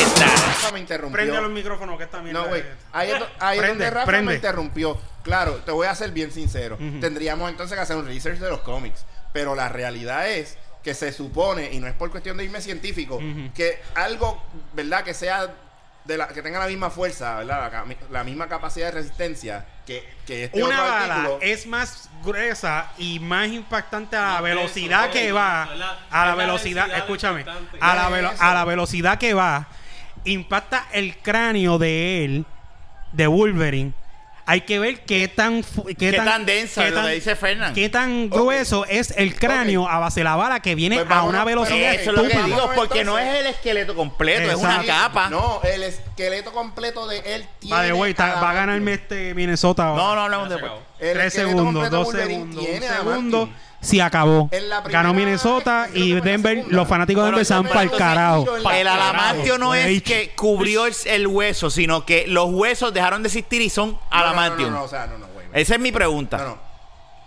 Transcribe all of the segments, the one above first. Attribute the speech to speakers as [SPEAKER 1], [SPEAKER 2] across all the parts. [SPEAKER 1] Rafa me interrumpió.
[SPEAKER 2] Prende los micrófonos que está bien.
[SPEAKER 1] No, güey. Ahí es, do- ahí es
[SPEAKER 2] Prende,
[SPEAKER 1] donde Rafa
[SPEAKER 2] prende.
[SPEAKER 1] me interrumpió. Claro, te voy a ser bien sincero. Tendríamos entonces que hacer un research de los cómics. Pero la realidad es que se supone, y no es por cuestión de irme científico, que algo, ¿verdad? Que sea de la, que tenga la misma fuerza, ¿verdad? La, ca- la misma capacidad de resistencia que, que este
[SPEAKER 2] Una
[SPEAKER 1] otro
[SPEAKER 2] bala
[SPEAKER 1] artículo.
[SPEAKER 2] es más gruesa y más impactante a la
[SPEAKER 3] Más
[SPEAKER 2] velocidad
[SPEAKER 3] grueso,
[SPEAKER 2] que
[SPEAKER 3] ¿no?
[SPEAKER 2] va.
[SPEAKER 3] Es la-
[SPEAKER 2] a la
[SPEAKER 3] es la
[SPEAKER 2] velocidad,
[SPEAKER 3] densidad
[SPEAKER 2] escúchame.
[SPEAKER 3] impactante.
[SPEAKER 2] A la,
[SPEAKER 1] Es
[SPEAKER 2] velo-
[SPEAKER 1] eso.
[SPEAKER 2] a la velocidad que va, impacta el cráneo de él, de Wolverine. Hay que ver qué tan. fu- Qué,
[SPEAKER 4] ¿Qué tan densa?
[SPEAKER 2] qué
[SPEAKER 4] Lo
[SPEAKER 2] tan-
[SPEAKER 4] que dice Fernan.
[SPEAKER 2] Qué tan
[SPEAKER 1] Ok.
[SPEAKER 2] grueso es el cráneo a base de la bala que viene
[SPEAKER 1] Pues
[SPEAKER 2] a
[SPEAKER 1] vámonos,
[SPEAKER 2] una
[SPEAKER 1] pero
[SPEAKER 2] velocidad
[SPEAKER 4] Eso es lo que
[SPEAKER 2] estúpida.
[SPEAKER 4] digo, porque no es
[SPEAKER 1] Entonces-
[SPEAKER 4] el esqueleto completo, es una
[SPEAKER 2] Exacto.
[SPEAKER 4] capa. No,
[SPEAKER 1] No, el esqueleto completo de él tiene.
[SPEAKER 2] Va de vuelta,
[SPEAKER 1] a
[SPEAKER 2] va a ganarme este Minnesota. ahora.
[SPEAKER 4] no, no, hablamos
[SPEAKER 3] Ya se
[SPEAKER 4] después.
[SPEAKER 3] acabó.
[SPEAKER 1] El
[SPEAKER 2] Tres
[SPEAKER 1] esqueleto
[SPEAKER 2] segundos,
[SPEAKER 1] completo
[SPEAKER 2] dos
[SPEAKER 1] de Wolverine
[SPEAKER 2] segundos, un
[SPEAKER 1] tiene a
[SPEAKER 2] segundo.
[SPEAKER 1] Martin.
[SPEAKER 2] Sí, acabó.
[SPEAKER 1] En la primera
[SPEAKER 2] Ganó Minnesota
[SPEAKER 1] vez, creo que
[SPEAKER 2] y
[SPEAKER 1] fue la
[SPEAKER 2] Denver,
[SPEAKER 1] segunda.
[SPEAKER 2] los fanáticos de
[SPEAKER 4] Pero
[SPEAKER 2] Denver se van
[SPEAKER 4] entonces,
[SPEAKER 2] para el carajo.
[SPEAKER 1] entonces,
[SPEAKER 4] El alamantio no
[SPEAKER 2] Güey.
[SPEAKER 4] es que cubrió el, el hueso, sino que los huesos dejaron de existir y son
[SPEAKER 1] No, no, no,
[SPEAKER 4] alamantium.
[SPEAKER 1] No, no, o sea, no, no, güey.
[SPEAKER 4] Esa es mi pregunta.
[SPEAKER 1] No, no.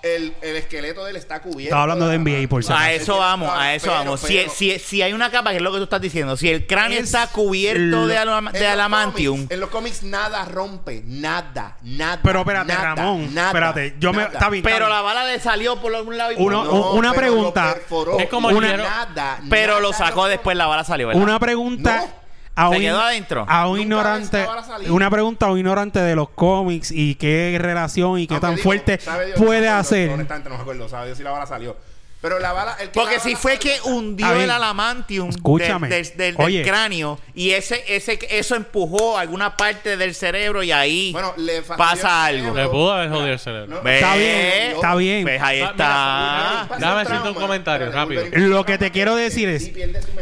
[SPEAKER 1] El, el esqueleto de él está cubierto.
[SPEAKER 2] Estaba hablando de NBA,
[SPEAKER 1] adamantium.
[SPEAKER 2] por si
[SPEAKER 4] A
[SPEAKER 2] acaso.
[SPEAKER 4] eso vamos, a eso
[SPEAKER 1] Pero,
[SPEAKER 4] vamos. Si,
[SPEAKER 1] pero-
[SPEAKER 4] si- si hay una capa, que es lo que tú estás diciendo, si el cráneo
[SPEAKER 2] Es
[SPEAKER 4] está cubierto de,
[SPEAKER 2] lo-
[SPEAKER 4] alama-
[SPEAKER 1] en
[SPEAKER 4] de
[SPEAKER 1] los
[SPEAKER 4] alamantium,
[SPEAKER 1] cómics- en los cómics nada rompe, nada, nada.
[SPEAKER 2] Pero espérate,
[SPEAKER 1] nada,
[SPEAKER 2] Ramón.
[SPEAKER 1] nada,
[SPEAKER 2] espérate, yo me.
[SPEAKER 1] nada.
[SPEAKER 2] Está bien.
[SPEAKER 4] pero
[SPEAKER 2] está
[SPEAKER 4] la
[SPEAKER 2] bien.
[SPEAKER 4] bala le salió por un lado y por
[SPEAKER 2] Uno-
[SPEAKER 4] otro.
[SPEAKER 2] u- una
[SPEAKER 1] pero lo
[SPEAKER 2] pregunta.
[SPEAKER 1] perforó.
[SPEAKER 3] Es como el
[SPEAKER 1] Una-
[SPEAKER 3] dinero-
[SPEAKER 1] nada,
[SPEAKER 4] Pero
[SPEAKER 1] nada
[SPEAKER 4] lo sacó
[SPEAKER 1] rompe.
[SPEAKER 4] después, la bala salió, ¿verdad?
[SPEAKER 2] Una pregunta.
[SPEAKER 1] No.
[SPEAKER 2] A
[SPEAKER 4] Se
[SPEAKER 2] un,
[SPEAKER 4] quedó adentro.
[SPEAKER 2] a un
[SPEAKER 1] Nunca
[SPEAKER 2] ignorante.
[SPEAKER 1] estaba saliendo.
[SPEAKER 2] Una pregunta a un ignorante de los cómics y qué relación y qué
[SPEAKER 1] Aunque
[SPEAKER 2] tan
[SPEAKER 1] digo,
[SPEAKER 2] fuerte
[SPEAKER 1] sabe Dios, no me
[SPEAKER 2] puede
[SPEAKER 1] acuerdo,
[SPEAKER 2] hacer.
[SPEAKER 1] Honestamente, no me acuerdo, sabe Dios si la bala salió. Pero la bala. el que
[SPEAKER 4] Porque
[SPEAKER 1] la
[SPEAKER 4] si
[SPEAKER 1] bala
[SPEAKER 4] fue
[SPEAKER 1] salió,
[SPEAKER 4] que
[SPEAKER 1] está-
[SPEAKER 4] hundió
[SPEAKER 2] Está bien.
[SPEAKER 4] el alamantium del-
[SPEAKER 2] Escúchame.
[SPEAKER 4] del, del- del
[SPEAKER 2] Oye.
[SPEAKER 4] cráneo y ese, ese, eso empujó alguna parte del cerebro y ahí
[SPEAKER 1] Bueno, le fastidió
[SPEAKER 4] pasa
[SPEAKER 1] el
[SPEAKER 4] algo.
[SPEAKER 1] cerebro.
[SPEAKER 3] Le pudo haber jodido el cerebro.
[SPEAKER 1] No,
[SPEAKER 4] ¿Ves?
[SPEAKER 2] Está bien, está bien.
[SPEAKER 4] Pues ahí
[SPEAKER 3] Ah, mira,
[SPEAKER 4] está.
[SPEAKER 3] Déjame decirte un comentario, rápido.
[SPEAKER 2] Lo que te quiero decir es,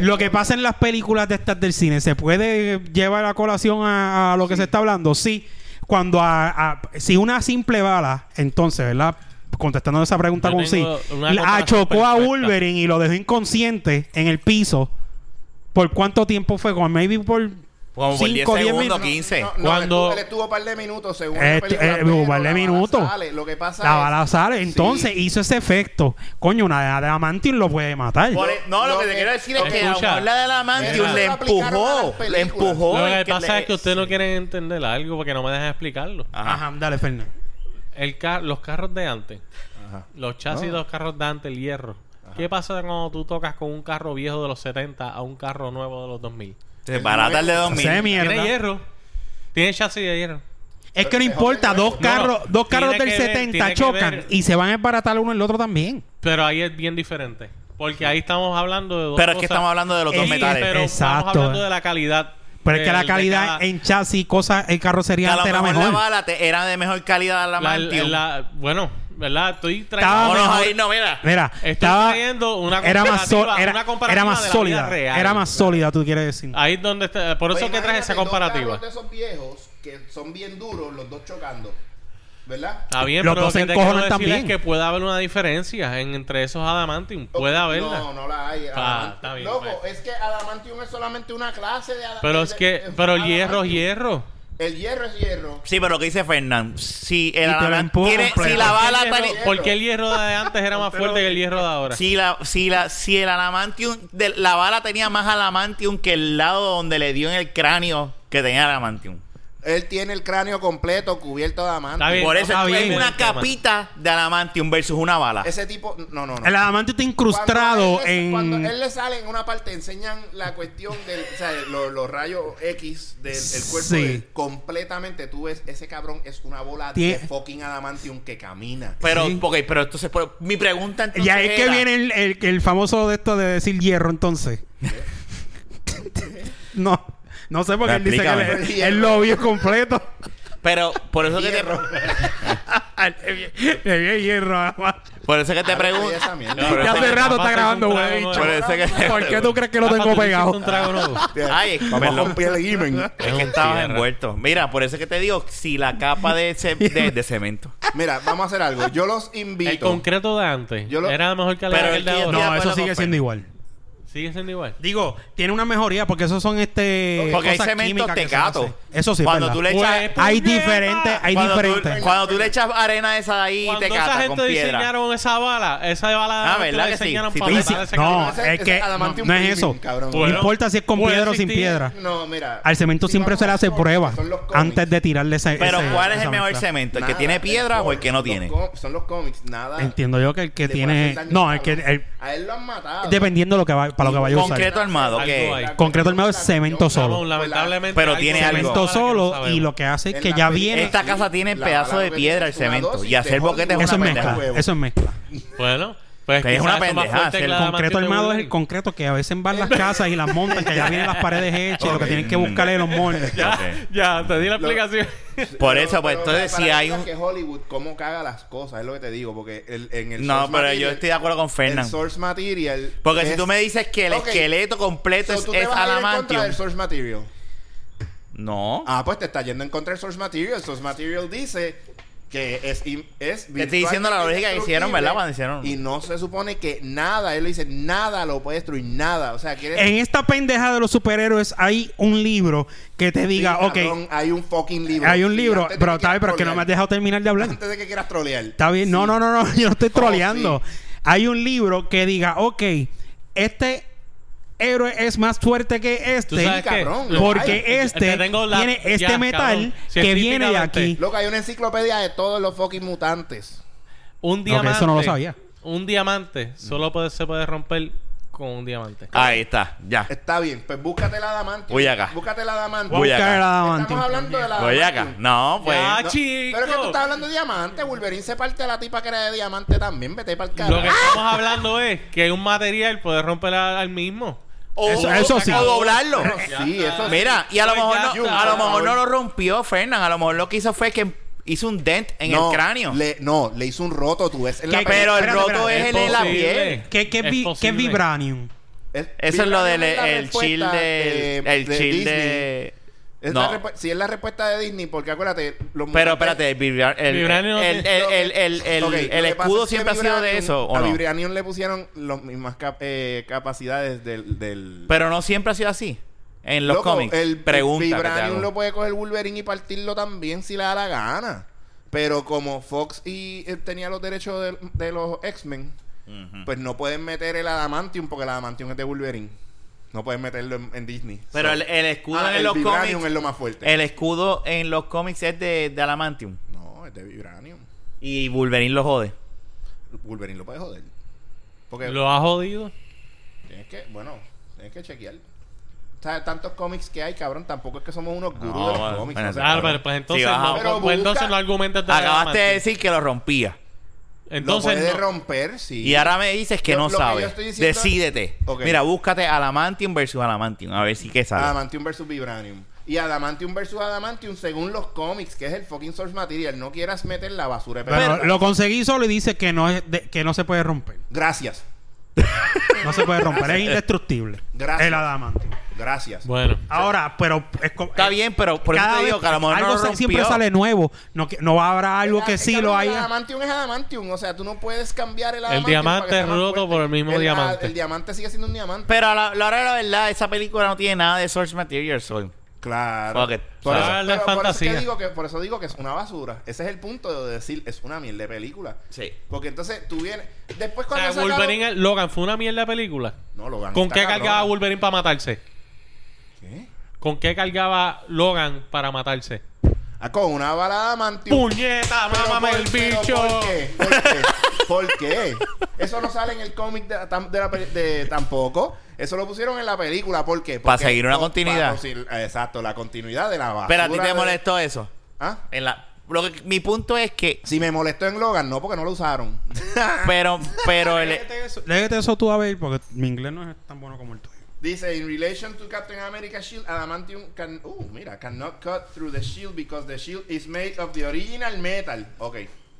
[SPEAKER 2] lo que pasa en las películas de estas del cine, ¿se puede llevar a colación a, a lo que se está hablando? Sí. Cuando a, a- si una simple bala, entonces, ¿verdad? Contestando esa pregunta
[SPEAKER 3] Yo
[SPEAKER 2] con sí,
[SPEAKER 3] tengo una
[SPEAKER 2] la
[SPEAKER 3] comparación
[SPEAKER 2] achocó a
[SPEAKER 3] perfecta.
[SPEAKER 2] Wolverine y lo dejó inconsciente en el piso. ¿Por cuánto tiempo fue? Como maybe por
[SPEAKER 4] Como por 10
[SPEAKER 2] cinco, diez
[SPEAKER 4] segundos,
[SPEAKER 2] minutos.
[SPEAKER 4] 15.
[SPEAKER 1] Cuando
[SPEAKER 3] Cuando-
[SPEAKER 1] él estuvo un par de minutos, según
[SPEAKER 2] Eh,
[SPEAKER 1] la película,
[SPEAKER 2] eh,
[SPEAKER 1] pero
[SPEAKER 2] un par de
[SPEAKER 1] la bala
[SPEAKER 2] minutos.
[SPEAKER 1] sale. Lo que pasa
[SPEAKER 2] la
[SPEAKER 1] es-
[SPEAKER 2] bala sale. Entonces
[SPEAKER 1] Sí.
[SPEAKER 2] hizo ese efecto. Coño, una adamantium lo puede matar.
[SPEAKER 4] Por e- no, lo
[SPEAKER 1] Lo
[SPEAKER 4] que te
[SPEAKER 1] que-
[SPEAKER 4] quiero decir es que a lo
[SPEAKER 3] Escucha.
[SPEAKER 4] mejor la de la Mantium
[SPEAKER 3] Eso
[SPEAKER 4] le
[SPEAKER 1] lo aplicaron a
[SPEAKER 4] empujó.
[SPEAKER 1] las
[SPEAKER 4] Le
[SPEAKER 1] películas.
[SPEAKER 2] pues,
[SPEAKER 4] empujó.
[SPEAKER 3] Lo
[SPEAKER 4] y
[SPEAKER 3] que
[SPEAKER 4] que
[SPEAKER 3] pasa
[SPEAKER 4] le-
[SPEAKER 3] es que ustedes no quieren entender algo porque no me dejan explicarlo.
[SPEAKER 4] Ah.
[SPEAKER 2] Ajá, dale, Fernández.
[SPEAKER 3] El ca- los carros de antes, los chasis de los carros de antes, el hierro. ¿Qué pasa cuando tú tocas con un carro viejo de los 70 a un carro nuevo de los 2000?
[SPEAKER 4] Se barata el de 2000.
[SPEAKER 2] Se mierda.
[SPEAKER 3] Tiene hierro. Tiene chasis de hierro.
[SPEAKER 2] Es que no importa, dos
[SPEAKER 3] No,
[SPEAKER 2] carros, dos carros
[SPEAKER 3] tiene
[SPEAKER 2] del
[SPEAKER 3] que ver,
[SPEAKER 2] 70
[SPEAKER 3] tiene que
[SPEAKER 2] chocan
[SPEAKER 3] ver.
[SPEAKER 2] y se van a embaratar uno el otro también.
[SPEAKER 3] Pero ahí es bien diferente. Porque ahí estamos hablando de dos
[SPEAKER 4] Pero es que
[SPEAKER 3] cosas.
[SPEAKER 4] estamos hablando de los dos
[SPEAKER 2] Sí,
[SPEAKER 3] Sí,
[SPEAKER 4] metales.
[SPEAKER 3] Pero
[SPEAKER 2] Exacto.
[SPEAKER 3] estamos hablando de la calidad.
[SPEAKER 2] Pero es que
[SPEAKER 3] del-
[SPEAKER 2] la
[SPEAKER 3] de
[SPEAKER 2] calidad
[SPEAKER 3] cada-
[SPEAKER 2] en chasis y cosas, el carro
[SPEAKER 4] Que
[SPEAKER 2] sería
[SPEAKER 4] a lo
[SPEAKER 2] antes era
[SPEAKER 4] mejor la
[SPEAKER 2] mejor.
[SPEAKER 4] bala te- era de mejor calidad la
[SPEAKER 3] la-
[SPEAKER 4] Mantium.
[SPEAKER 3] la- Bueno, ¿verdad? Estoy
[SPEAKER 2] Estaba
[SPEAKER 3] trayendo...
[SPEAKER 4] Vámonos
[SPEAKER 2] mejor.
[SPEAKER 4] ahí, no, mira.
[SPEAKER 2] Mira,
[SPEAKER 3] Estoy
[SPEAKER 2] estaba,
[SPEAKER 3] trayendo una
[SPEAKER 2] era más, sol-
[SPEAKER 3] comparativa-
[SPEAKER 2] era,
[SPEAKER 3] una comparativa
[SPEAKER 2] era más
[SPEAKER 3] de la vida
[SPEAKER 2] sólida.
[SPEAKER 3] real. Ah,
[SPEAKER 2] Era más sólida, tú quieres decir.
[SPEAKER 3] Ahí es donde está... Por eso
[SPEAKER 1] Pues
[SPEAKER 3] que traje esa
[SPEAKER 1] imagínate dos
[SPEAKER 3] comparativa.
[SPEAKER 1] carros de esos viejos que son bien duros, los dos chocando. ¿Verdad?
[SPEAKER 3] Está bien,
[SPEAKER 2] Los
[SPEAKER 3] pero lo
[SPEAKER 2] dos
[SPEAKER 3] que
[SPEAKER 2] se
[SPEAKER 3] te quiero
[SPEAKER 2] encojonan
[SPEAKER 3] decir
[SPEAKER 2] también.
[SPEAKER 3] es que puede haber una diferencia en- entre esos adamantium. Puede haberla.
[SPEAKER 1] No, no la hay.
[SPEAKER 3] Ah,
[SPEAKER 1] Adamantium.
[SPEAKER 3] está bien,
[SPEAKER 1] Loco,
[SPEAKER 3] bueno.
[SPEAKER 1] es que Adamantium es solamente una clase de Adamantium.
[SPEAKER 3] Pero es que... Pero el hierro es hierro.
[SPEAKER 1] El hierro es hierro.
[SPEAKER 4] Sí, pero lo que dice Fernán, si
[SPEAKER 2] Y
[SPEAKER 4] el
[SPEAKER 2] te lo
[SPEAKER 4] alaman-
[SPEAKER 2] empuja
[SPEAKER 4] tiene-
[SPEAKER 2] completo.
[SPEAKER 4] si la
[SPEAKER 3] ¿Por qué
[SPEAKER 4] bala
[SPEAKER 3] el
[SPEAKER 4] tal-
[SPEAKER 3] hierro- ¿Por qué el hierro de antes era más fuerte que el hierro de ahora?
[SPEAKER 4] si la si la si el alamantium de, la bala tenía más alamantium que el lado donde le dio en el cráneo que tenía alamantium.
[SPEAKER 1] Él tiene el cráneo completo cubierto de Adamantium.
[SPEAKER 3] Está bien,
[SPEAKER 4] Por
[SPEAKER 3] no
[SPEAKER 4] eso
[SPEAKER 3] está
[SPEAKER 4] es
[SPEAKER 3] bien.
[SPEAKER 4] una capita de alamantium versus una bala.
[SPEAKER 1] Ese tipo, no, no, no.
[SPEAKER 2] El adamante está
[SPEAKER 1] Cuando
[SPEAKER 2] incrustado
[SPEAKER 1] él le-
[SPEAKER 2] en.
[SPEAKER 1] Cuando él le sale en una parte, enseñan la cuestión del. O sea, lo- los rayos X del el cuerpo.
[SPEAKER 2] Sí.
[SPEAKER 1] de él. completamente tú ves, ese cabrón es una bola
[SPEAKER 2] Tie-
[SPEAKER 1] de fucking Adamantium que camina.
[SPEAKER 4] Pero
[SPEAKER 2] Sí.
[SPEAKER 4] ok, pero entonces pero mi pregunta entonces
[SPEAKER 2] Y ahí es que
[SPEAKER 4] era-
[SPEAKER 2] viene el, el- el famoso de esto de decir hierro, entonces. no, no sé porque él dice que
[SPEAKER 4] Explícame.
[SPEAKER 2] él, él lo vio completo.
[SPEAKER 4] Pero por eso que te,
[SPEAKER 2] le vi- le vi el hierro. nada más.
[SPEAKER 4] por eso que te pregunto.
[SPEAKER 1] Esa mierda.
[SPEAKER 4] No, pero
[SPEAKER 2] Ya
[SPEAKER 4] eso
[SPEAKER 2] hace
[SPEAKER 4] que-
[SPEAKER 2] rato está
[SPEAKER 3] Rafa,
[SPEAKER 2] grabando,
[SPEAKER 3] tú
[SPEAKER 2] güey.
[SPEAKER 3] eres un
[SPEAKER 2] bicho.
[SPEAKER 4] Por
[SPEAKER 3] trago
[SPEAKER 4] eso que
[SPEAKER 2] ¿Por qué tú crees que lo
[SPEAKER 3] Rafa,
[SPEAKER 2] tengo
[SPEAKER 3] tú hiciste
[SPEAKER 2] pegado?
[SPEAKER 3] un trago nuevo.
[SPEAKER 4] Ay, es que-
[SPEAKER 1] el himen.
[SPEAKER 4] Es que
[SPEAKER 3] Es un
[SPEAKER 4] estabas
[SPEAKER 3] tierra.
[SPEAKER 4] envuelto. Mira, por eso que te digo, si la capa de, ce- de, de cemento.
[SPEAKER 1] Mira, vamos a hacer algo. Yo los
[SPEAKER 3] El
[SPEAKER 1] invito.
[SPEAKER 3] concreto de antes
[SPEAKER 1] Yo lo-
[SPEAKER 3] era de mejor calidad
[SPEAKER 4] Pero
[SPEAKER 3] que el de
[SPEAKER 4] el que-
[SPEAKER 3] ahora.
[SPEAKER 2] No,
[SPEAKER 4] de
[SPEAKER 2] eso
[SPEAKER 4] acuerdo
[SPEAKER 2] sigue
[SPEAKER 4] con
[SPEAKER 2] siendo
[SPEAKER 4] Fer.
[SPEAKER 2] igual.
[SPEAKER 3] Sigue siendo igual.
[SPEAKER 2] Digo, tiene una mejoría porque esos son este.
[SPEAKER 4] Porque hay
[SPEAKER 2] cosas
[SPEAKER 4] cemento
[SPEAKER 2] químicas que se
[SPEAKER 4] tecato.
[SPEAKER 2] hacen. Eso sí,
[SPEAKER 4] Cuando
[SPEAKER 2] es
[SPEAKER 4] tú
[SPEAKER 2] verdad.
[SPEAKER 4] le echas.
[SPEAKER 3] Pues,
[SPEAKER 2] Hay
[SPEAKER 3] ¡Puñeta!
[SPEAKER 2] diferentes, hay
[SPEAKER 4] cuando tú-
[SPEAKER 2] diferentes.
[SPEAKER 4] cuando tú le echas arena esa ahí y
[SPEAKER 3] Cuando
[SPEAKER 4] te
[SPEAKER 3] esa
[SPEAKER 4] cata
[SPEAKER 3] gente
[SPEAKER 4] con piedra.
[SPEAKER 3] diseñaron esa bala, esa bala
[SPEAKER 4] Ah, ¿verdad
[SPEAKER 3] la
[SPEAKER 4] que sí?
[SPEAKER 3] diseñaron
[SPEAKER 4] Si
[SPEAKER 3] para
[SPEAKER 4] tú
[SPEAKER 2] Y
[SPEAKER 4] dices-
[SPEAKER 3] matar a ese
[SPEAKER 2] si- no,
[SPEAKER 3] cabrón.
[SPEAKER 1] cabrón.
[SPEAKER 2] es
[SPEAKER 1] Ese-
[SPEAKER 2] que
[SPEAKER 1] ese adamantium
[SPEAKER 2] no es
[SPEAKER 1] premium,
[SPEAKER 2] eso.
[SPEAKER 1] cabrón.
[SPEAKER 2] No
[SPEAKER 1] Bueno,
[SPEAKER 2] importa si es con
[SPEAKER 3] puede
[SPEAKER 2] piedra o sin
[SPEAKER 3] existir.
[SPEAKER 2] piedra.
[SPEAKER 1] No, mira.
[SPEAKER 2] Al cemento
[SPEAKER 1] si
[SPEAKER 2] siempre
[SPEAKER 1] vamos
[SPEAKER 2] se le
[SPEAKER 1] a
[SPEAKER 2] hace
[SPEAKER 1] los cómics,
[SPEAKER 2] prueba
[SPEAKER 1] que son los cómics,
[SPEAKER 2] antes de tirarle ese.
[SPEAKER 4] Pero
[SPEAKER 2] E-, ese-
[SPEAKER 4] ¿cuál es
[SPEAKER 2] esa
[SPEAKER 4] el mejor
[SPEAKER 2] mezcla.
[SPEAKER 4] cemento? ¿El que
[SPEAKER 1] nada,
[SPEAKER 4] tiene
[SPEAKER 1] el
[SPEAKER 4] piedra o el que no
[SPEAKER 1] los
[SPEAKER 4] tiene?
[SPEAKER 1] com- Son los cómics, nada.
[SPEAKER 2] Entiendo yo que el que
[SPEAKER 1] le puede
[SPEAKER 2] tiene.
[SPEAKER 1] hacer daño
[SPEAKER 2] No,
[SPEAKER 1] a
[SPEAKER 2] el que.
[SPEAKER 1] alguien.
[SPEAKER 2] el-
[SPEAKER 1] A él lo han matado.
[SPEAKER 2] dependiendo lo que va, para lo que vaya a usar.
[SPEAKER 4] Concreto armado,
[SPEAKER 3] Algo
[SPEAKER 4] que
[SPEAKER 3] ahí.
[SPEAKER 2] Concreto armado es cemento
[SPEAKER 3] Cabrón,
[SPEAKER 1] Pues
[SPEAKER 2] solo.
[SPEAKER 3] lamentablemente.
[SPEAKER 4] Pero
[SPEAKER 3] hay
[SPEAKER 4] tiene
[SPEAKER 3] cosas
[SPEAKER 4] algo.
[SPEAKER 3] que no
[SPEAKER 2] Cemento solo
[SPEAKER 3] sabemos.
[SPEAKER 2] y lo que hace es
[SPEAKER 1] En
[SPEAKER 2] que
[SPEAKER 1] la
[SPEAKER 2] ya
[SPEAKER 1] película-
[SPEAKER 2] viene.
[SPEAKER 4] Esta casa tiene
[SPEAKER 1] La
[SPEAKER 4] pedazo de
[SPEAKER 1] bala que
[SPEAKER 4] piedra, el
[SPEAKER 1] tiene una
[SPEAKER 4] cemento.
[SPEAKER 1] dosis
[SPEAKER 4] Y hacer
[SPEAKER 1] de
[SPEAKER 4] boquete es
[SPEAKER 1] Hollywood.
[SPEAKER 2] Eso
[SPEAKER 4] una
[SPEAKER 2] es
[SPEAKER 4] pendeja.
[SPEAKER 2] mezcla.
[SPEAKER 1] pendeja.
[SPEAKER 2] Eso es mezcla.
[SPEAKER 3] Bueno, pues.
[SPEAKER 4] Es
[SPEAKER 3] quizás
[SPEAKER 4] una
[SPEAKER 3] eso más
[SPEAKER 4] pendejada,
[SPEAKER 3] fuerte que
[SPEAKER 4] el
[SPEAKER 3] la
[SPEAKER 2] El
[SPEAKER 3] de
[SPEAKER 2] concreto
[SPEAKER 3] Adamantium de
[SPEAKER 2] armado es el
[SPEAKER 3] Wolverine.
[SPEAKER 2] concreto que a veces van las casas y las montan, que allá vienen las paredes hechas y lo que tienen que buscar es los moldes.
[SPEAKER 4] Ok.
[SPEAKER 3] Ya, te di la
[SPEAKER 1] Lo-
[SPEAKER 3] explicación.
[SPEAKER 4] Por
[SPEAKER 1] Pero-
[SPEAKER 4] eso, pues
[SPEAKER 1] pero
[SPEAKER 4] entonces
[SPEAKER 1] para
[SPEAKER 4] si
[SPEAKER 1] que
[SPEAKER 4] hay
[SPEAKER 1] veas
[SPEAKER 4] un.
[SPEAKER 1] que Hollywood cómo caga las cosas, es lo que te digo, porque el- en el
[SPEAKER 4] No,
[SPEAKER 1] source
[SPEAKER 4] pero yo
[SPEAKER 1] material-
[SPEAKER 4] estoy de acuerdo con
[SPEAKER 1] El
[SPEAKER 4] Fernan.
[SPEAKER 1] source material
[SPEAKER 4] Porque si
[SPEAKER 1] es-
[SPEAKER 4] tú me dices que el
[SPEAKER 1] Ok.
[SPEAKER 4] esqueleto completo
[SPEAKER 1] So,
[SPEAKER 4] es,
[SPEAKER 1] tú te
[SPEAKER 4] es
[SPEAKER 1] vas a ir en contra
[SPEAKER 4] adamantium.
[SPEAKER 1] del source material.
[SPEAKER 4] No.
[SPEAKER 1] Ah, pues te está yendo en contra del source material. El source material dice que es im- es
[SPEAKER 4] Te estoy diciendo la lógica que hicieron, ¿verdad? Cuando hicieron-
[SPEAKER 1] Y no se supone que nada, él le dice nada lo puede destruir nada, o sea, quiere
[SPEAKER 2] En esta pendeja de los superhéroes hay un libro que te
[SPEAKER 1] Sí,
[SPEAKER 2] diga, ok,
[SPEAKER 1] cabrón, hay un fucking libro.
[SPEAKER 2] hay un
[SPEAKER 1] Sí,
[SPEAKER 2] libro,
[SPEAKER 1] antes de
[SPEAKER 2] pero está
[SPEAKER 1] quieras
[SPEAKER 2] bien, pero es que no me
[SPEAKER 1] trolear.
[SPEAKER 2] has dejado terminar de hablar.
[SPEAKER 1] antes de que quieras trolear.
[SPEAKER 2] Está bien, no,
[SPEAKER 1] Sí.
[SPEAKER 2] no, no, no, yo no estoy troleando.
[SPEAKER 1] sí.
[SPEAKER 2] Hay un libro que diga, ok, este héroe es más fuerte que
[SPEAKER 3] Tú
[SPEAKER 2] este.
[SPEAKER 3] sabes qué?
[SPEAKER 1] cabrón,
[SPEAKER 3] Lo-
[SPEAKER 2] Porque
[SPEAKER 1] Ay,
[SPEAKER 2] este
[SPEAKER 3] te tengo la-
[SPEAKER 2] tiene este
[SPEAKER 3] ya,
[SPEAKER 2] metal
[SPEAKER 3] cabrón,
[SPEAKER 2] que viene de aquí.
[SPEAKER 3] este,
[SPEAKER 1] Loco, hay una enciclopedia de todos los fucking mutantes.
[SPEAKER 3] Un
[SPEAKER 2] que eso
[SPEAKER 3] diamante.
[SPEAKER 2] no lo sabía.
[SPEAKER 3] Un diamante solo puede, se puede romper con un diamante.
[SPEAKER 1] Ah,
[SPEAKER 4] Ahí está, ya.
[SPEAKER 1] Está bien, pues búscate la adamante.
[SPEAKER 4] Voy acá.
[SPEAKER 1] Búscate la adamante.
[SPEAKER 4] Voy
[SPEAKER 2] Buscar el
[SPEAKER 4] acá.
[SPEAKER 2] adamantium.
[SPEAKER 1] Estamos hablando de la
[SPEAKER 4] Voy acá.
[SPEAKER 1] adamantium.
[SPEAKER 4] No, pues.
[SPEAKER 3] Ya,
[SPEAKER 4] no.
[SPEAKER 3] chico.
[SPEAKER 1] Pero es que tú estás hablando de diamante. Wolverine se parte a la tipa que era de diamante también. Vete para el
[SPEAKER 3] Lo
[SPEAKER 1] carajo.
[SPEAKER 3] que
[SPEAKER 1] Ah.
[SPEAKER 3] estamos hablando es que un material puede romper al, al mismo.
[SPEAKER 1] Oh,
[SPEAKER 4] O,
[SPEAKER 2] Eso- eso
[SPEAKER 4] o-
[SPEAKER 2] sí.
[SPEAKER 4] o doblarlo.
[SPEAKER 1] Sí, eso sí.
[SPEAKER 4] Mira, y a lo
[SPEAKER 3] Pues
[SPEAKER 4] mejor
[SPEAKER 3] ya
[SPEAKER 4] no,
[SPEAKER 3] está.
[SPEAKER 4] a lo mejor no lo rompió Fernan. A lo mejor lo que hizo fue que hizo un dent en
[SPEAKER 1] No,
[SPEAKER 4] el cráneo.
[SPEAKER 1] le- no, le hizo un roto, tú ves. en la
[SPEAKER 2] ¿Qué-
[SPEAKER 1] película.
[SPEAKER 4] Pero el
[SPEAKER 2] Espérate,
[SPEAKER 4] roto
[SPEAKER 2] espérate,
[SPEAKER 4] es el de la
[SPEAKER 3] posible.
[SPEAKER 4] piel.
[SPEAKER 2] ¿Qué, qué,
[SPEAKER 3] Es
[SPEAKER 2] vi- qué
[SPEAKER 3] posible.
[SPEAKER 2] vibranium?
[SPEAKER 1] Es-
[SPEAKER 4] Eso es lo
[SPEAKER 1] Vibranium
[SPEAKER 4] del
[SPEAKER 1] es la
[SPEAKER 4] el
[SPEAKER 1] respuesta
[SPEAKER 4] chill de.
[SPEAKER 1] de-
[SPEAKER 4] El
[SPEAKER 1] de
[SPEAKER 4] chill
[SPEAKER 1] Disney.
[SPEAKER 4] de.
[SPEAKER 1] Es
[SPEAKER 4] No.
[SPEAKER 1] la repu- sí, es la respuesta de Disney, porque acuérdate. Los
[SPEAKER 4] Pero
[SPEAKER 1] mutantes-
[SPEAKER 4] espérate, el, vibra- el,
[SPEAKER 3] Vibranium no
[SPEAKER 4] el,
[SPEAKER 3] tiene-
[SPEAKER 4] el- el- el- el-
[SPEAKER 1] Ok,
[SPEAKER 4] el
[SPEAKER 1] lo que pasa
[SPEAKER 4] escudo
[SPEAKER 1] es que
[SPEAKER 4] siempre ha sido de
[SPEAKER 1] Vibranium-
[SPEAKER 4] eso, ¿o
[SPEAKER 1] A
[SPEAKER 4] no?
[SPEAKER 1] Vibranium le pusieron las mismas cap- eh, capacidades del. del...
[SPEAKER 4] Pero no siempre ha sido así. En los
[SPEAKER 1] Loco,
[SPEAKER 4] cómics.
[SPEAKER 1] El
[SPEAKER 4] Pregunta. que te
[SPEAKER 1] Vibranium
[SPEAKER 4] hago.
[SPEAKER 1] lo puede coger Wolverine y partirlo también si le da la gana. Pero como Fox y eh, tenía los derechos de, de los X-Men,
[SPEAKER 4] Mm.
[SPEAKER 1] pues no pueden meter el Adamantium porque el Adamantium es de Wolverine. No pueden meterlo en, en Disney.
[SPEAKER 4] Pero
[SPEAKER 1] So-
[SPEAKER 4] el, el escudo
[SPEAKER 1] Ah,
[SPEAKER 4] en
[SPEAKER 1] el
[SPEAKER 4] los
[SPEAKER 1] Vibranium
[SPEAKER 4] cómics.
[SPEAKER 1] es lo más fuerte.
[SPEAKER 4] El escudo en los cómics es de, de Alamantium.
[SPEAKER 1] No, es de Vibranium.
[SPEAKER 4] Y Wolverine lo jode.
[SPEAKER 1] Wolverine lo puede joder. Porque
[SPEAKER 3] Lo ha jodido.
[SPEAKER 1] tienes que, bueno, tienes que chequear. O sea, tantos cómics que hay, cabrón. Tampoco es que somos unos gurús
[SPEAKER 4] No,
[SPEAKER 1] de los
[SPEAKER 4] bueno,
[SPEAKER 1] cómics.
[SPEAKER 4] bueno,
[SPEAKER 1] o sea,
[SPEAKER 3] Ah,
[SPEAKER 4] cabrón.
[SPEAKER 3] pero pues entonces,
[SPEAKER 4] Sí, ajá.
[SPEAKER 3] no,
[SPEAKER 1] Pero
[SPEAKER 3] pues entonces
[SPEAKER 1] busca-
[SPEAKER 3] no argumentas de
[SPEAKER 4] Acabaste de
[SPEAKER 3] diamante.
[SPEAKER 4] decir que lo rompía.
[SPEAKER 1] lo
[SPEAKER 3] Entonces,
[SPEAKER 1] puede
[SPEAKER 3] no.
[SPEAKER 1] romper, sí.
[SPEAKER 4] Y ahora me dices que
[SPEAKER 1] Lo-
[SPEAKER 4] no
[SPEAKER 1] lo que yo
[SPEAKER 4] sabes.
[SPEAKER 1] estoy diciendo-
[SPEAKER 4] Decídete.
[SPEAKER 1] Ok.
[SPEAKER 4] Mira, búscate Alamantium versus Alamantium. A ver si que sale.
[SPEAKER 1] Adamantium versus Vibranium. Y Adamantium versus Adamantium según los cómics, que es el fucking source material. No quieras meter la basura. de
[SPEAKER 2] Bueno,
[SPEAKER 1] papel.
[SPEAKER 2] lo conseguí solo y dice que no, es de- que no se puede romper.
[SPEAKER 1] Gracias.
[SPEAKER 2] No se puede romper, es indestructible.
[SPEAKER 1] Gracias.
[SPEAKER 2] El adamantium.
[SPEAKER 1] Gracias.
[SPEAKER 3] Bueno.
[SPEAKER 2] Ahora, pero es co-
[SPEAKER 4] Está
[SPEAKER 2] eh,
[SPEAKER 4] bien, pero por eso
[SPEAKER 2] cada
[SPEAKER 4] te
[SPEAKER 2] vez
[SPEAKER 4] digo que a lo mejor no
[SPEAKER 2] algo
[SPEAKER 4] lo
[SPEAKER 2] sa- siempre
[SPEAKER 4] rompió.
[SPEAKER 2] sale nuevo, no que- no habrá algo
[SPEAKER 1] El-
[SPEAKER 2] que
[SPEAKER 1] el
[SPEAKER 2] sí
[SPEAKER 1] cabrón,
[SPEAKER 2] lo
[SPEAKER 1] El
[SPEAKER 2] haya.
[SPEAKER 1] Adamantium es Adamantium. O sea, tú no puedes cambiar el
[SPEAKER 3] El
[SPEAKER 1] Adamantium.
[SPEAKER 3] diamante
[SPEAKER 1] para que sea más
[SPEAKER 3] roto
[SPEAKER 1] fuerte.
[SPEAKER 3] por el mismo
[SPEAKER 1] a-
[SPEAKER 3] diamante.
[SPEAKER 1] El diamante sigue siendo un diamante.
[SPEAKER 4] Pero a la, la hora de la verdad, esa película no tiene nada de source material. soy.
[SPEAKER 1] Claro.
[SPEAKER 4] Fuck it.
[SPEAKER 1] Por, eso,
[SPEAKER 3] Ah, la
[SPEAKER 1] pero por, eso es que
[SPEAKER 3] fantasía.
[SPEAKER 1] digo que, por eso digo que es una basura. Ese es el punto de decir, es una mierda de película.
[SPEAKER 4] Sí.
[SPEAKER 1] Porque entonces tú vienes... Después
[SPEAKER 3] O sea,
[SPEAKER 1] cuando sacaron-
[SPEAKER 3] Ah, Wolverine, Logan, fue una mierda de película.
[SPEAKER 1] No, Logan
[SPEAKER 3] ¿Con
[SPEAKER 1] está
[SPEAKER 3] qué
[SPEAKER 1] cabrón.
[SPEAKER 3] cargaba Wolverine para matarse?
[SPEAKER 1] ¿Qué?
[SPEAKER 3] ¿Con qué cargaba Logan para matarse?
[SPEAKER 1] Ah, con una bala de Adamantium.
[SPEAKER 3] ¡Puñeta,
[SPEAKER 1] Pero
[SPEAKER 3] mámame
[SPEAKER 1] por-
[SPEAKER 3] el
[SPEAKER 1] pero
[SPEAKER 3] bicho!
[SPEAKER 1] ¿Por qué? ¿Por qué? ¿Por qué? Eso no sale en el cómic de, tam- de la peli- de- tampoco. Eso lo pusieron en la película. ¿Por qué?
[SPEAKER 4] Para
[SPEAKER 1] Porque-
[SPEAKER 4] seguir una
[SPEAKER 1] no,
[SPEAKER 4] continuidad.
[SPEAKER 1] para seguir- exacto, la continuidad de la base.
[SPEAKER 4] Pero a ti te molestó eso.
[SPEAKER 1] ¿Ah?
[SPEAKER 4] En la, lo que- mi punto es que.
[SPEAKER 1] Si me molestó en Logan, no, porque no lo usaron.
[SPEAKER 4] Pero, pero el,
[SPEAKER 2] Léete eso- Léete eso tú a ver, porque mi inglés no es tan bueno como el tuyo.
[SPEAKER 1] Dice, in relation to Captain America shield, adamantium can, uh, mira, cannot cut through the shield E because the shield is made of the original metal. Ok,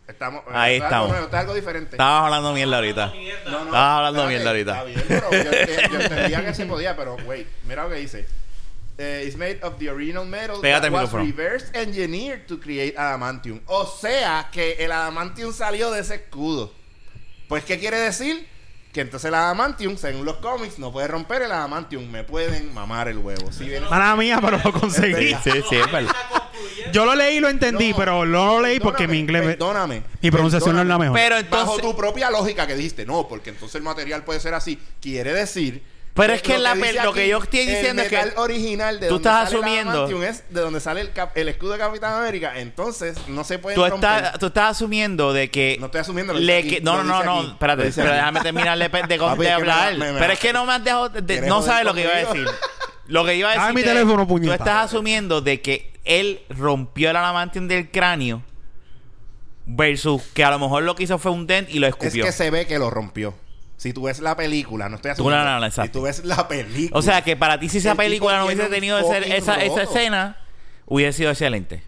[SPEAKER 1] estamos.
[SPEAKER 4] Ahí
[SPEAKER 1] está
[SPEAKER 4] estamos.
[SPEAKER 1] algo nuevo, está algo diferente.
[SPEAKER 4] Estabas hablando mierda ahorita.
[SPEAKER 1] No, no,
[SPEAKER 4] Estabas hablando
[SPEAKER 1] espérate,
[SPEAKER 4] mierda ahorita.
[SPEAKER 1] Está bien, pero yo, yo entendía que se podía, pero wait, mira lo que dice. Eh, it's made of the original metal
[SPEAKER 4] Pégate
[SPEAKER 1] that
[SPEAKER 4] el
[SPEAKER 1] was
[SPEAKER 4] micrófono.
[SPEAKER 1] reverse engineered to create adamantium. O sea que el adamantium salió de ese escudo. Pues, ¿qué quiere decir? que entonces el adamantium, según los cómics, no puede romper el adamantium. Me pueden mamar el huevo. Si viene-
[SPEAKER 2] Mala mía, pero lo conseguí.
[SPEAKER 4] Sí, sí, sí, es verdad.
[SPEAKER 2] Yo lo leí y lo entendí,
[SPEAKER 1] No,
[SPEAKER 2] pero no lo leí porque
[SPEAKER 1] perdóname,
[SPEAKER 2] mi inglés. me-
[SPEAKER 1] Perdóname.
[SPEAKER 2] Mi pronunciación no es la mejor.
[SPEAKER 4] Pero
[SPEAKER 1] Bajo
[SPEAKER 4] entonces.
[SPEAKER 1] tu propia lógica que dijiste, no, porque entonces el material puede ser así. Quiere decir.
[SPEAKER 4] Pero es que la
[SPEAKER 1] dice
[SPEAKER 4] pel- lo que yo estoy diciendo
[SPEAKER 1] el
[SPEAKER 4] es que
[SPEAKER 1] metal original de
[SPEAKER 4] tú
[SPEAKER 1] donde
[SPEAKER 4] estás
[SPEAKER 1] sale el
[SPEAKER 4] asumiendo-
[SPEAKER 1] adamantium es de donde sale el, cap- el escudo de Capitán América. Entonces no se puede.
[SPEAKER 4] Tú
[SPEAKER 1] romper.
[SPEAKER 4] estás, tú estás asumiendo de que.
[SPEAKER 1] No estoy asumiendo, lo
[SPEAKER 4] le
[SPEAKER 1] dice
[SPEAKER 4] que-
[SPEAKER 1] aquí,
[SPEAKER 4] no,
[SPEAKER 1] lo
[SPEAKER 4] no,
[SPEAKER 1] dice
[SPEAKER 4] no,
[SPEAKER 1] aquí,
[SPEAKER 4] no. Espérate,
[SPEAKER 1] lo dice
[SPEAKER 4] pero
[SPEAKER 1] aquí.
[SPEAKER 4] déjame terminar de, de- de
[SPEAKER 1] Papi, es que
[SPEAKER 4] hablar.
[SPEAKER 1] me- me- me-
[SPEAKER 4] pero es que no me has dejado. de-
[SPEAKER 1] ¿Quieres
[SPEAKER 4] no
[SPEAKER 1] joder
[SPEAKER 4] sabes lo que iba a
[SPEAKER 1] conmigo?
[SPEAKER 4] decir. Lo que iba a decir.
[SPEAKER 2] Dame mi
[SPEAKER 4] es-
[SPEAKER 2] teléfono, puñeta.
[SPEAKER 4] Tú estás asumiendo de que él rompió el adamantium del cráneo. Versus que a lo mejor lo que hizo fue un dent y lo
[SPEAKER 1] Es
[SPEAKER 4] escupió.
[SPEAKER 1] que se ve que lo rompió. Si tú ves la película, no estoy
[SPEAKER 4] Tú la
[SPEAKER 1] asumiendo.
[SPEAKER 4] analizas.
[SPEAKER 1] si tú ves la película.
[SPEAKER 4] O sea que para ti, si esa
[SPEAKER 1] El tipo
[SPEAKER 4] película no
[SPEAKER 1] tiene
[SPEAKER 4] hubiese
[SPEAKER 1] un
[SPEAKER 4] tenido ese-
[SPEAKER 1] fucking
[SPEAKER 4] esa, esa
[SPEAKER 1] roto.
[SPEAKER 4] escena, hubiese sido excelente.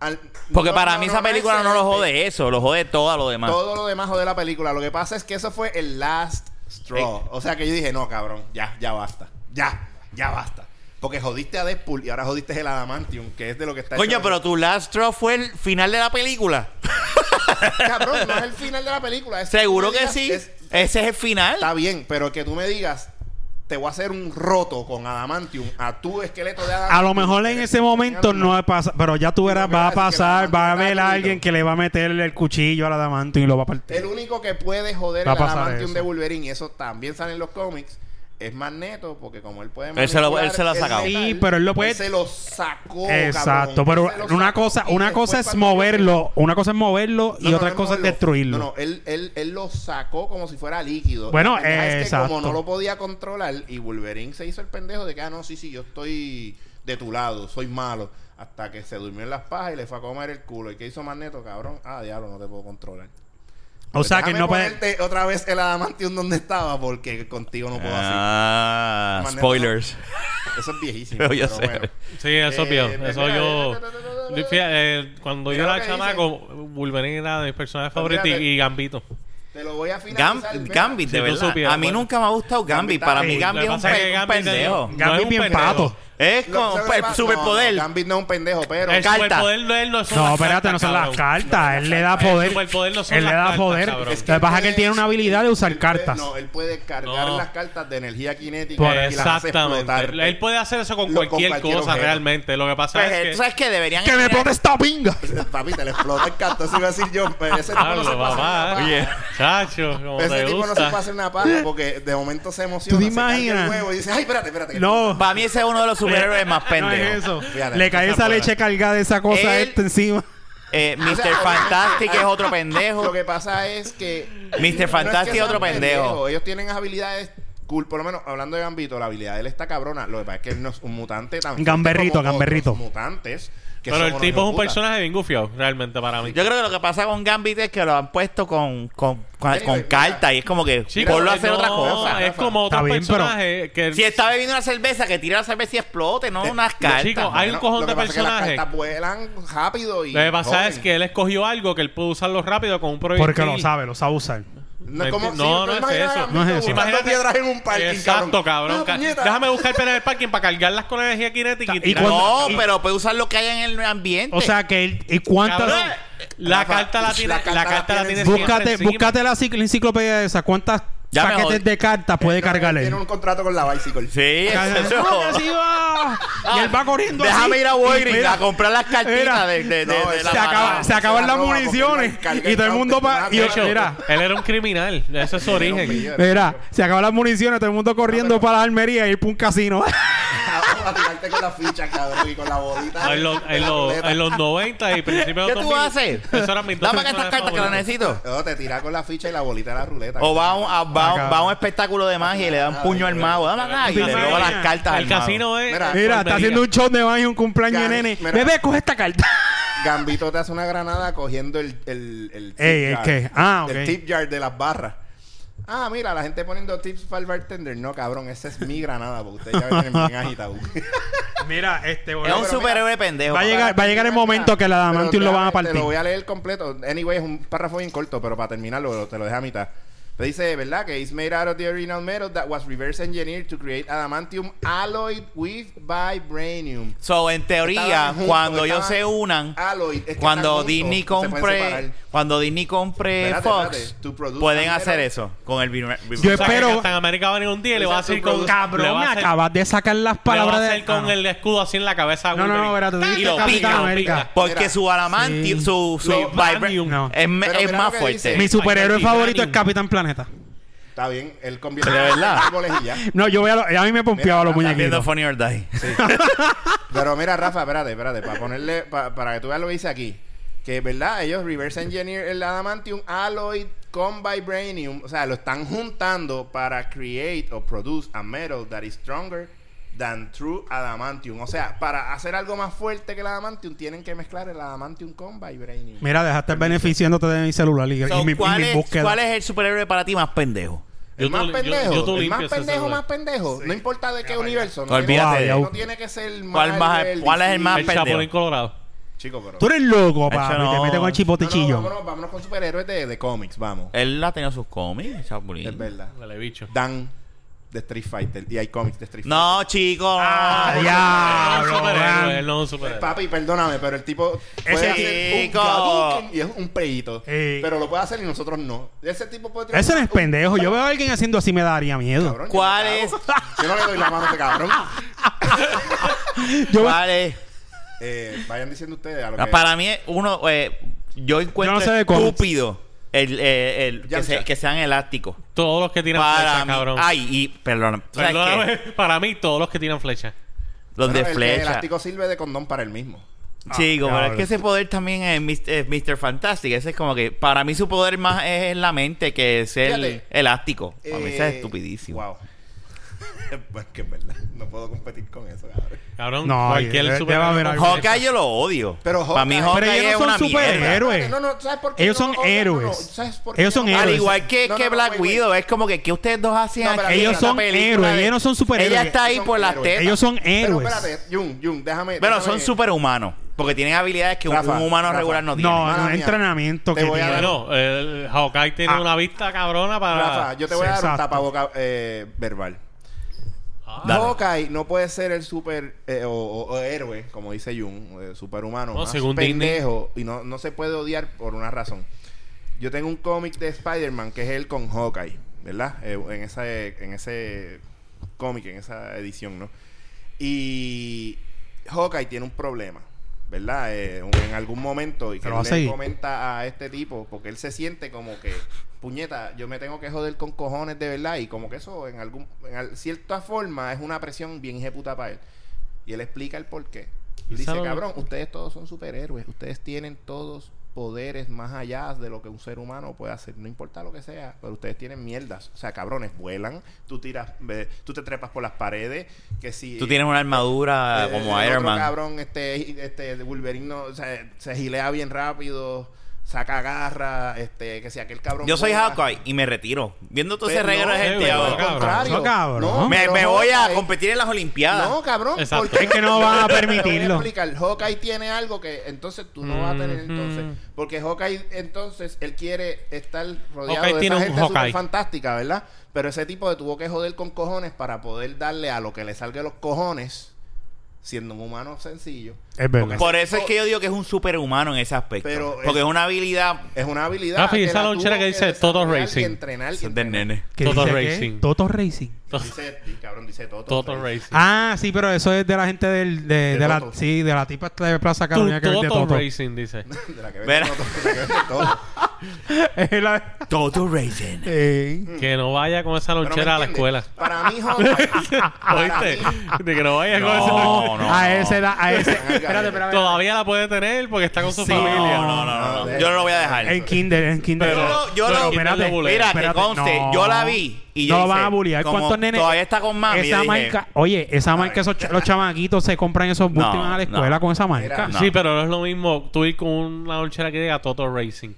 [SPEAKER 1] Al-
[SPEAKER 4] Porque
[SPEAKER 1] no,
[SPEAKER 4] para
[SPEAKER 1] no,
[SPEAKER 4] mí
[SPEAKER 1] no,
[SPEAKER 4] esa
[SPEAKER 1] no es
[SPEAKER 4] película no lo
[SPEAKER 1] excelente.
[SPEAKER 4] jode eso, lo jode todo lo demás.
[SPEAKER 1] Todo lo demás de la película. Lo que pasa es que eso fue el last straw.
[SPEAKER 4] Eh.
[SPEAKER 1] O sea que yo dije, no, cabrón, ya, ya basta. Ya, ya basta. Porque jodiste a Deadpool y ahora jodiste el Adamantium, que es de lo que está
[SPEAKER 4] Coño,
[SPEAKER 1] hecho-
[SPEAKER 4] pero tu last straw fue el final de la película.
[SPEAKER 1] Cabrón, no es el final de la película. es
[SPEAKER 4] Seguro
[SPEAKER 1] tú me
[SPEAKER 4] que
[SPEAKER 1] digas,
[SPEAKER 4] sí.
[SPEAKER 1] es-
[SPEAKER 4] Ese es el final.
[SPEAKER 1] está bien, pero que tú me digas, te voy a hacer un roto con Adamantium a tu esqueleto de Adamantium.
[SPEAKER 2] A lo mejor en ese momento no pasa, pero ya tú verás,
[SPEAKER 1] No,
[SPEAKER 2] va
[SPEAKER 1] mira,
[SPEAKER 2] a
[SPEAKER 1] es que
[SPEAKER 2] pasar,
[SPEAKER 1] la
[SPEAKER 2] va a haber
[SPEAKER 1] mandaron a
[SPEAKER 2] alguien
[SPEAKER 1] Tito.
[SPEAKER 2] que le va a meter el cuchillo al adamanto y lo va a partir.
[SPEAKER 1] El único que puede joder
[SPEAKER 2] Va a
[SPEAKER 1] el
[SPEAKER 2] pasar
[SPEAKER 1] adamantium
[SPEAKER 2] eso.
[SPEAKER 1] de Wolverine, y eso también sale en los cómics, es Magneto, porque como él puede
[SPEAKER 4] Él se lo- él se lo ha
[SPEAKER 1] manipular el
[SPEAKER 4] sacado.
[SPEAKER 1] metal, pues
[SPEAKER 2] Sí, pero él lo puede-
[SPEAKER 1] se lo sacó,
[SPEAKER 2] Exacto,
[SPEAKER 1] Oh, cabrón. Él se
[SPEAKER 2] pero
[SPEAKER 1] lo
[SPEAKER 2] una
[SPEAKER 1] sacó
[SPEAKER 2] cosa,
[SPEAKER 1] y
[SPEAKER 2] una
[SPEAKER 1] después
[SPEAKER 2] cosa es
[SPEAKER 1] cuando-
[SPEAKER 2] moverlo, una cosa es moverlo
[SPEAKER 1] No,
[SPEAKER 2] y
[SPEAKER 1] no,
[SPEAKER 2] otra
[SPEAKER 1] no,
[SPEAKER 2] cosa
[SPEAKER 1] no,
[SPEAKER 2] es
[SPEAKER 1] lo-
[SPEAKER 2] destruirlo.
[SPEAKER 1] No, no, él, él, él lo sacó como si fuera líquido.
[SPEAKER 2] Bueno,
[SPEAKER 1] La verdad es que
[SPEAKER 2] exacto.
[SPEAKER 1] como no lo podía controlar y Wolverine se hizo el pendejo de que, ah, no, sí, sí, yo estoy de tu lado, soy malo. Hasta que se durmió en las pajas y le fue a comer el culo. ¿Y qué hizo Magneto, cabrón? Ah, diablo, no te puedo controlar.
[SPEAKER 2] o sea que
[SPEAKER 1] Déjame
[SPEAKER 2] no puede.
[SPEAKER 1] ponerte otra vez el adamantium donde estaba porque contigo no puedo hacer.
[SPEAKER 4] Ah,
[SPEAKER 1] Magneto.
[SPEAKER 4] spoilers.
[SPEAKER 1] Eso es viejísimo.
[SPEAKER 4] Pero yo
[SPEAKER 1] pero
[SPEAKER 4] sé.
[SPEAKER 1] bueno.
[SPEAKER 3] Sí, eso
[SPEAKER 1] Eh,
[SPEAKER 3] vio.
[SPEAKER 1] mira,
[SPEAKER 3] Eso
[SPEAKER 1] mira,
[SPEAKER 3] yo.
[SPEAKER 1] mira, mira, mira,
[SPEAKER 3] Fía- eh, cuando
[SPEAKER 1] Mira
[SPEAKER 3] yo
[SPEAKER 1] lo
[SPEAKER 3] era
[SPEAKER 1] que
[SPEAKER 3] chamaco, Wolverine era de mis personajes
[SPEAKER 1] Pero
[SPEAKER 3] favoritos
[SPEAKER 1] fíjate.
[SPEAKER 3] y Gambito.
[SPEAKER 1] Te lo voy a
[SPEAKER 4] Gam-
[SPEAKER 1] finalizar. mira.
[SPEAKER 4] Gambit,
[SPEAKER 3] Si
[SPEAKER 4] de
[SPEAKER 3] tú
[SPEAKER 4] verdad.
[SPEAKER 3] supieras,
[SPEAKER 4] a mí
[SPEAKER 3] bueno.
[SPEAKER 4] nunca me ha gustado Gambit.
[SPEAKER 1] Gambit
[SPEAKER 4] Para
[SPEAKER 1] está-
[SPEAKER 4] mí
[SPEAKER 1] Sí,
[SPEAKER 3] Lo
[SPEAKER 4] Gambit
[SPEAKER 3] que
[SPEAKER 4] es un,
[SPEAKER 3] pasa es
[SPEAKER 4] pe-
[SPEAKER 3] que
[SPEAKER 4] un
[SPEAKER 3] Gambit es-
[SPEAKER 4] pendejo.
[SPEAKER 3] no
[SPEAKER 2] Gambit
[SPEAKER 3] es un
[SPEAKER 2] bien
[SPEAKER 3] pendejo.
[SPEAKER 2] pato.
[SPEAKER 4] Es
[SPEAKER 1] Lo-
[SPEAKER 4] como
[SPEAKER 1] ¿sabes lo
[SPEAKER 4] pe-
[SPEAKER 1] que pasa?
[SPEAKER 4] Pues, superpoder.
[SPEAKER 1] No, Gambit no es un pendejo, pero.
[SPEAKER 3] El
[SPEAKER 4] Carta.
[SPEAKER 3] superpoder no es no son
[SPEAKER 2] No,
[SPEAKER 3] las
[SPEAKER 2] espérate, no son las
[SPEAKER 3] cabrón.
[SPEAKER 2] cartas. Él le da poder.
[SPEAKER 3] superpoder no son
[SPEAKER 2] Él le
[SPEAKER 3] las
[SPEAKER 2] da
[SPEAKER 3] cartas,
[SPEAKER 2] poder.
[SPEAKER 3] cabrón.
[SPEAKER 2] Lo que pasa es que él tiene una habilidad de usar
[SPEAKER 1] él puede-
[SPEAKER 2] cartas.
[SPEAKER 1] No, él puede cargar
[SPEAKER 3] No.
[SPEAKER 1] las cartas de energía cinética
[SPEAKER 2] Por-
[SPEAKER 1] y las hace
[SPEAKER 3] Exactamente.
[SPEAKER 1] explotar.
[SPEAKER 3] Él, él puede hacer eso
[SPEAKER 1] Lo-
[SPEAKER 3] con
[SPEAKER 1] con
[SPEAKER 3] cualquier,
[SPEAKER 1] cualquier
[SPEAKER 3] cosa
[SPEAKER 1] objeto.
[SPEAKER 3] realmente. Lo que pasa
[SPEAKER 4] Pues,
[SPEAKER 3] es que.
[SPEAKER 4] tú sabes que deberían.
[SPEAKER 2] ¡Que me pone esta pinga!
[SPEAKER 1] Papi, te le explota el cartas. Eso iba a decir yo. pero Ese tipo
[SPEAKER 3] Diablo,
[SPEAKER 1] no se pasa
[SPEAKER 3] papá,
[SPEAKER 1] una paja.
[SPEAKER 3] eh. Chacho, como
[SPEAKER 1] Pues Ese
[SPEAKER 3] te
[SPEAKER 1] tipo no
[SPEAKER 3] gusta.
[SPEAKER 1] se pasa una paja porque de momento se emociona.
[SPEAKER 2] ¿Tú te
[SPEAKER 1] se carga
[SPEAKER 2] imaginas?
[SPEAKER 1] El huevo y dice, ay, espérate, espérate. que
[SPEAKER 2] No,
[SPEAKER 4] Para mí ese es uno de los superhéroes más
[SPEAKER 2] no es
[SPEAKER 4] pendejos.
[SPEAKER 2] eso.
[SPEAKER 1] Fíjate,
[SPEAKER 2] Le cae
[SPEAKER 4] esa
[SPEAKER 2] esa
[SPEAKER 4] buena.
[SPEAKER 2] leche cargada de esa cosa
[SPEAKER 4] Él-
[SPEAKER 2] esta encima.
[SPEAKER 4] Eh, Mr.
[SPEAKER 1] O sea,
[SPEAKER 4] Fantastic es otro
[SPEAKER 1] Lo
[SPEAKER 4] pendejo.
[SPEAKER 1] que pasa es que.
[SPEAKER 4] Mr. Fantastic es
[SPEAKER 1] sean
[SPEAKER 4] otro pendejo.
[SPEAKER 1] pendejos, Ellos tienen habilidades cool. Por lo menos, hablando de Gambito, la habilidad de él está cabrona. Lo que pasa es que él no es un mutante tan. fuerte
[SPEAKER 2] Gamberrito,
[SPEAKER 1] como
[SPEAKER 2] gamberrito.
[SPEAKER 1] otros mutantes. que
[SPEAKER 3] Pero
[SPEAKER 1] son
[SPEAKER 3] el
[SPEAKER 1] unos
[SPEAKER 3] tipo es un
[SPEAKER 1] hijueputas.
[SPEAKER 3] personaje bien gufiado, realmente, para mí.
[SPEAKER 4] Yo creo que lo que pasa con Gambit es que lo han puesto con, con, con,
[SPEAKER 1] Anyway,
[SPEAKER 4] con
[SPEAKER 1] mira.
[SPEAKER 4] carta y es como que
[SPEAKER 3] Chico,
[SPEAKER 4] ponlo a hacer
[SPEAKER 3] no,
[SPEAKER 4] otra cosa.
[SPEAKER 3] Es como
[SPEAKER 2] Está
[SPEAKER 3] otro
[SPEAKER 2] bien, pero-
[SPEAKER 3] personaje que.
[SPEAKER 4] Si está bebiendo una cerveza, que tira la cerveza y explote, no
[SPEAKER 1] Eh,
[SPEAKER 4] unas cartas.
[SPEAKER 3] chicos, hay un
[SPEAKER 1] Bueno,
[SPEAKER 3] cojón
[SPEAKER 1] lo que
[SPEAKER 3] de
[SPEAKER 1] pasa es que las
[SPEAKER 3] personajes.
[SPEAKER 1] cartas vuelan rápido y.
[SPEAKER 3] Lo que pasa
[SPEAKER 1] joven.
[SPEAKER 3] es que él escogió algo que él pudo usarlo rápido con un proyectil.
[SPEAKER 2] Porque lo sabe, lo sabe usar.
[SPEAKER 1] No es como.
[SPEAKER 3] No,
[SPEAKER 1] si-
[SPEAKER 3] no
[SPEAKER 1] ¿tú
[SPEAKER 3] es
[SPEAKER 1] imaginas
[SPEAKER 3] eso.
[SPEAKER 1] a Gambito
[SPEAKER 2] No es eso.
[SPEAKER 1] buscando
[SPEAKER 3] Imagínate-
[SPEAKER 1] piedras en un parking.
[SPEAKER 3] Exacto, cabrón.
[SPEAKER 1] Ah,
[SPEAKER 3] Ca-
[SPEAKER 1] puñeta.
[SPEAKER 3] Déjame buscar penas del parking para cargarlas con energía cinética y,
[SPEAKER 2] Y
[SPEAKER 3] tirarlas.
[SPEAKER 4] No,
[SPEAKER 3] Y-
[SPEAKER 4] pero puede usar lo que hay en el ambiente.
[SPEAKER 2] O sea que él. ¿Y cuántas.?
[SPEAKER 3] Cabrón, la
[SPEAKER 1] Rafa,
[SPEAKER 3] carta la tiene,
[SPEAKER 1] la carta
[SPEAKER 3] la
[SPEAKER 1] la
[SPEAKER 3] carta la
[SPEAKER 1] tiene
[SPEAKER 3] tiene
[SPEAKER 2] Búscate,
[SPEAKER 3] siempre encima.
[SPEAKER 2] búscate la, cic- la enciclopedia de esa. ¿Cuántas
[SPEAKER 4] Ya me jodí.
[SPEAKER 2] paquetes de cartas puede
[SPEAKER 1] Entonces,
[SPEAKER 2] cargar él?
[SPEAKER 1] Tiene un contrato con la Bicycle.
[SPEAKER 4] sí, eso. Ah,
[SPEAKER 2] ¡Ah, que sí va! Y él va corriendo así.
[SPEAKER 4] Déjame ir a
[SPEAKER 2] Y
[SPEAKER 4] Walgreens
[SPEAKER 2] mira,
[SPEAKER 4] a comprar las
[SPEAKER 2] Mira,
[SPEAKER 4] cartitas de, de- de-
[SPEAKER 1] no,
[SPEAKER 4] de
[SPEAKER 1] eso
[SPEAKER 4] la
[SPEAKER 2] se, acaba-
[SPEAKER 4] parada.
[SPEAKER 2] se
[SPEAKER 1] Se
[SPEAKER 2] acaban las
[SPEAKER 1] la roba porque
[SPEAKER 2] municiones
[SPEAKER 1] iba a cargar
[SPEAKER 2] y todo el
[SPEAKER 1] el
[SPEAKER 2] mundo
[SPEAKER 1] counter
[SPEAKER 2] va...
[SPEAKER 1] con
[SPEAKER 2] y-
[SPEAKER 3] De
[SPEAKER 1] una
[SPEAKER 3] hecho,
[SPEAKER 2] mira,
[SPEAKER 3] él era un criminal. Ese es
[SPEAKER 1] Era
[SPEAKER 3] su
[SPEAKER 1] un
[SPEAKER 3] origen.
[SPEAKER 1] billete.
[SPEAKER 2] mira, se acaban las municiones, todo el mundo corriendo para la almería y ir para un casino.
[SPEAKER 1] a a tirarte con la ficha, cabrón, y con la bolita.
[SPEAKER 3] En los,
[SPEAKER 1] de
[SPEAKER 3] en
[SPEAKER 1] la
[SPEAKER 3] los,
[SPEAKER 1] ruleta.
[SPEAKER 3] en los 90 y principios
[SPEAKER 4] ¿Qué
[SPEAKER 3] de
[SPEAKER 4] tú
[SPEAKER 3] 2000.
[SPEAKER 4] vas a hacer?
[SPEAKER 3] Eso era mi
[SPEAKER 4] Dame acá estas cartas que las necesito.
[SPEAKER 1] No, te tiras con la ficha y la bolita de la ruleta.
[SPEAKER 4] O va a un, a- va, a un-
[SPEAKER 2] Ah,
[SPEAKER 4] va a un espectáculo de magia y le da un puño al mago. Dame acá y le
[SPEAKER 2] Mira,
[SPEAKER 4] roba las cartas al
[SPEAKER 3] El
[SPEAKER 4] mago.
[SPEAKER 3] casino es.
[SPEAKER 1] Mira,
[SPEAKER 2] Mira, está haciendo un show de baño y un cumpleaños de
[SPEAKER 1] Gaby,
[SPEAKER 2] nene.
[SPEAKER 1] mira.
[SPEAKER 2] Bebé, coge esta carta.
[SPEAKER 1] Gambito te hace una granada cogiendo el, el, el tip
[SPEAKER 2] Ey, ¿el
[SPEAKER 1] jar.
[SPEAKER 2] qué? Ah, ok.
[SPEAKER 1] El tip jar de las barras. Ah, mira, la gente poniendo tips para el bartender. No, cabrón, esa es mi granada, porque ustedes ya me tienen bien agitado.
[SPEAKER 2] Mira, este...
[SPEAKER 4] Es un
[SPEAKER 1] Pero mira,
[SPEAKER 4] superhéroe pendejo.
[SPEAKER 2] va a
[SPEAKER 4] papá.
[SPEAKER 2] llegar- el momento que la adamantium
[SPEAKER 1] Pero
[SPEAKER 2] lo van a
[SPEAKER 1] déjame- Te
[SPEAKER 2] partir.
[SPEAKER 1] lo voy a leer completo. Anyway, es un párrafo bien corto, pero para terminarlo te lo dejo a mitad. Te dice, ¿verdad? Que it's made out of the original metal that was reverse engineered to create adamantium alloyed with vibranium.
[SPEAKER 4] So, en teoría,
[SPEAKER 1] Estaban juntos,
[SPEAKER 4] cuando ellos
[SPEAKER 1] estaban
[SPEAKER 4] se unan,
[SPEAKER 1] alloyed, es que están
[SPEAKER 4] cuando
[SPEAKER 1] juntos,
[SPEAKER 4] Disney
[SPEAKER 1] se pueden
[SPEAKER 4] compre,
[SPEAKER 1] separar.
[SPEAKER 4] cuando Disney compre
[SPEAKER 1] Espérate,
[SPEAKER 4] Fox,
[SPEAKER 1] espérate. To produce
[SPEAKER 4] pueden
[SPEAKER 1] and
[SPEAKER 4] hacer
[SPEAKER 1] metal.
[SPEAKER 4] eso con el vibra- vibra-
[SPEAKER 2] Yo
[SPEAKER 3] O sea, que
[SPEAKER 2] Pero-
[SPEAKER 3] Captain América va a venir un día y le va a decir con... le
[SPEAKER 2] Cabrón,
[SPEAKER 3] va
[SPEAKER 2] me
[SPEAKER 3] a hacer-
[SPEAKER 2] acabas de sacar las palabras
[SPEAKER 3] le va a
[SPEAKER 2] de.
[SPEAKER 3] hacer con
[SPEAKER 2] Ah.
[SPEAKER 3] el escudo así en la cabeza a
[SPEAKER 2] No, no, no,
[SPEAKER 3] Wolverine.
[SPEAKER 2] espera, tú
[SPEAKER 3] ¡Tac!
[SPEAKER 2] dijiste
[SPEAKER 3] Y lo
[SPEAKER 2] Capitán
[SPEAKER 3] pica, lo
[SPEAKER 2] América.
[SPEAKER 3] pica.
[SPEAKER 4] porque
[SPEAKER 1] Mira,
[SPEAKER 4] su adamantium,
[SPEAKER 2] sí.
[SPEAKER 4] su, su
[SPEAKER 1] Lo-
[SPEAKER 4] vibra-
[SPEAKER 3] Vanadium.
[SPEAKER 4] es, me-
[SPEAKER 1] Pero
[SPEAKER 4] es
[SPEAKER 1] mira lo
[SPEAKER 4] más
[SPEAKER 1] que
[SPEAKER 4] fuerte.
[SPEAKER 2] Mi
[SPEAKER 1] dice.
[SPEAKER 2] superhéroe
[SPEAKER 3] Ay, Vibranium.
[SPEAKER 2] favorito es Capitán Planeta.
[SPEAKER 1] Está bien, él convierte
[SPEAKER 4] De verdad.
[SPEAKER 1] en árboles y ya.
[SPEAKER 2] No, yo voy a, lo- a mí me pompeaba los
[SPEAKER 1] Mira,
[SPEAKER 4] Estás viendo
[SPEAKER 2] muñequitos.
[SPEAKER 4] Funny or Die.
[SPEAKER 1] Pero mira, Rafa, espérate, espérate, para ponerle, pa- para que tú veas lo que dice aquí. Que, ¿verdad? Ellos reverse engineer el adamantium alloy con vibranium. O sea, lo están juntando para create o produce a metal that is stronger than true adamantium. O sea, para hacer algo más fuerte que el adamantium, tienen que mezclar el adamantium con vibranium.
[SPEAKER 2] Mira, dejaste el beneficiándote de mi celular y, y
[SPEAKER 4] So,
[SPEAKER 2] mi, y
[SPEAKER 4] ¿cuál,
[SPEAKER 2] mi
[SPEAKER 4] es,
[SPEAKER 2] búsqueda.
[SPEAKER 4] cuál es el superhéroe para ti más pendejo?
[SPEAKER 1] El
[SPEAKER 3] Yo
[SPEAKER 1] más
[SPEAKER 3] tú- yo-
[SPEAKER 1] pendejo,
[SPEAKER 3] yo tú
[SPEAKER 1] el más
[SPEAKER 3] limpio ese
[SPEAKER 1] pendejo,
[SPEAKER 3] celular.
[SPEAKER 1] más pendejo. No importa de qué universo. No,
[SPEAKER 4] Olvídate
[SPEAKER 1] tiene,
[SPEAKER 2] de-
[SPEAKER 1] no tiene que ser
[SPEAKER 4] ¿Cuál más-
[SPEAKER 1] Marvel,
[SPEAKER 4] cuál es el más
[SPEAKER 3] El
[SPEAKER 1] DC.
[SPEAKER 4] pendejo?
[SPEAKER 3] Chapulín Colorado.
[SPEAKER 1] Chico, pero...
[SPEAKER 2] Tú eres loco, papi.
[SPEAKER 4] Eso
[SPEAKER 2] Te
[SPEAKER 4] no.
[SPEAKER 2] metes con el
[SPEAKER 1] No, no,
[SPEAKER 2] chipotichillo.
[SPEAKER 1] vámonos, vámonos con superhéroes de, de cómics, vamos.
[SPEAKER 4] Él ha tenido sus cómics, Chapulín.
[SPEAKER 1] Es verdad.
[SPEAKER 3] Huele bicho.
[SPEAKER 1] Dan de Street Fighter. Y hay cómics de Street
[SPEAKER 4] No, chicos.
[SPEAKER 2] Ah,
[SPEAKER 3] Él
[SPEAKER 2] diablo,
[SPEAKER 3] no es un superhéroe, él
[SPEAKER 2] man.
[SPEAKER 3] no es un
[SPEAKER 1] Fighter.
[SPEAKER 3] superhéroe.
[SPEAKER 1] Papi, perdóname, pero el tipo puede
[SPEAKER 2] Ese
[SPEAKER 1] hacer un
[SPEAKER 4] chico.
[SPEAKER 1] Hadouken y es un peito.
[SPEAKER 2] Eh.
[SPEAKER 1] Pero lo puede hacer y nosotros no. Ese tipo puede tirar
[SPEAKER 2] Ese no
[SPEAKER 1] un-
[SPEAKER 2] es pendejo. Yo veo a alguien haciendo así me daría miedo.
[SPEAKER 1] Cabrón, yo
[SPEAKER 4] ¿Cuál
[SPEAKER 1] me
[SPEAKER 4] es?
[SPEAKER 1] cago. Yo no le doy la mano a ese cabrón.
[SPEAKER 2] Yo,
[SPEAKER 4] Vale.
[SPEAKER 1] Eh, vayan diciendo ustedes a lo
[SPEAKER 4] Ah,
[SPEAKER 1] que...
[SPEAKER 4] Para mí, uno, eh, yo encuentro
[SPEAKER 2] Yo no sé de cómics.
[SPEAKER 4] estúpido el, eh, el- que,
[SPEAKER 1] Yamcha.
[SPEAKER 4] se- que sean elásticos.
[SPEAKER 3] Todos los que tiran
[SPEAKER 4] Para
[SPEAKER 3] flecha,
[SPEAKER 4] mí.
[SPEAKER 3] cabrón.
[SPEAKER 4] Ay, y perdón. ¿sabes qué?
[SPEAKER 3] Perdóname, para mí, todos los que tiran flecha.
[SPEAKER 4] Los
[SPEAKER 1] Bueno,
[SPEAKER 4] de
[SPEAKER 1] el- El
[SPEAKER 4] flecha.
[SPEAKER 1] elástico sirve de condón para el mismo.
[SPEAKER 2] Ah,
[SPEAKER 4] Chico, pero es
[SPEAKER 2] cabrón.
[SPEAKER 4] que ese poder también es Mr. es Mr. Fantastic. Ese es como que para mí su poder más es la mente que es el
[SPEAKER 1] Fíjate.
[SPEAKER 4] elástico. Para mí ese es
[SPEAKER 1] Eh,
[SPEAKER 4] estupidísimo.
[SPEAKER 1] Wow. Bueno, que es verdad. No puedo competir con eso, cabrón.
[SPEAKER 3] Cabrón,
[SPEAKER 2] No,
[SPEAKER 3] cualquier
[SPEAKER 2] oye, debe-
[SPEAKER 3] superhéroe
[SPEAKER 2] debe haber
[SPEAKER 3] con
[SPEAKER 2] algo.
[SPEAKER 3] flecha.
[SPEAKER 4] Hawkeye yo lo odio.
[SPEAKER 1] Pero
[SPEAKER 4] para mí
[SPEAKER 1] Hawkeye-
[SPEAKER 2] Pero
[SPEAKER 4] Hawkeye
[SPEAKER 2] ellos
[SPEAKER 4] es
[SPEAKER 2] no son
[SPEAKER 4] una mierda.
[SPEAKER 2] superhéroes.
[SPEAKER 1] No, no, ¿sabes por qué
[SPEAKER 2] Ellos
[SPEAKER 1] no?
[SPEAKER 2] son
[SPEAKER 1] Oh, no, no,
[SPEAKER 2] héroes.
[SPEAKER 1] ¿Sabes por qué
[SPEAKER 2] Ellos son
[SPEAKER 1] no?
[SPEAKER 4] Al
[SPEAKER 2] héroes.
[SPEAKER 4] igual que,
[SPEAKER 1] No, no,
[SPEAKER 4] que
[SPEAKER 1] no,
[SPEAKER 4] Black
[SPEAKER 1] wait, wait.
[SPEAKER 4] Widow, es como que ¿qué ustedes dos hacen
[SPEAKER 1] No,
[SPEAKER 4] aquí?
[SPEAKER 1] pero
[SPEAKER 4] en
[SPEAKER 1] ellos
[SPEAKER 4] esta
[SPEAKER 1] son
[SPEAKER 4] película
[SPEAKER 2] héroes,
[SPEAKER 4] de-
[SPEAKER 2] ellos no son superhéroes.
[SPEAKER 4] Ella está ahí
[SPEAKER 1] Ellos son
[SPEAKER 4] por las
[SPEAKER 1] héroes.
[SPEAKER 4] tetas.
[SPEAKER 2] ellos son
[SPEAKER 1] Pero
[SPEAKER 2] héroes.
[SPEAKER 1] espérate, Jun, Jun, déjame.
[SPEAKER 4] Pero
[SPEAKER 1] déjame-
[SPEAKER 4] son superhumanos, porque tienen habilidades que un-
[SPEAKER 1] Rafa,
[SPEAKER 4] un humano
[SPEAKER 1] Rafa.
[SPEAKER 4] regular no tiene.
[SPEAKER 2] no,
[SPEAKER 1] mala
[SPEAKER 2] no,
[SPEAKER 1] mía.
[SPEAKER 2] entrenamiento
[SPEAKER 1] Te
[SPEAKER 2] que
[SPEAKER 1] voy a
[SPEAKER 2] tiene.
[SPEAKER 1] dar-
[SPEAKER 3] Bueno, el Hawkeye tiene
[SPEAKER 2] Ah.
[SPEAKER 3] una vista cabrona para.
[SPEAKER 1] Rafa, yo te voy a dar un
[SPEAKER 2] Exacto.
[SPEAKER 1] tapaboca eh, verbal.
[SPEAKER 4] Ah. Dale.
[SPEAKER 1] Hawkeye no puede ser el super eh, o, o- o héroe, como dice Jun, eh, superhumano,
[SPEAKER 3] No,
[SPEAKER 1] más
[SPEAKER 3] según
[SPEAKER 1] pendejo y no, no se puede odiar por una razón. Yo tengo un cómic de Spider-Man que es él con Hawkeye, ¿verdad? Eh, en esa en ese cómic, en esa edición, ¿no? Y Hawkeye tiene un problema, ¿verdad? Eh, un- en algún momento, y que
[SPEAKER 2] Pero va
[SPEAKER 1] él
[SPEAKER 2] a
[SPEAKER 1] le
[SPEAKER 2] seguir.
[SPEAKER 1] comenta a este tipo, porque él se siente como que, puñeta, yo me tengo que joder con cojones de verdad, y como que eso, en algún en al- cierta forma, es una presión bien ejecuta para él. Y él explica el por qué.
[SPEAKER 3] ¿Y
[SPEAKER 1] Dice,
[SPEAKER 3] sabe-
[SPEAKER 1] cabrón, ustedes todos son superhéroes, ustedes tienen todos poderes más allá de lo que un ser humano puede hacer, no importa lo que sea, pero ustedes tienen mierdas, o sea, cabrones, vuelan, tú tiras, eh, tú te trepas por las paredes, que si
[SPEAKER 4] Tú tienes una armadura
[SPEAKER 1] eh,
[SPEAKER 4] Ah, como
[SPEAKER 1] el
[SPEAKER 4] Iron
[SPEAKER 1] otro
[SPEAKER 4] Man.
[SPEAKER 1] cabrón, este, este Wolverine no, o sea, se gilea bien rápido, saca garra, este, que si aquel cabrón.
[SPEAKER 4] Yo soy
[SPEAKER 1] vuela.
[SPEAKER 4] Hawkeye y me retiro. Viendo todo
[SPEAKER 1] Pues
[SPEAKER 4] ese reguero de
[SPEAKER 1] no,
[SPEAKER 4] gente,
[SPEAKER 3] eh,
[SPEAKER 4] yo-
[SPEAKER 1] Al
[SPEAKER 3] cabrón.
[SPEAKER 1] contrario.
[SPEAKER 2] No, cabrón.
[SPEAKER 4] me,
[SPEAKER 1] pero
[SPEAKER 4] me voy a
[SPEAKER 1] Hawkeye-
[SPEAKER 4] competir en las Olimpiadas.
[SPEAKER 1] No, cabrón.
[SPEAKER 3] Exacto.
[SPEAKER 1] porque-
[SPEAKER 2] Es que no van a
[SPEAKER 1] Te voy
[SPEAKER 2] permitirlo.
[SPEAKER 1] explicar. Hawkeye tiene algo que entonces tú no vas a tener
[SPEAKER 3] Mm,
[SPEAKER 1] entonces.
[SPEAKER 3] mm.
[SPEAKER 1] Porque Hawkeye, entonces, él quiere estar rodeado
[SPEAKER 3] Hawkeye
[SPEAKER 1] de
[SPEAKER 3] tiene
[SPEAKER 1] esa
[SPEAKER 3] un
[SPEAKER 1] gente
[SPEAKER 3] Hawkeye.
[SPEAKER 1] súper fantástica, ¿verdad? Pero ese tipo de tuvo que joder con cojones para poder darle a lo que le salga de los cojones, siendo un humano sencillo.
[SPEAKER 2] Es verdad.
[SPEAKER 4] Por eso es que yo digo que es un superhumano en ese aspecto.
[SPEAKER 1] Pero
[SPEAKER 4] porque es
[SPEAKER 1] es-
[SPEAKER 4] una habilidad
[SPEAKER 1] Es una habilidad.
[SPEAKER 3] Rafi,
[SPEAKER 1] que
[SPEAKER 3] esa
[SPEAKER 1] la
[SPEAKER 3] lonchera
[SPEAKER 1] tuvo
[SPEAKER 3] que dice Toto
[SPEAKER 1] desarrollar y
[SPEAKER 3] Racing.
[SPEAKER 1] entrenar y
[SPEAKER 4] Eso es del
[SPEAKER 1] entrenar.
[SPEAKER 4] nene.
[SPEAKER 2] ¿Qué
[SPEAKER 3] Toto
[SPEAKER 2] dice qué?
[SPEAKER 3] Racing.
[SPEAKER 2] Toto Racing.
[SPEAKER 1] Dice, di, cabrón, dice Toto,
[SPEAKER 3] Toto
[SPEAKER 1] Racing.
[SPEAKER 3] Racing.
[SPEAKER 2] Ah, sí, pero eso es de la gente del, de, de la,
[SPEAKER 1] Toto.
[SPEAKER 2] sí, de la tipa esta de Plaza
[SPEAKER 3] Tu-
[SPEAKER 2] Carolina que vende
[SPEAKER 3] Toto
[SPEAKER 2] Toto.
[SPEAKER 3] Racing dice.
[SPEAKER 1] De la que vende
[SPEAKER 4] Verá.
[SPEAKER 1] Toto, de la que vende Toto.
[SPEAKER 2] Es la-
[SPEAKER 4] Toto Racing.
[SPEAKER 2] eh,
[SPEAKER 3] Que no vaya con esa
[SPEAKER 1] Pero me
[SPEAKER 3] lonchera a la
[SPEAKER 1] entiendes,
[SPEAKER 3] escuela.
[SPEAKER 1] Para mí, Hawkeye. para mí,
[SPEAKER 3] ¿Oíste? De que no vaya con esa lonchera.
[SPEAKER 4] No, no.
[SPEAKER 2] a
[SPEAKER 4] no.
[SPEAKER 2] ese da, a ese. espérate, espérate, espérate.
[SPEAKER 3] Todavía la puede tener porque está con su
[SPEAKER 2] Sí.
[SPEAKER 3] familia.
[SPEAKER 4] No, no, no, no. Yo no lo voy a dejar.
[SPEAKER 2] En Kinder, en Kinder.
[SPEAKER 4] Yo lo- yo lo-
[SPEAKER 3] Pero
[SPEAKER 2] espérate.
[SPEAKER 3] bulea.
[SPEAKER 4] Mira, que
[SPEAKER 2] Espérate,
[SPEAKER 4] conste,
[SPEAKER 2] no.
[SPEAKER 4] yo la vi. Y yo
[SPEAKER 2] no lo
[SPEAKER 4] dije,
[SPEAKER 2] van a bullear.
[SPEAKER 4] como
[SPEAKER 2] ¿Cuántos nenes?
[SPEAKER 4] Todavía está con mami. yo
[SPEAKER 2] Esa
[SPEAKER 4] dije,
[SPEAKER 2] marca, oye, esa marca, esos ch- los chamaquitos se compran esos
[SPEAKER 4] No,
[SPEAKER 2] bultos y van a la escuela
[SPEAKER 4] no.
[SPEAKER 2] con esa marca.
[SPEAKER 1] Mira,
[SPEAKER 4] No.
[SPEAKER 3] Sí, pero no es lo mismo tú ir con una lonchera que diga Toto Racing.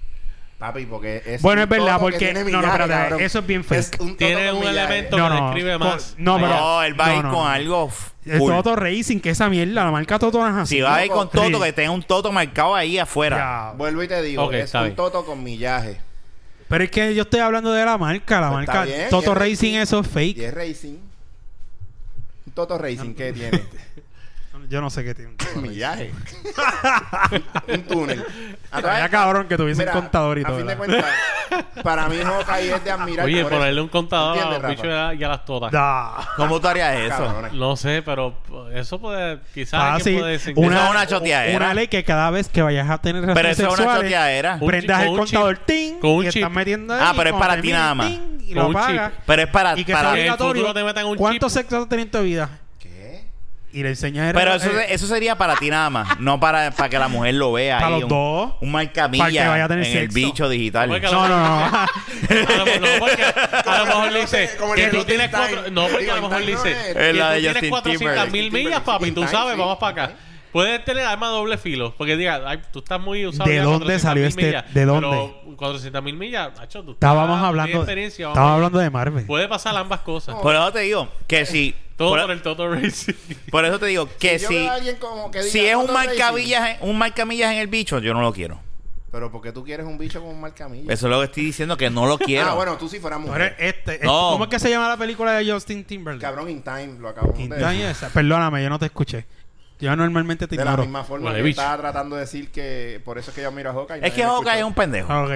[SPEAKER 1] Papi, porque es.
[SPEAKER 2] Bueno, es
[SPEAKER 1] un
[SPEAKER 2] verdad,
[SPEAKER 1] Toto
[SPEAKER 2] porque-
[SPEAKER 1] que tiene
[SPEAKER 2] no, no,
[SPEAKER 1] millares,
[SPEAKER 2] espérate,
[SPEAKER 1] cabrón.
[SPEAKER 2] eso es bien
[SPEAKER 1] Es
[SPEAKER 2] fake.
[SPEAKER 1] un Toto
[SPEAKER 3] Tiene
[SPEAKER 1] con
[SPEAKER 3] un
[SPEAKER 1] millares.
[SPEAKER 3] elemento- que describe más.
[SPEAKER 2] Con- no,
[SPEAKER 3] Ahí
[SPEAKER 2] pero.
[SPEAKER 4] No, él va a ir
[SPEAKER 2] no, no,
[SPEAKER 4] con
[SPEAKER 2] no.
[SPEAKER 4] algo.
[SPEAKER 2] El
[SPEAKER 4] cool.
[SPEAKER 2] Toto Racing, que esa mierda, la marca Toto Naja.
[SPEAKER 4] Si va a ir con
[SPEAKER 2] Loco.
[SPEAKER 4] Toto, que tenga un Toto marcado ahí afuera.
[SPEAKER 2] Ya.
[SPEAKER 1] Vuelvo y te digo,
[SPEAKER 3] Ok,
[SPEAKER 1] es
[SPEAKER 3] está
[SPEAKER 1] un
[SPEAKER 3] bien.
[SPEAKER 1] Toto con millaje.
[SPEAKER 2] Pero es que yo estoy hablando de la marca, la
[SPEAKER 1] Pues Está
[SPEAKER 2] marca
[SPEAKER 1] bien,
[SPEAKER 2] Toto
[SPEAKER 1] es
[SPEAKER 2] Racing,
[SPEAKER 1] racing.
[SPEAKER 2] eso es fake.
[SPEAKER 1] Y es Racing. Un Toto Racing, ¿qué tiene?
[SPEAKER 2] Yo no sé qué tiene.
[SPEAKER 1] Millaje. un túnel. A través-
[SPEAKER 2] Vaya cabrón que tuviesen
[SPEAKER 1] Mira,
[SPEAKER 2] contador y
[SPEAKER 1] A
[SPEAKER 2] todo.
[SPEAKER 1] fin de
[SPEAKER 2] ¿verdad?
[SPEAKER 1] cuentas, para mí Hawkeye es de admirar.
[SPEAKER 3] Oye,
[SPEAKER 1] por
[SPEAKER 3] ponerle
[SPEAKER 1] eso.
[SPEAKER 3] un contador a
[SPEAKER 1] ¿Entiendes,
[SPEAKER 3] los
[SPEAKER 1] Rafa?
[SPEAKER 3] bichos y a- y a las todas.
[SPEAKER 2] Da.
[SPEAKER 4] ¿Cómo tú harías eso?
[SPEAKER 1] Cabrones.
[SPEAKER 3] No sé, pero eso puede. Quizás
[SPEAKER 2] Fácil.
[SPEAKER 3] alguien puede decir.
[SPEAKER 4] Una- Eso es choteadera.
[SPEAKER 2] Una ley que cada vez que vayas a tener
[SPEAKER 4] Pero
[SPEAKER 2] relaciones
[SPEAKER 4] eso es una
[SPEAKER 2] sexuales,
[SPEAKER 4] choteadera.
[SPEAKER 3] Un
[SPEAKER 2] prendas
[SPEAKER 3] chip,
[SPEAKER 2] el
[SPEAKER 3] con un
[SPEAKER 2] contador
[SPEAKER 3] chip.
[SPEAKER 2] ting
[SPEAKER 3] Con un
[SPEAKER 2] y estás
[SPEAKER 3] chip.
[SPEAKER 2] metiendo ahí,
[SPEAKER 4] Ah, pero es
[SPEAKER 2] cuando
[SPEAKER 4] para ti
[SPEAKER 2] termine,
[SPEAKER 4] nada más.
[SPEAKER 2] ting, y
[SPEAKER 3] Con
[SPEAKER 2] lo
[SPEAKER 3] un chip.
[SPEAKER 2] apagas.
[SPEAKER 4] Pero es para.
[SPEAKER 2] Y que sea
[SPEAKER 4] para-
[SPEAKER 3] en el
[SPEAKER 2] obligatorio.
[SPEAKER 3] futuro te metan un chip.
[SPEAKER 2] ¿Cuántos sexos has tenido en tu vida?
[SPEAKER 1] ¿Qué?
[SPEAKER 4] Eh,
[SPEAKER 2] Y le enseñas el- Eh,
[SPEAKER 4] pero eso,
[SPEAKER 2] el-
[SPEAKER 4] eso sería para ti nada más, no para, para que la mujer lo vea.
[SPEAKER 2] Para
[SPEAKER 4] ahí, un,
[SPEAKER 2] los dos.
[SPEAKER 4] Un
[SPEAKER 2] Para que vaya
[SPEAKER 4] marcamilla
[SPEAKER 2] a tener
[SPEAKER 4] en el
[SPEAKER 2] sexo.
[SPEAKER 4] bicho digital.
[SPEAKER 3] Porque a
[SPEAKER 2] No,
[SPEAKER 3] lo
[SPEAKER 2] no,
[SPEAKER 3] mejor-
[SPEAKER 2] no.
[SPEAKER 3] A lo mejor- no, porque a lo mejor le dice
[SPEAKER 1] Como el
[SPEAKER 3] que
[SPEAKER 1] de
[SPEAKER 3] tú
[SPEAKER 1] Justin
[SPEAKER 3] tienes
[SPEAKER 1] Time.
[SPEAKER 3] cuatro. No, porque a lo
[SPEAKER 1] Digo,
[SPEAKER 3] mejor le
[SPEAKER 1] Time no
[SPEAKER 3] dice
[SPEAKER 1] es-
[SPEAKER 3] que
[SPEAKER 4] Es la de
[SPEAKER 3] tú tienes
[SPEAKER 4] Justin
[SPEAKER 3] 400 mil
[SPEAKER 1] Timberlake.
[SPEAKER 3] millas, papi. Tú
[SPEAKER 1] Time,
[SPEAKER 3] sabes,
[SPEAKER 1] sí.
[SPEAKER 3] vamos para acá. Puedes tener arma de doble filo. Porque diga, ay, tú estás muy usado.
[SPEAKER 2] ¿De
[SPEAKER 3] ya
[SPEAKER 2] dónde
[SPEAKER 3] 400.000
[SPEAKER 2] salió este-
[SPEAKER 3] millas,
[SPEAKER 2] de
[SPEAKER 3] Pero 400 mil millas, macho, tú
[SPEAKER 2] Estábamos
[SPEAKER 3] estás-
[SPEAKER 2] hablando,
[SPEAKER 3] tienes Ah, experiencia, vamos. Pues-
[SPEAKER 2] estábamos hablando de Marvel.
[SPEAKER 3] Puede pasar ambas cosas.
[SPEAKER 4] Por eso te digo que si.
[SPEAKER 3] Todo
[SPEAKER 4] por,
[SPEAKER 3] por el Toto Racing.
[SPEAKER 4] por eso te digo que
[SPEAKER 1] Yo
[SPEAKER 4] si.
[SPEAKER 1] veo a alguien como que diga, "Ah,
[SPEAKER 4] Si es un
[SPEAKER 1] Toto Racing.
[SPEAKER 4] marcamillas, en- un marcamillas en el bicho, yo no lo quiero.
[SPEAKER 1] Pero porque tú quieres un bicho con un marcamilla.
[SPEAKER 4] Eso es lo que estoy diciendo, que no lo quiero.
[SPEAKER 1] Ah, bueno, tú si fueras
[SPEAKER 2] Tú eres
[SPEAKER 1] mujer.
[SPEAKER 2] este, este-
[SPEAKER 4] No.
[SPEAKER 2] ¿Cómo es que se llama la película de Justin Timberlake?
[SPEAKER 1] Cabrón, in time, lo acabamos
[SPEAKER 2] In
[SPEAKER 1] de
[SPEAKER 2] Time,
[SPEAKER 1] decir.
[SPEAKER 2] esa. Perdóname, yo no te escuché. Yo normalmente te
[SPEAKER 1] De la
[SPEAKER 2] ignoro.
[SPEAKER 1] misma forma
[SPEAKER 3] Huele
[SPEAKER 1] que
[SPEAKER 3] bicho.
[SPEAKER 1] estaba tratando de decir que por eso es que yo miro a Hawkeye.
[SPEAKER 4] es que Hawkeye es un pendejo.
[SPEAKER 2] Ah, ok.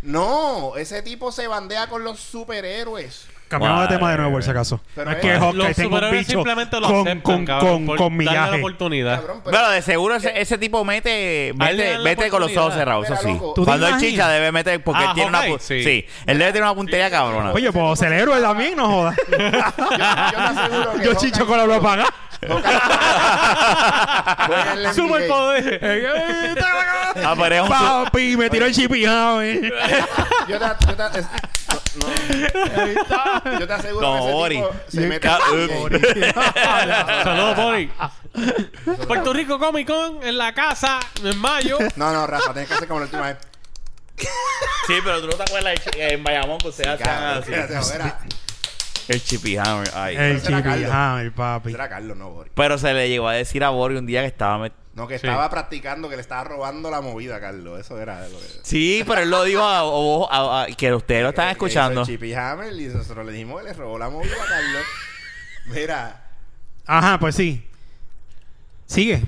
[SPEAKER 1] No, ese tipo se bandea con los superhéroes.
[SPEAKER 2] Cambiamos de
[SPEAKER 4] Madre
[SPEAKER 2] tema de nuevo por si
[SPEAKER 4] mía.
[SPEAKER 2] acaso.
[SPEAKER 1] Pero
[SPEAKER 2] es
[SPEAKER 1] es-
[SPEAKER 2] que Hawkeye
[SPEAKER 3] Los
[SPEAKER 2] tengo un
[SPEAKER 3] superhéroes
[SPEAKER 2] bicho
[SPEAKER 3] simplemente lo
[SPEAKER 2] con,
[SPEAKER 3] aceptan,
[SPEAKER 2] con,
[SPEAKER 3] cabrón,
[SPEAKER 2] con,
[SPEAKER 3] por
[SPEAKER 2] con
[SPEAKER 3] darle la
[SPEAKER 2] millaje.
[SPEAKER 3] oportunidad.
[SPEAKER 1] Cabrón, pero
[SPEAKER 4] Pero de seguro
[SPEAKER 1] Eh,
[SPEAKER 4] ese, ese tipo mete,
[SPEAKER 3] A él le
[SPEAKER 4] mete,
[SPEAKER 3] dan la
[SPEAKER 4] mete con los ojos
[SPEAKER 3] oportunidad.
[SPEAKER 4] cerrados, eso
[SPEAKER 1] Mira,
[SPEAKER 4] sí.
[SPEAKER 1] loco.
[SPEAKER 2] ¿Tú te
[SPEAKER 4] Cuando él
[SPEAKER 2] imaginas?
[SPEAKER 4] chicha debe meter, porque
[SPEAKER 3] Ah,
[SPEAKER 4] él tiene una
[SPEAKER 3] Hawkeye,
[SPEAKER 4] pu-
[SPEAKER 3] sí.
[SPEAKER 4] sí. él debe tener una puntería cabrona.
[SPEAKER 2] Oye, pues ser héroe también, no jodas.
[SPEAKER 1] yo, yo te aseguro que
[SPEAKER 2] yo
[SPEAKER 1] Hawkeye-
[SPEAKER 2] chicho con la Europa.
[SPEAKER 1] Hawkeye- juega en la NBA.
[SPEAKER 3] Superpoder.
[SPEAKER 4] Ah, pero es un su-
[SPEAKER 2] Eh, Papi, me tiró el chipijado, eh.
[SPEAKER 1] Yo te, yo te- es- no. Yo te aseguro
[SPEAKER 4] Como
[SPEAKER 1] que ese
[SPEAKER 4] Ori.
[SPEAKER 1] tipo se mete
[SPEAKER 4] Ca-
[SPEAKER 1] en la NBA.
[SPEAKER 4] ah,
[SPEAKER 3] Saludos, Bonnie. Puerto Rico Comic Con en la casa en mayo.
[SPEAKER 1] No, no, Rafa, tienes que hacer como la última vez.
[SPEAKER 4] Sí, pero tú no te acuerdas de- en Bayamón que se hace
[SPEAKER 1] Cabrón,
[SPEAKER 4] así.
[SPEAKER 1] espérate, joder,
[SPEAKER 4] El Chippy Hammer, ay.
[SPEAKER 2] El
[SPEAKER 1] será Carlos.
[SPEAKER 2] chipijado, el papi.
[SPEAKER 1] Era Carlos, no Bori.
[SPEAKER 4] Pero se le llegó a decir a Bori un día que estaba... met-
[SPEAKER 1] No, que
[SPEAKER 3] Sí.
[SPEAKER 1] estaba practicando, que le estaba robando la movida, Carlos. Eso era lo que.
[SPEAKER 4] Sí, pero él lo dijo a, vos, que ustedes lo están
[SPEAKER 1] que hizo
[SPEAKER 4] escuchando.
[SPEAKER 1] el Eh, Chippy Hammer y nosotros le dijimos que le robó la movida a Carlos. Mira,
[SPEAKER 2] Ajá, pues sí. Sigue.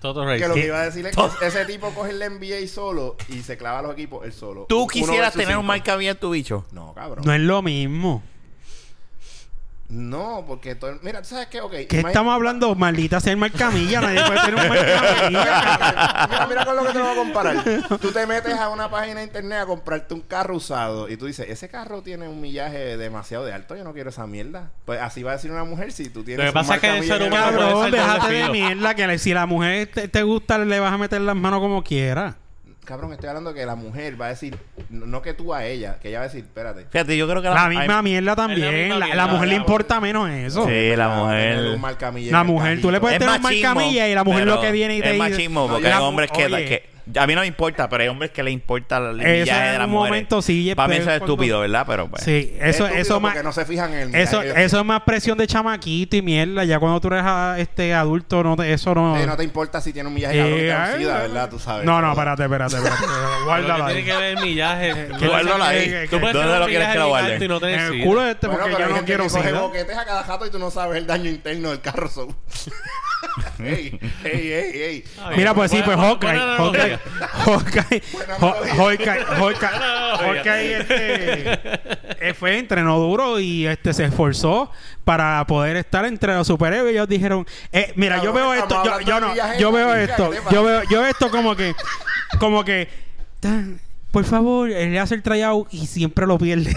[SPEAKER 3] Toto
[SPEAKER 1] que lo
[SPEAKER 3] Racing.
[SPEAKER 1] que iba a decir es que ese tipo coge el NBA solo y se clava a los equipos él solo.
[SPEAKER 4] ¿Tú
[SPEAKER 1] Uno
[SPEAKER 4] quisieras
[SPEAKER 1] versus
[SPEAKER 4] tener un
[SPEAKER 1] cinco.
[SPEAKER 4] marcamilla en tu bicho?
[SPEAKER 1] No, cabrón.
[SPEAKER 2] No
[SPEAKER 1] No,
[SPEAKER 2] es lo mismo.
[SPEAKER 1] porque todo el- Mira, ¿tú sabes qué? Ok.
[SPEAKER 2] ¿Qué
[SPEAKER 1] imagina-
[SPEAKER 2] estamos hablando? Maldita sea el Marcamilla. Nadie puede tener un Marcamilla.
[SPEAKER 1] mira, mira con lo que te lo voy a comparar. Tú te metes a una página de internet a comprarte un carro usado y tú dices, ese carro tiene un millaje demasiado de alto, yo no quiero esa mierda. Pues así va a decir una mujer si tú tienes
[SPEAKER 3] Lo que pasa es que el
[SPEAKER 1] marca pues,
[SPEAKER 3] ser
[SPEAKER 1] millaje
[SPEAKER 3] humano
[SPEAKER 1] demasiado-
[SPEAKER 3] puede
[SPEAKER 2] Cabrón,
[SPEAKER 3] ser doble
[SPEAKER 2] déjate de
[SPEAKER 3] filo.
[SPEAKER 2] mierda. Que le- si la mujer te, te gusta, le vas a meter las manos como quiera.
[SPEAKER 1] Cabrón, estoy hablando que la mujer va a decir, no no que tú a ella, que ella va a decir, espérate.
[SPEAKER 4] Fíjate, yo creo que
[SPEAKER 2] La
[SPEAKER 4] ay,
[SPEAKER 2] misma mierda también.
[SPEAKER 3] misma
[SPEAKER 2] La, la
[SPEAKER 3] mierda,
[SPEAKER 2] mujer le
[SPEAKER 3] cabrón.
[SPEAKER 2] importa menos eso.
[SPEAKER 4] Sí, la
[SPEAKER 1] Tener
[SPEAKER 4] mujer.
[SPEAKER 1] un marcamilla
[SPEAKER 2] La
[SPEAKER 1] en el
[SPEAKER 2] mujer, tú le
[SPEAKER 1] carrito.
[SPEAKER 2] puedes
[SPEAKER 4] Es
[SPEAKER 2] tener un
[SPEAKER 4] machismo,
[SPEAKER 2] Marcamilla y la mujer
[SPEAKER 4] pero
[SPEAKER 2] lo que viene y te
[SPEAKER 4] Es
[SPEAKER 2] dice-
[SPEAKER 4] machismo,
[SPEAKER 2] No,
[SPEAKER 4] porque
[SPEAKER 2] la-
[SPEAKER 4] hay hombres que,
[SPEAKER 2] oye,
[SPEAKER 4] que- A mí no me importa, pero hay hombres que le importa el millaje
[SPEAKER 2] Eso
[SPEAKER 4] de
[SPEAKER 2] en
[SPEAKER 4] las
[SPEAKER 2] un
[SPEAKER 4] mujeres.
[SPEAKER 2] momento sí,
[SPEAKER 4] Para mí
[SPEAKER 2] pero
[SPEAKER 4] eso es
[SPEAKER 2] cuando-
[SPEAKER 4] estúpido, ¿verdad? Pero pues. bueno.
[SPEAKER 2] Sí, eso,
[SPEAKER 1] Estúpido
[SPEAKER 2] eso más.
[SPEAKER 1] porque no se fijan en el
[SPEAKER 2] Eso,
[SPEAKER 1] millaje.
[SPEAKER 2] eso es más presión de chamaquito y mierda. Ya cuando tú eres ah, este adulto, no te- eso no.
[SPEAKER 1] Sí, eh, no te importa si tiene un millaje
[SPEAKER 2] Eh,
[SPEAKER 1] cabrón, te da
[SPEAKER 2] ay,
[SPEAKER 1] sida,
[SPEAKER 2] ay.
[SPEAKER 1] ¿verdad? Tú sabes.
[SPEAKER 2] No, no, espérate, espérate, espérate. espérate.
[SPEAKER 3] Pero que
[SPEAKER 2] Guárdala.
[SPEAKER 3] tiene
[SPEAKER 2] ahí.
[SPEAKER 3] que ver el millaje. Tú puedes
[SPEAKER 4] Guárdalo
[SPEAKER 3] tener-
[SPEAKER 4] ahí.
[SPEAKER 2] que-
[SPEAKER 3] Tú puedes
[SPEAKER 4] ¿Dónde
[SPEAKER 3] tener
[SPEAKER 4] lo quieres
[SPEAKER 3] un
[SPEAKER 4] que
[SPEAKER 3] millaje
[SPEAKER 4] lo
[SPEAKER 3] bien
[SPEAKER 4] guarde?
[SPEAKER 3] alto y no
[SPEAKER 2] En
[SPEAKER 3] tener
[SPEAKER 2] el
[SPEAKER 3] sida.
[SPEAKER 2] culo de este,
[SPEAKER 1] Bueno,
[SPEAKER 2] porque
[SPEAKER 1] pero
[SPEAKER 2] yo
[SPEAKER 1] hay
[SPEAKER 2] no
[SPEAKER 1] gente
[SPEAKER 2] quiero
[SPEAKER 1] que coge
[SPEAKER 2] sida.
[SPEAKER 1] boquetes a cada jato y tú no sabes el daño interno del carro. so. ey, ey, ey, ey.
[SPEAKER 3] Ay,
[SPEAKER 2] Mira, pues sí,
[SPEAKER 3] buena-
[SPEAKER 2] pues Hawkeye.
[SPEAKER 3] buena
[SPEAKER 2] Hawkeye.
[SPEAKER 3] analogía.
[SPEAKER 2] Hawkeye.
[SPEAKER 1] Buena
[SPEAKER 2] Haw- Hawkeye. Hawkeye.
[SPEAKER 3] analogía.
[SPEAKER 2] Hawkeye, este, eh, fue, entrenó duro y este se esforzó para poder estar entre los superhéroes. Y ellos dijeron, eh, mira, yo
[SPEAKER 1] Cabrón,
[SPEAKER 2] veo esto,
[SPEAKER 1] estamos
[SPEAKER 2] yo,
[SPEAKER 1] hablando
[SPEAKER 2] yo
[SPEAKER 1] de
[SPEAKER 2] no,
[SPEAKER 1] viajes
[SPEAKER 2] yo
[SPEAKER 1] de
[SPEAKER 2] veo
[SPEAKER 1] viaje,
[SPEAKER 2] esto,
[SPEAKER 1] ¿qué
[SPEAKER 2] yo
[SPEAKER 1] pasa?
[SPEAKER 2] veo, yo esto como que, como que, tan, por favor, él hace el tryout y siempre lo pierde.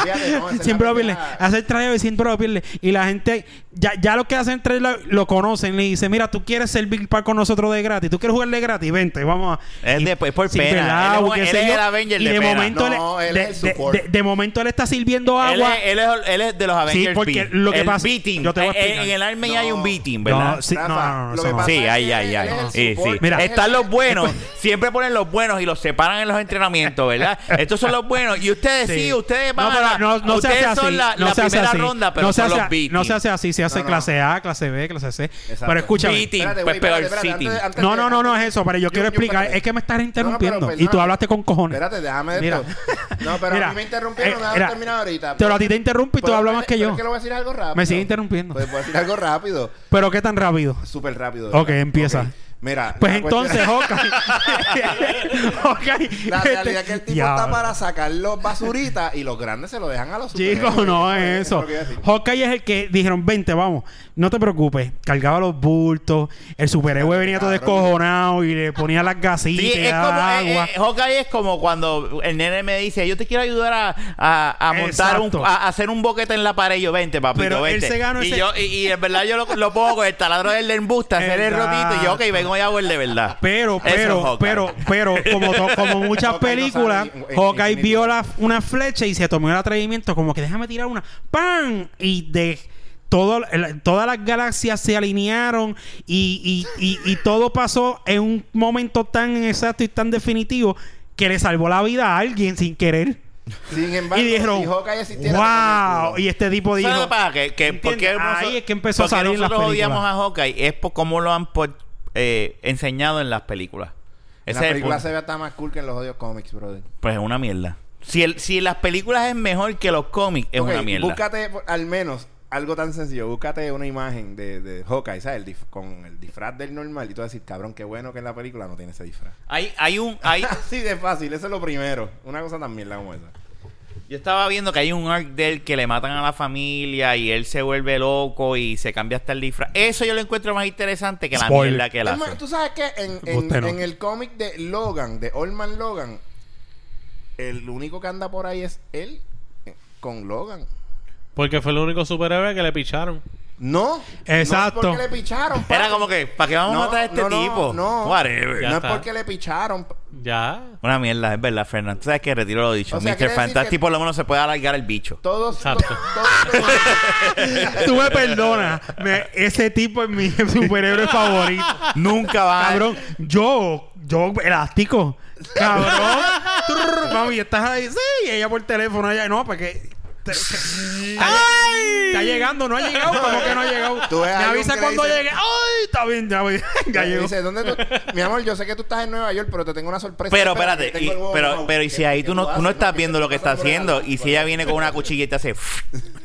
[SPEAKER 1] Fíjate, no, esa es la
[SPEAKER 2] Siempre lo pierde.
[SPEAKER 1] primera-
[SPEAKER 2] Hace el tryout y siempre lo pierde. Y la gente, ya, ya los que hacen tryout lo, lo conocen. Le dice, mira, tú quieres servir para con nosotros de gratis. Tú quieres jugar de gratis. Vente, vamos a...
[SPEAKER 4] Es
[SPEAKER 2] Y-
[SPEAKER 4] de- es por
[SPEAKER 2] sin
[SPEAKER 4] pena.
[SPEAKER 2] pelado,
[SPEAKER 4] Él es un-
[SPEAKER 2] qué
[SPEAKER 4] él
[SPEAKER 2] sé
[SPEAKER 4] es
[SPEAKER 2] yo.
[SPEAKER 4] el Avenger
[SPEAKER 2] Y
[SPEAKER 4] de
[SPEAKER 2] de
[SPEAKER 4] pena.
[SPEAKER 2] momento
[SPEAKER 1] No,
[SPEAKER 2] le-
[SPEAKER 1] él
[SPEAKER 2] de-
[SPEAKER 1] es el
[SPEAKER 2] de-
[SPEAKER 1] support.
[SPEAKER 2] de- de momento él está sirviendo
[SPEAKER 4] Él,
[SPEAKER 2] agua.
[SPEAKER 4] es, él, es, él es de los Avengers
[SPEAKER 2] porque
[SPEAKER 4] B.
[SPEAKER 2] lo que
[SPEAKER 4] el
[SPEAKER 2] pasa-
[SPEAKER 4] B-Team.
[SPEAKER 2] yo te voy a
[SPEAKER 4] Eh,
[SPEAKER 2] explicar.
[SPEAKER 4] En el Army hay un
[SPEAKER 1] No.
[SPEAKER 4] B-Team, ¿verdad?
[SPEAKER 2] No, sí, no,
[SPEAKER 1] Rafa,
[SPEAKER 2] no, no,
[SPEAKER 1] lo
[SPEAKER 2] eso
[SPEAKER 1] que
[SPEAKER 2] no.
[SPEAKER 1] pasa
[SPEAKER 4] Sí,
[SPEAKER 1] es que
[SPEAKER 4] ay, ay,
[SPEAKER 1] él
[SPEAKER 4] ay.
[SPEAKER 1] es
[SPEAKER 4] Sí,
[SPEAKER 1] el
[SPEAKER 4] sí.
[SPEAKER 1] support,
[SPEAKER 2] Mira.
[SPEAKER 1] él es
[SPEAKER 4] Están
[SPEAKER 1] el-
[SPEAKER 4] los buenos. Siempre ponen los buenos y los separan en los entrenamientos, ¿verdad? Estos son los buenos. Y ustedes eh, sí,
[SPEAKER 2] Sí.
[SPEAKER 4] ustedes van
[SPEAKER 2] no, pero
[SPEAKER 4] a la-
[SPEAKER 2] no, no se
[SPEAKER 4] ustedes
[SPEAKER 2] hace así.
[SPEAKER 4] son la,
[SPEAKER 2] no
[SPEAKER 4] la
[SPEAKER 2] se hace
[SPEAKER 4] primera
[SPEAKER 2] así.
[SPEAKER 4] ronda, pero
[SPEAKER 2] no se
[SPEAKER 4] son
[SPEAKER 2] hace,
[SPEAKER 4] los B-Team.
[SPEAKER 2] No se hace así. Se podía ser
[SPEAKER 1] no.
[SPEAKER 2] clase A, clase B, clase C.
[SPEAKER 1] Exacto.
[SPEAKER 2] Pero escúchame.
[SPEAKER 5] Beating,
[SPEAKER 1] Espérate,
[SPEAKER 5] pues
[SPEAKER 1] güey,
[SPEAKER 5] peor
[SPEAKER 1] espérate, espérate,
[SPEAKER 5] sitting.
[SPEAKER 1] antes- antes
[SPEAKER 2] No,
[SPEAKER 1] de-
[SPEAKER 2] no, no, no es eso, pero yo
[SPEAKER 1] Jun,
[SPEAKER 2] quiero
[SPEAKER 1] Jun,
[SPEAKER 2] explicar.
[SPEAKER 1] espérate.
[SPEAKER 2] Es que me estás
[SPEAKER 1] No,
[SPEAKER 2] interrumpiendo.
[SPEAKER 1] no, pero
[SPEAKER 2] y tú
[SPEAKER 1] perdóname.
[SPEAKER 2] hablaste con cojones.
[SPEAKER 1] Espérate, déjame de
[SPEAKER 2] Mira.
[SPEAKER 1] esto. No, pero
[SPEAKER 2] Mira,
[SPEAKER 1] a mí me interrumpieron,
[SPEAKER 2] eh,
[SPEAKER 1] no
[SPEAKER 2] era-
[SPEAKER 1] terminado ahorita.
[SPEAKER 2] pero a ti te interrumpo y tú
[SPEAKER 1] Pero-
[SPEAKER 2] hablas más que
[SPEAKER 1] pero
[SPEAKER 2] yo.
[SPEAKER 1] Es que le voy a decir algo rápido.
[SPEAKER 2] Me sigue interrumpiendo.
[SPEAKER 1] Pues voy a decir algo rápido.
[SPEAKER 2] Pero qué tan rápido.
[SPEAKER 1] Súper rápido.
[SPEAKER 2] Ok,
[SPEAKER 1] ¿verdad?
[SPEAKER 2] empieza.
[SPEAKER 1] Ok, Mira.
[SPEAKER 2] Pues
[SPEAKER 1] la cuestión-
[SPEAKER 2] entonces, Hawkeye. Hawkeye.
[SPEAKER 1] La realidad es que el tipo está
[SPEAKER 2] Este Diablo.
[SPEAKER 1] para sacar los basuritas y los grandes se lo dejan a los
[SPEAKER 2] Chicos,
[SPEAKER 1] superhéroes.
[SPEAKER 2] no es
[SPEAKER 1] lo
[SPEAKER 2] eso.
[SPEAKER 1] que iba a decir.
[SPEAKER 2] Hawkeye es el que dijeron, vente, vamos, no te preocupes. Cargaba los bultos, el superhéroe venía todo
[SPEAKER 1] Cabrón.
[SPEAKER 2] descojonado y le ponía las gasitas
[SPEAKER 4] Sí,
[SPEAKER 2] y le
[SPEAKER 4] es
[SPEAKER 2] daba
[SPEAKER 4] como,
[SPEAKER 2] agua.
[SPEAKER 4] eh, eh, Hawkeye es como cuando el nene me dice, yo te quiero ayudar a, a- a montar un,
[SPEAKER 2] Exacto.
[SPEAKER 4] a, a hacer un boquete en la pared. Y yo, vente, papito,
[SPEAKER 2] Pero él
[SPEAKER 4] vente.
[SPEAKER 2] se ganó
[SPEAKER 4] y,
[SPEAKER 2] ese-
[SPEAKER 4] yo, y, y en verdad yo lo, lo pongo con el taladro del embuste, hacer el
[SPEAKER 2] Exacto.
[SPEAKER 4] rotito. Y yo, ok, vengo y hago el de verdad.
[SPEAKER 2] Pero,
[SPEAKER 4] Eso es
[SPEAKER 2] pero,
[SPEAKER 4] Hawkeye.
[SPEAKER 2] pero, pero, como, to- como muchas
[SPEAKER 1] Hawkeye no
[SPEAKER 2] películas,
[SPEAKER 1] sale en- en
[SPEAKER 2] Hawkeye
[SPEAKER 1] Infinity
[SPEAKER 2] vio
[SPEAKER 1] War.
[SPEAKER 2] la- una flecha y se tomó el atrevimiento, como que déjame tirar una, ¡pam! Y de todo, el- todas las galaxias se alinearon y, y- y- y todo pasó en un momento tan exacto y tan definitivo que le salvó la vida a alguien sin querer.
[SPEAKER 1] Sin embargo,
[SPEAKER 2] y dijeron,
[SPEAKER 1] si Hawkeye existiera,
[SPEAKER 2] ¡Wow!
[SPEAKER 1] también
[SPEAKER 2] Y
[SPEAKER 1] es
[SPEAKER 2] este tipo dijo,
[SPEAKER 4] ¿Sabes lo que pasa? Que, que
[SPEAKER 2] ¿Entiendes?
[SPEAKER 4] porque
[SPEAKER 2] Ahí es que empezó a
[SPEAKER 4] porque
[SPEAKER 2] salir en las
[SPEAKER 4] nosotros odiamos
[SPEAKER 2] películas.
[SPEAKER 4] a Hawkeye es por cómo lo han por- eh, enseñado en las películas.
[SPEAKER 1] cool.
[SPEAKER 4] Ese
[SPEAKER 1] La
[SPEAKER 4] es el
[SPEAKER 1] película
[SPEAKER 4] punto.
[SPEAKER 1] se ve hasta más cool que en los odios cómics, brother.
[SPEAKER 4] Pues es una mierda. Si, el, si las películas es mejor que los cómics, es
[SPEAKER 1] Ok,
[SPEAKER 4] una mierda.
[SPEAKER 1] Búscate, por- al menos, algo tan sencillo. Búscate una imagen de, de Hawkeye, ¿sabes? El dif- con el disfraz del normal. Y tú vas a decir, cabrón, qué bueno que en la película no tiene ese disfraz.
[SPEAKER 4] Hay, hay un, hay,
[SPEAKER 1] Así de fácil, eso es lo primero. Una cosa tan mierda como esa.
[SPEAKER 4] yo estaba viendo que hay un arc de él que le matan a la familia y él se vuelve loco y se cambia hasta el disfraz. Eso yo lo encuentro más interesante que la
[SPEAKER 2] Spoiler.
[SPEAKER 4] mierda que él
[SPEAKER 1] Es
[SPEAKER 4] hace.
[SPEAKER 1] más, tú sabes que en, en-
[SPEAKER 2] Usted no.
[SPEAKER 1] en el cómic de Logan, de Old Man Logan, el único que anda por ahí es él eh, con Logan.
[SPEAKER 3] Porque fue el único superhéroe que le picharon.
[SPEAKER 1] No.
[SPEAKER 2] Exacto.
[SPEAKER 1] No es porque le picharon. papi.
[SPEAKER 4] Era como que, ¿para qué vamos
[SPEAKER 1] No,
[SPEAKER 4] a matar a este
[SPEAKER 1] no, no,
[SPEAKER 4] tipo?
[SPEAKER 1] no.
[SPEAKER 4] Whatever.
[SPEAKER 3] Ya
[SPEAKER 1] No es
[SPEAKER 3] está.
[SPEAKER 1] porque le picharon. pa-
[SPEAKER 3] Ya.
[SPEAKER 4] Una mierda, es verdad, Fernando. Tú sabes que retiro lo dicho.
[SPEAKER 1] O sea,
[SPEAKER 4] Mr.
[SPEAKER 1] quiere decir
[SPEAKER 4] Fantastic
[SPEAKER 1] que-
[SPEAKER 4] por lo menos se puede alargar el bicho.
[SPEAKER 1] Todos.
[SPEAKER 3] Exacto.
[SPEAKER 1] to- todos-
[SPEAKER 2] tú me perdonas, me- ese tipo es mi superhéroe favorito.
[SPEAKER 4] Nunca va a...
[SPEAKER 2] Cabrón, yo, yo, elástico. Cabrón. Trrr, mami, estás ahí. Sí, y ella por teléfono allá. No, porque. te- te- Está, lle- está llegando, no ha llegado. ¿Cómo que no ha llegado?
[SPEAKER 1] Tú ves
[SPEAKER 2] Me
[SPEAKER 1] a alguien
[SPEAKER 2] avisa
[SPEAKER 1] que le
[SPEAKER 2] cuando
[SPEAKER 1] dice-
[SPEAKER 2] llegue. ¡Ay! Está bien, ya, voy- ya
[SPEAKER 1] Me
[SPEAKER 2] llegó.
[SPEAKER 1] dice, ¿dónde tú? Mi amor, yo sé que tú estás en Nueva York, pero te tengo una sorpresa.
[SPEAKER 4] Pero
[SPEAKER 1] Espera,
[SPEAKER 4] espérate,
[SPEAKER 1] que
[SPEAKER 4] y-
[SPEAKER 1] tengo el huevo
[SPEAKER 4] pero,
[SPEAKER 1] mojado.
[SPEAKER 4] pero y si
[SPEAKER 1] ¿Qué-
[SPEAKER 4] ahí
[SPEAKER 1] qué
[SPEAKER 4] tú no, tú no
[SPEAKER 1] haces?
[SPEAKER 4] estás
[SPEAKER 1] ¿Qué
[SPEAKER 4] viendo
[SPEAKER 1] te
[SPEAKER 4] lo que
[SPEAKER 1] pasa
[SPEAKER 4] está
[SPEAKER 1] por ahí?
[SPEAKER 4] haciendo y si ella viene con una cuchilla y te hace...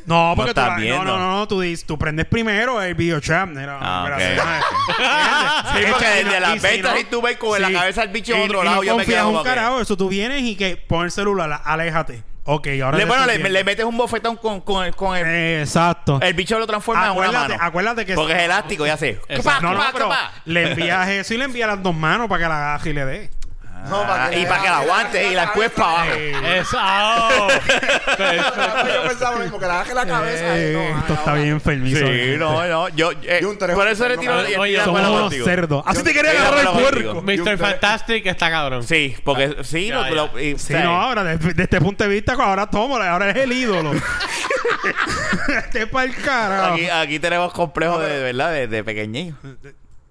[SPEAKER 2] No, porque
[SPEAKER 4] No
[SPEAKER 2] tú,
[SPEAKER 4] estás
[SPEAKER 2] la- no,
[SPEAKER 4] viendo.
[SPEAKER 2] no, no, tú, dices- tú prendes primero el video chat. Mira,
[SPEAKER 4] Ah, ok.
[SPEAKER 2] gracias.
[SPEAKER 4] Sí,
[SPEAKER 2] Ay, ¿entiendes?
[SPEAKER 4] porque
[SPEAKER 2] Es que
[SPEAKER 4] desde
[SPEAKER 2] no-
[SPEAKER 4] las
[SPEAKER 2] y
[SPEAKER 4] ventas
[SPEAKER 2] no-
[SPEAKER 4] y tú ves con la cabeza del bicho en
[SPEAKER 2] Y-
[SPEAKER 4] otro
[SPEAKER 2] y
[SPEAKER 4] lado,
[SPEAKER 2] no
[SPEAKER 4] yo me
[SPEAKER 2] confías
[SPEAKER 4] quedo
[SPEAKER 2] un
[SPEAKER 4] como que-
[SPEAKER 2] carajo. Eso tú vienes y que pon el celular, aléjate. Ok, ahora...
[SPEAKER 4] Le,
[SPEAKER 2] te
[SPEAKER 4] bueno,
[SPEAKER 2] estoy
[SPEAKER 4] le,
[SPEAKER 2] viendo.
[SPEAKER 4] le Eh, metes un bofetón con, con el... Con el,
[SPEAKER 2] Exacto.
[SPEAKER 4] el bicho lo transforma en una
[SPEAKER 2] acuérdate,
[SPEAKER 4] mano.
[SPEAKER 2] acuérdate que...
[SPEAKER 4] Porque es elástico y hace...
[SPEAKER 3] Exacto.
[SPEAKER 2] No, no,
[SPEAKER 4] ¡Cupá,
[SPEAKER 2] pero
[SPEAKER 4] cupá!
[SPEAKER 2] le envías eso y le envías las dos manos para que la agaje y le dé.
[SPEAKER 1] No,
[SPEAKER 4] Ah, y para que la aguantes y la escues para abajo.
[SPEAKER 2] Eh,
[SPEAKER 3] Eso. ah, oh.
[SPEAKER 1] Yo pensaba lo mismo, que la baje la cabeza. Ay, no, ay,
[SPEAKER 2] Eh, esto está
[SPEAKER 1] ahora.
[SPEAKER 2] bien enfermizo.
[SPEAKER 4] Sí, no, no. Yo, eh,
[SPEAKER 1] Jun, tú eres
[SPEAKER 4] por
[SPEAKER 1] un
[SPEAKER 4] eso le tiro
[SPEAKER 1] enfermo.
[SPEAKER 4] y estoy
[SPEAKER 3] Oye,
[SPEAKER 4] de
[SPEAKER 3] somos
[SPEAKER 4] acuerdo
[SPEAKER 2] Somos unos
[SPEAKER 4] contigo.
[SPEAKER 2] cerdos. Así te quería
[SPEAKER 4] Estoy de
[SPEAKER 2] agarrar el
[SPEAKER 4] acuerdo contigo.
[SPEAKER 2] puerco.
[SPEAKER 3] Mr. Fantastic está cabrón.
[SPEAKER 4] Sí, porque sí,
[SPEAKER 3] Ya,
[SPEAKER 4] lo-
[SPEAKER 3] ya.
[SPEAKER 4] lo- y-
[SPEAKER 2] Ah, Sí,
[SPEAKER 4] o sea,
[SPEAKER 2] no, ahora desde este punto de vista, ahora tómala, ahora es el ídolo. este para el carajo.
[SPEAKER 4] Aquí, aquí tenemos complejos de, verdad de, de pequeñillo.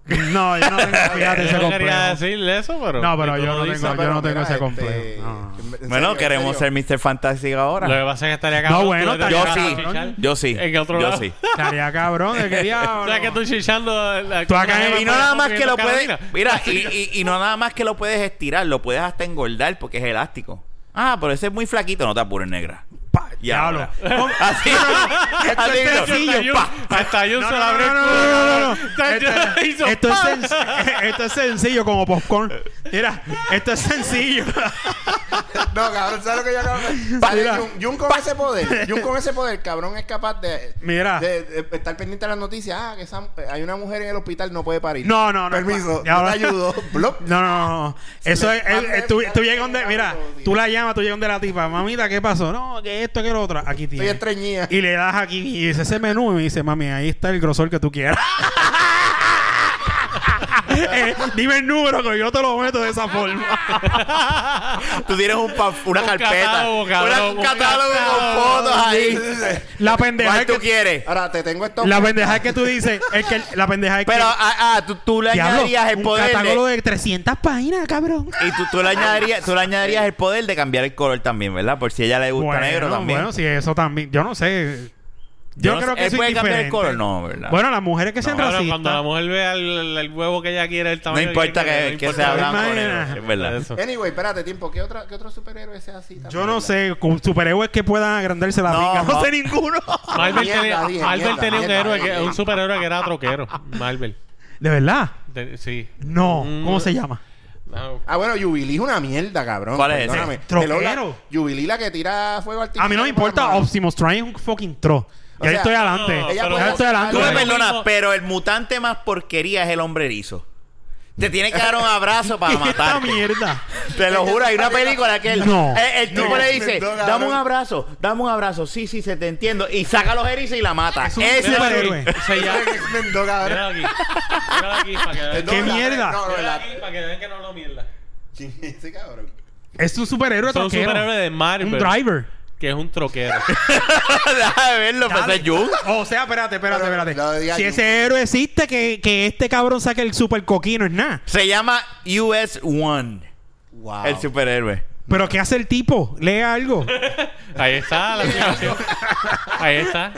[SPEAKER 2] No, yo no tengo, fíjate ese
[SPEAKER 3] Yo no quería
[SPEAKER 2] complejo.
[SPEAKER 3] decirle eso, pero.
[SPEAKER 2] No, pero
[SPEAKER 3] tú
[SPEAKER 2] yo
[SPEAKER 3] lo
[SPEAKER 2] no
[SPEAKER 3] dices.
[SPEAKER 2] tengo- yo no tengo ese
[SPEAKER 1] este,
[SPEAKER 2] complejo. No.
[SPEAKER 1] en- en serio,
[SPEAKER 4] Bueno,
[SPEAKER 1] en
[SPEAKER 4] queremos ser
[SPEAKER 1] serio.
[SPEAKER 4] Mr. Fantastic ahora.
[SPEAKER 3] Lo que pasa es que estaría cabrón.
[SPEAKER 2] No, bueno,
[SPEAKER 3] tú le
[SPEAKER 2] estaría
[SPEAKER 3] tengas
[SPEAKER 2] cabrón.
[SPEAKER 3] que chichar.
[SPEAKER 4] Yo sí.
[SPEAKER 3] En otro
[SPEAKER 4] yo
[SPEAKER 3] lado.
[SPEAKER 4] sí.
[SPEAKER 2] Estaría cabrón, de qué
[SPEAKER 3] O
[SPEAKER 2] diablo.
[SPEAKER 3] sea, que tú chichando. la-
[SPEAKER 2] Tú acá en-
[SPEAKER 4] Y no nada más que lo puedes.
[SPEAKER 3] Carolina.
[SPEAKER 4] Mira, y, y- y no nada más que lo puedes estirar, lo puedes hasta engordar porque es elástico. Ah, pero ese es muy flaquito, no te apures, negra.
[SPEAKER 2] Pa-
[SPEAKER 4] Y
[SPEAKER 2] diablo.
[SPEAKER 4] ahora. Así. así
[SPEAKER 2] es
[SPEAKER 4] negro.
[SPEAKER 2] sencillo,
[SPEAKER 3] Hasta Jun-
[SPEAKER 4] Pa.
[SPEAKER 3] Hasta yo
[SPEAKER 2] No,
[SPEAKER 3] se
[SPEAKER 2] no,
[SPEAKER 3] la
[SPEAKER 2] no,
[SPEAKER 3] abrió el
[SPEAKER 2] no,
[SPEAKER 3] culo,
[SPEAKER 2] no, no, no.
[SPEAKER 3] cabrón. Hasta
[SPEAKER 2] Esto,
[SPEAKER 3] yo hizo
[SPEAKER 2] esto es
[SPEAKER 3] pa.
[SPEAKER 2] senc- esto es sencillo como popcorn. Mira, esto es sencillo.
[SPEAKER 1] No, cabrón, ¿sabes lo que yo acabo de Sale
[SPEAKER 2] Mira.
[SPEAKER 1] Jun- Jun con ese poder. Jun con ese poder, cabrón, es capaz de.
[SPEAKER 2] Mira.
[SPEAKER 1] De, de estar pendiente de las noticias. Ah, que esa- hay una mujer en el hospital, no puede parir.
[SPEAKER 2] No, no, no.
[SPEAKER 1] Permiso,
[SPEAKER 2] Ya
[SPEAKER 1] yo
[SPEAKER 2] ahora-
[SPEAKER 1] te ayudo. Blop.
[SPEAKER 2] No, no, no, no. Eso
[SPEAKER 1] le
[SPEAKER 2] es. es-
[SPEAKER 1] manda
[SPEAKER 2] es- tú,
[SPEAKER 1] el-
[SPEAKER 2] tú llegas donde. Mira, tú la llamas, tú llegas donde la tipa. Mamita, ¿qué pasó? No, que esto, que lo otro. Aquí
[SPEAKER 1] Estoy
[SPEAKER 2] tiene.
[SPEAKER 1] estreñida.
[SPEAKER 2] Y le das aquí y dice ese menú y me dice, mami, ahí está el grosor que tú quieras. Eh, dime el número que yo te lo meto de esa forma.
[SPEAKER 4] Tú tienes un paf- una
[SPEAKER 3] Un
[SPEAKER 4] carpeta.
[SPEAKER 3] catálogo, cabrón,
[SPEAKER 4] una-
[SPEAKER 3] un
[SPEAKER 4] un catálogo con
[SPEAKER 3] catálogo.
[SPEAKER 4] fotos ahí.
[SPEAKER 2] la pendeja
[SPEAKER 4] ¿Cuál
[SPEAKER 2] es
[SPEAKER 4] tú
[SPEAKER 2] que,
[SPEAKER 4] quieres?
[SPEAKER 1] Ahora te tengo esto.
[SPEAKER 2] la pendeja es que tú dices, es que el- la pendeja es
[SPEAKER 4] Pero,
[SPEAKER 2] que
[SPEAKER 4] ah, ah, tú, tú le
[SPEAKER 2] Diablo,
[SPEAKER 4] añadirías el
[SPEAKER 2] un
[SPEAKER 4] poder
[SPEAKER 2] catálogo
[SPEAKER 4] de,
[SPEAKER 2] de 300 páginas, cabrón.
[SPEAKER 4] y tú, tú le añadirías, tú le añadirías el poder de cambiar el color también, ¿verdad? Por si a ella le gusta negro también.
[SPEAKER 2] Bueno, sí, eso también. Yo no sé. Yo,
[SPEAKER 4] no
[SPEAKER 2] creo
[SPEAKER 4] sé,
[SPEAKER 2] que
[SPEAKER 4] él
[SPEAKER 2] eso es
[SPEAKER 4] puede cambiar el
[SPEAKER 2] diferente.
[SPEAKER 4] color, no, ¿verdad?
[SPEAKER 2] Bueno, las mujeres que sean
[SPEAKER 3] Claro,
[SPEAKER 2] racistas.
[SPEAKER 3] cuando la mujer ve el, el huevo que ella quiere, el
[SPEAKER 4] no
[SPEAKER 3] tamaño
[SPEAKER 4] importa
[SPEAKER 3] quiere,
[SPEAKER 4] que, que
[SPEAKER 3] importa
[SPEAKER 4] sea
[SPEAKER 2] eso.
[SPEAKER 4] blanco, o negro,
[SPEAKER 2] Imagina.
[SPEAKER 4] es verdad.
[SPEAKER 3] Eso.
[SPEAKER 1] Anyway, espérate, tiempo. ¿Qué, otra, ¿Qué otro superhéroe sea así? también,
[SPEAKER 2] Yo no
[SPEAKER 1] verdad?
[SPEAKER 2] sé, con superhéroes que puedan agrandarse la
[SPEAKER 4] No,
[SPEAKER 2] pica. No,
[SPEAKER 4] no.
[SPEAKER 2] sé ninguno.
[SPEAKER 3] Marvel
[SPEAKER 1] Mierda,
[SPEAKER 3] tenía,
[SPEAKER 1] dije,
[SPEAKER 3] Marvel
[SPEAKER 1] mierda,
[SPEAKER 3] tenía
[SPEAKER 1] mierda,
[SPEAKER 3] un, héroe que,
[SPEAKER 1] mierda.
[SPEAKER 3] un superhéroe que era troquero. Marvel.
[SPEAKER 2] ¿De verdad?
[SPEAKER 3] Te- sí.
[SPEAKER 2] No.
[SPEAKER 3] Mm.
[SPEAKER 2] ¿Cómo se llama?
[SPEAKER 3] No.
[SPEAKER 1] Ah, bueno, Jubilee es una mierda, cabrón.
[SPEAKER 4] ¿Cuál es ese?
[SPEAKER 1] Perdóname.
[SPEAKER 2] ¿Troquero?
[SPEAKER 1] De Lola- Jubilee la que tira fuego artificial.
[SPEAKER 2] A mí no me
[SPEAKER 1] por las
[SPEAKER 2] importa
[SPEAKER 1] manos.
[SPEAKER 2] Optimus Prime es un fucking tro.
[SPEAKER 1] O
[SPEAKER 2] Ya
[SPEAKER 1] sea,
[SPEAKER 2] estoy adelante.
[SPEAKER 3] no,
[SPEAKER 1] Ella
[SPEAKER 3] pero-
[SPEAKER 1] puede-
[SPEAKER 2] ya estoy adelante.
[SPEAKER 4] Tú me
[SPEAKER 3] Pero-
[SPEAKER 4] perdonas,
[SPEAKER 3] mismo-
[SPEAKER 4] pero el mutante más porquería es el hombre erizo. Te tiene que dar un abrazo para
[SPEAKER 2] Esta
[SPEAKER 4] matar.
[SPEAKER 2] mierda.
[SPEAKER 4] Te lo juro, hay una película que el,
[SPEAKER 2] No.
[SPEAKER 4] el, el tipo
[SPEAKER 1] No.
[SPEAKER 4] le dice,
[SPEAKER 1] Perdón,
[SPEAKER 4] dame un
[SPEAKER 1] cabrón.
[SPEAKER 4] abrazo, dame un abrazo, sí, sí, se te entiendo, y saca los erizos y la mata. Ese
[SPEAKER 2] un
[SPEAKER 3] Míralo
[SPEAKER 4] es
[SPEAKER 3] aquí.
[SPEAKER 2] superhéroe.
[SPEAKER 3] Se llama-
[SPEAKER 1] Ese X-Men, no, cabrón.
[SPEAKER 3] Míralo aquí. Míralo aquí para que vean.
[SPEAKER 2] ¿Qué
[SPEAKER 1] No, la-
[SPEAKER 2] mierda?
[SPEAKER 1] No, no,
[SPEAKER 3] Míralo
[SPEAKER 1] la-
[SPEAKER 3] aquí para que vean que no lo mierda.
[SPEAKER 1] ¿Quién es ese cabrón?
[SPEAKER 2] Es un superhéroe
[SPEAKER 3] Es un
[SPEAKER 2] troquero.
[SPEAKER 3] superhéroe de Marvel.
[SPEAKER 2] Un driver.
[SPEAKER 3] Que es un troquero.
[SPEAKER 4] Deja de verlo, pues es Jung.
[SPEAKER 2] O sea, espérate, espérate,
[SPEAKER 1] Pero,
[SPEAKER 2] espérate.
[SPEAKER 1] lo diga
[SPEAKER 2] si
[SPEAKER 1] yo.
[SPEAKER 2] ese héroe existe, que, que este cabrón saque el super coquino es nada.
[SPEAKER 4] Se llama US One,
[SPEAKER 1] Wow.
[SPEAKER 4] el superhéroe.
[SPEAKER 2] Pero ¿qué hace el tipo? Lee algo.
[SPEAKER 3] Ahí está la explicación. Ahí está.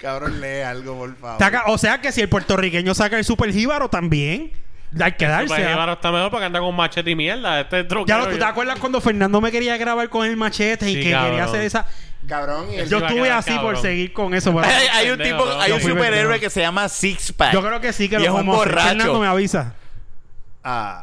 [SPEAKER 1] Cabrón, lee algo, por favor.
[SPEAKER 2] Saca- o sea que si el puertorriqueño saca el super jíbaro también, hay que darse.
[SPEAKER 3] Para
[SPEAKER 2] ¿ah?
[SPEAKER 3] llevar está mejor porque anda con machete y mierda. Este es
[SPEAKER 2] Ya
[SPEAKER 3] troquero.
[SPEAKER 2] lo, ¿tú te acuerdas cuando Fernando me quería grabar con el machete y
[SPEAKER 3] Sí,
[SPEAKER 2] que quería
[SPEAKER 3] cabrón.
[SPEAKER 2] hacer esa?
[SPEAKER 1] Cabrón, y el
[SPEAKER 2] Yo
[SPEAKER 3] iba a
[SPEAKER 2] estuve
[SPEAKER 3] quedar
[SPEAKER 2] así por
[SPEAKER 3] cabrón.
[SPEAKER 2] seguir con eso. pero-
[SPEAKER 4] Hay, hay un
[SPEAKER 3] pendejo,
[SPEAKER 4] tipo,
[SPEAKER 3] bro.
[SPEAKER 4] hay un
[SPEAKER 2] Yo fui
[SPEAKER 4] superhéroe
[SPEAKER 2] pendejo.
[SPEAKER 4] que se llama Six Pack.
[SPEAKER 2] yo creo que sí que
[SPEAKER 4] Y
[SPEAKER 2] lo
[SPEAKER 4] es un
[SPEAKER 2] vamos a hacer.
[SPEAKER 4] borracho.
[SPEAKER 2] Fernando me avisa.
[SPEAKER 1] Ah.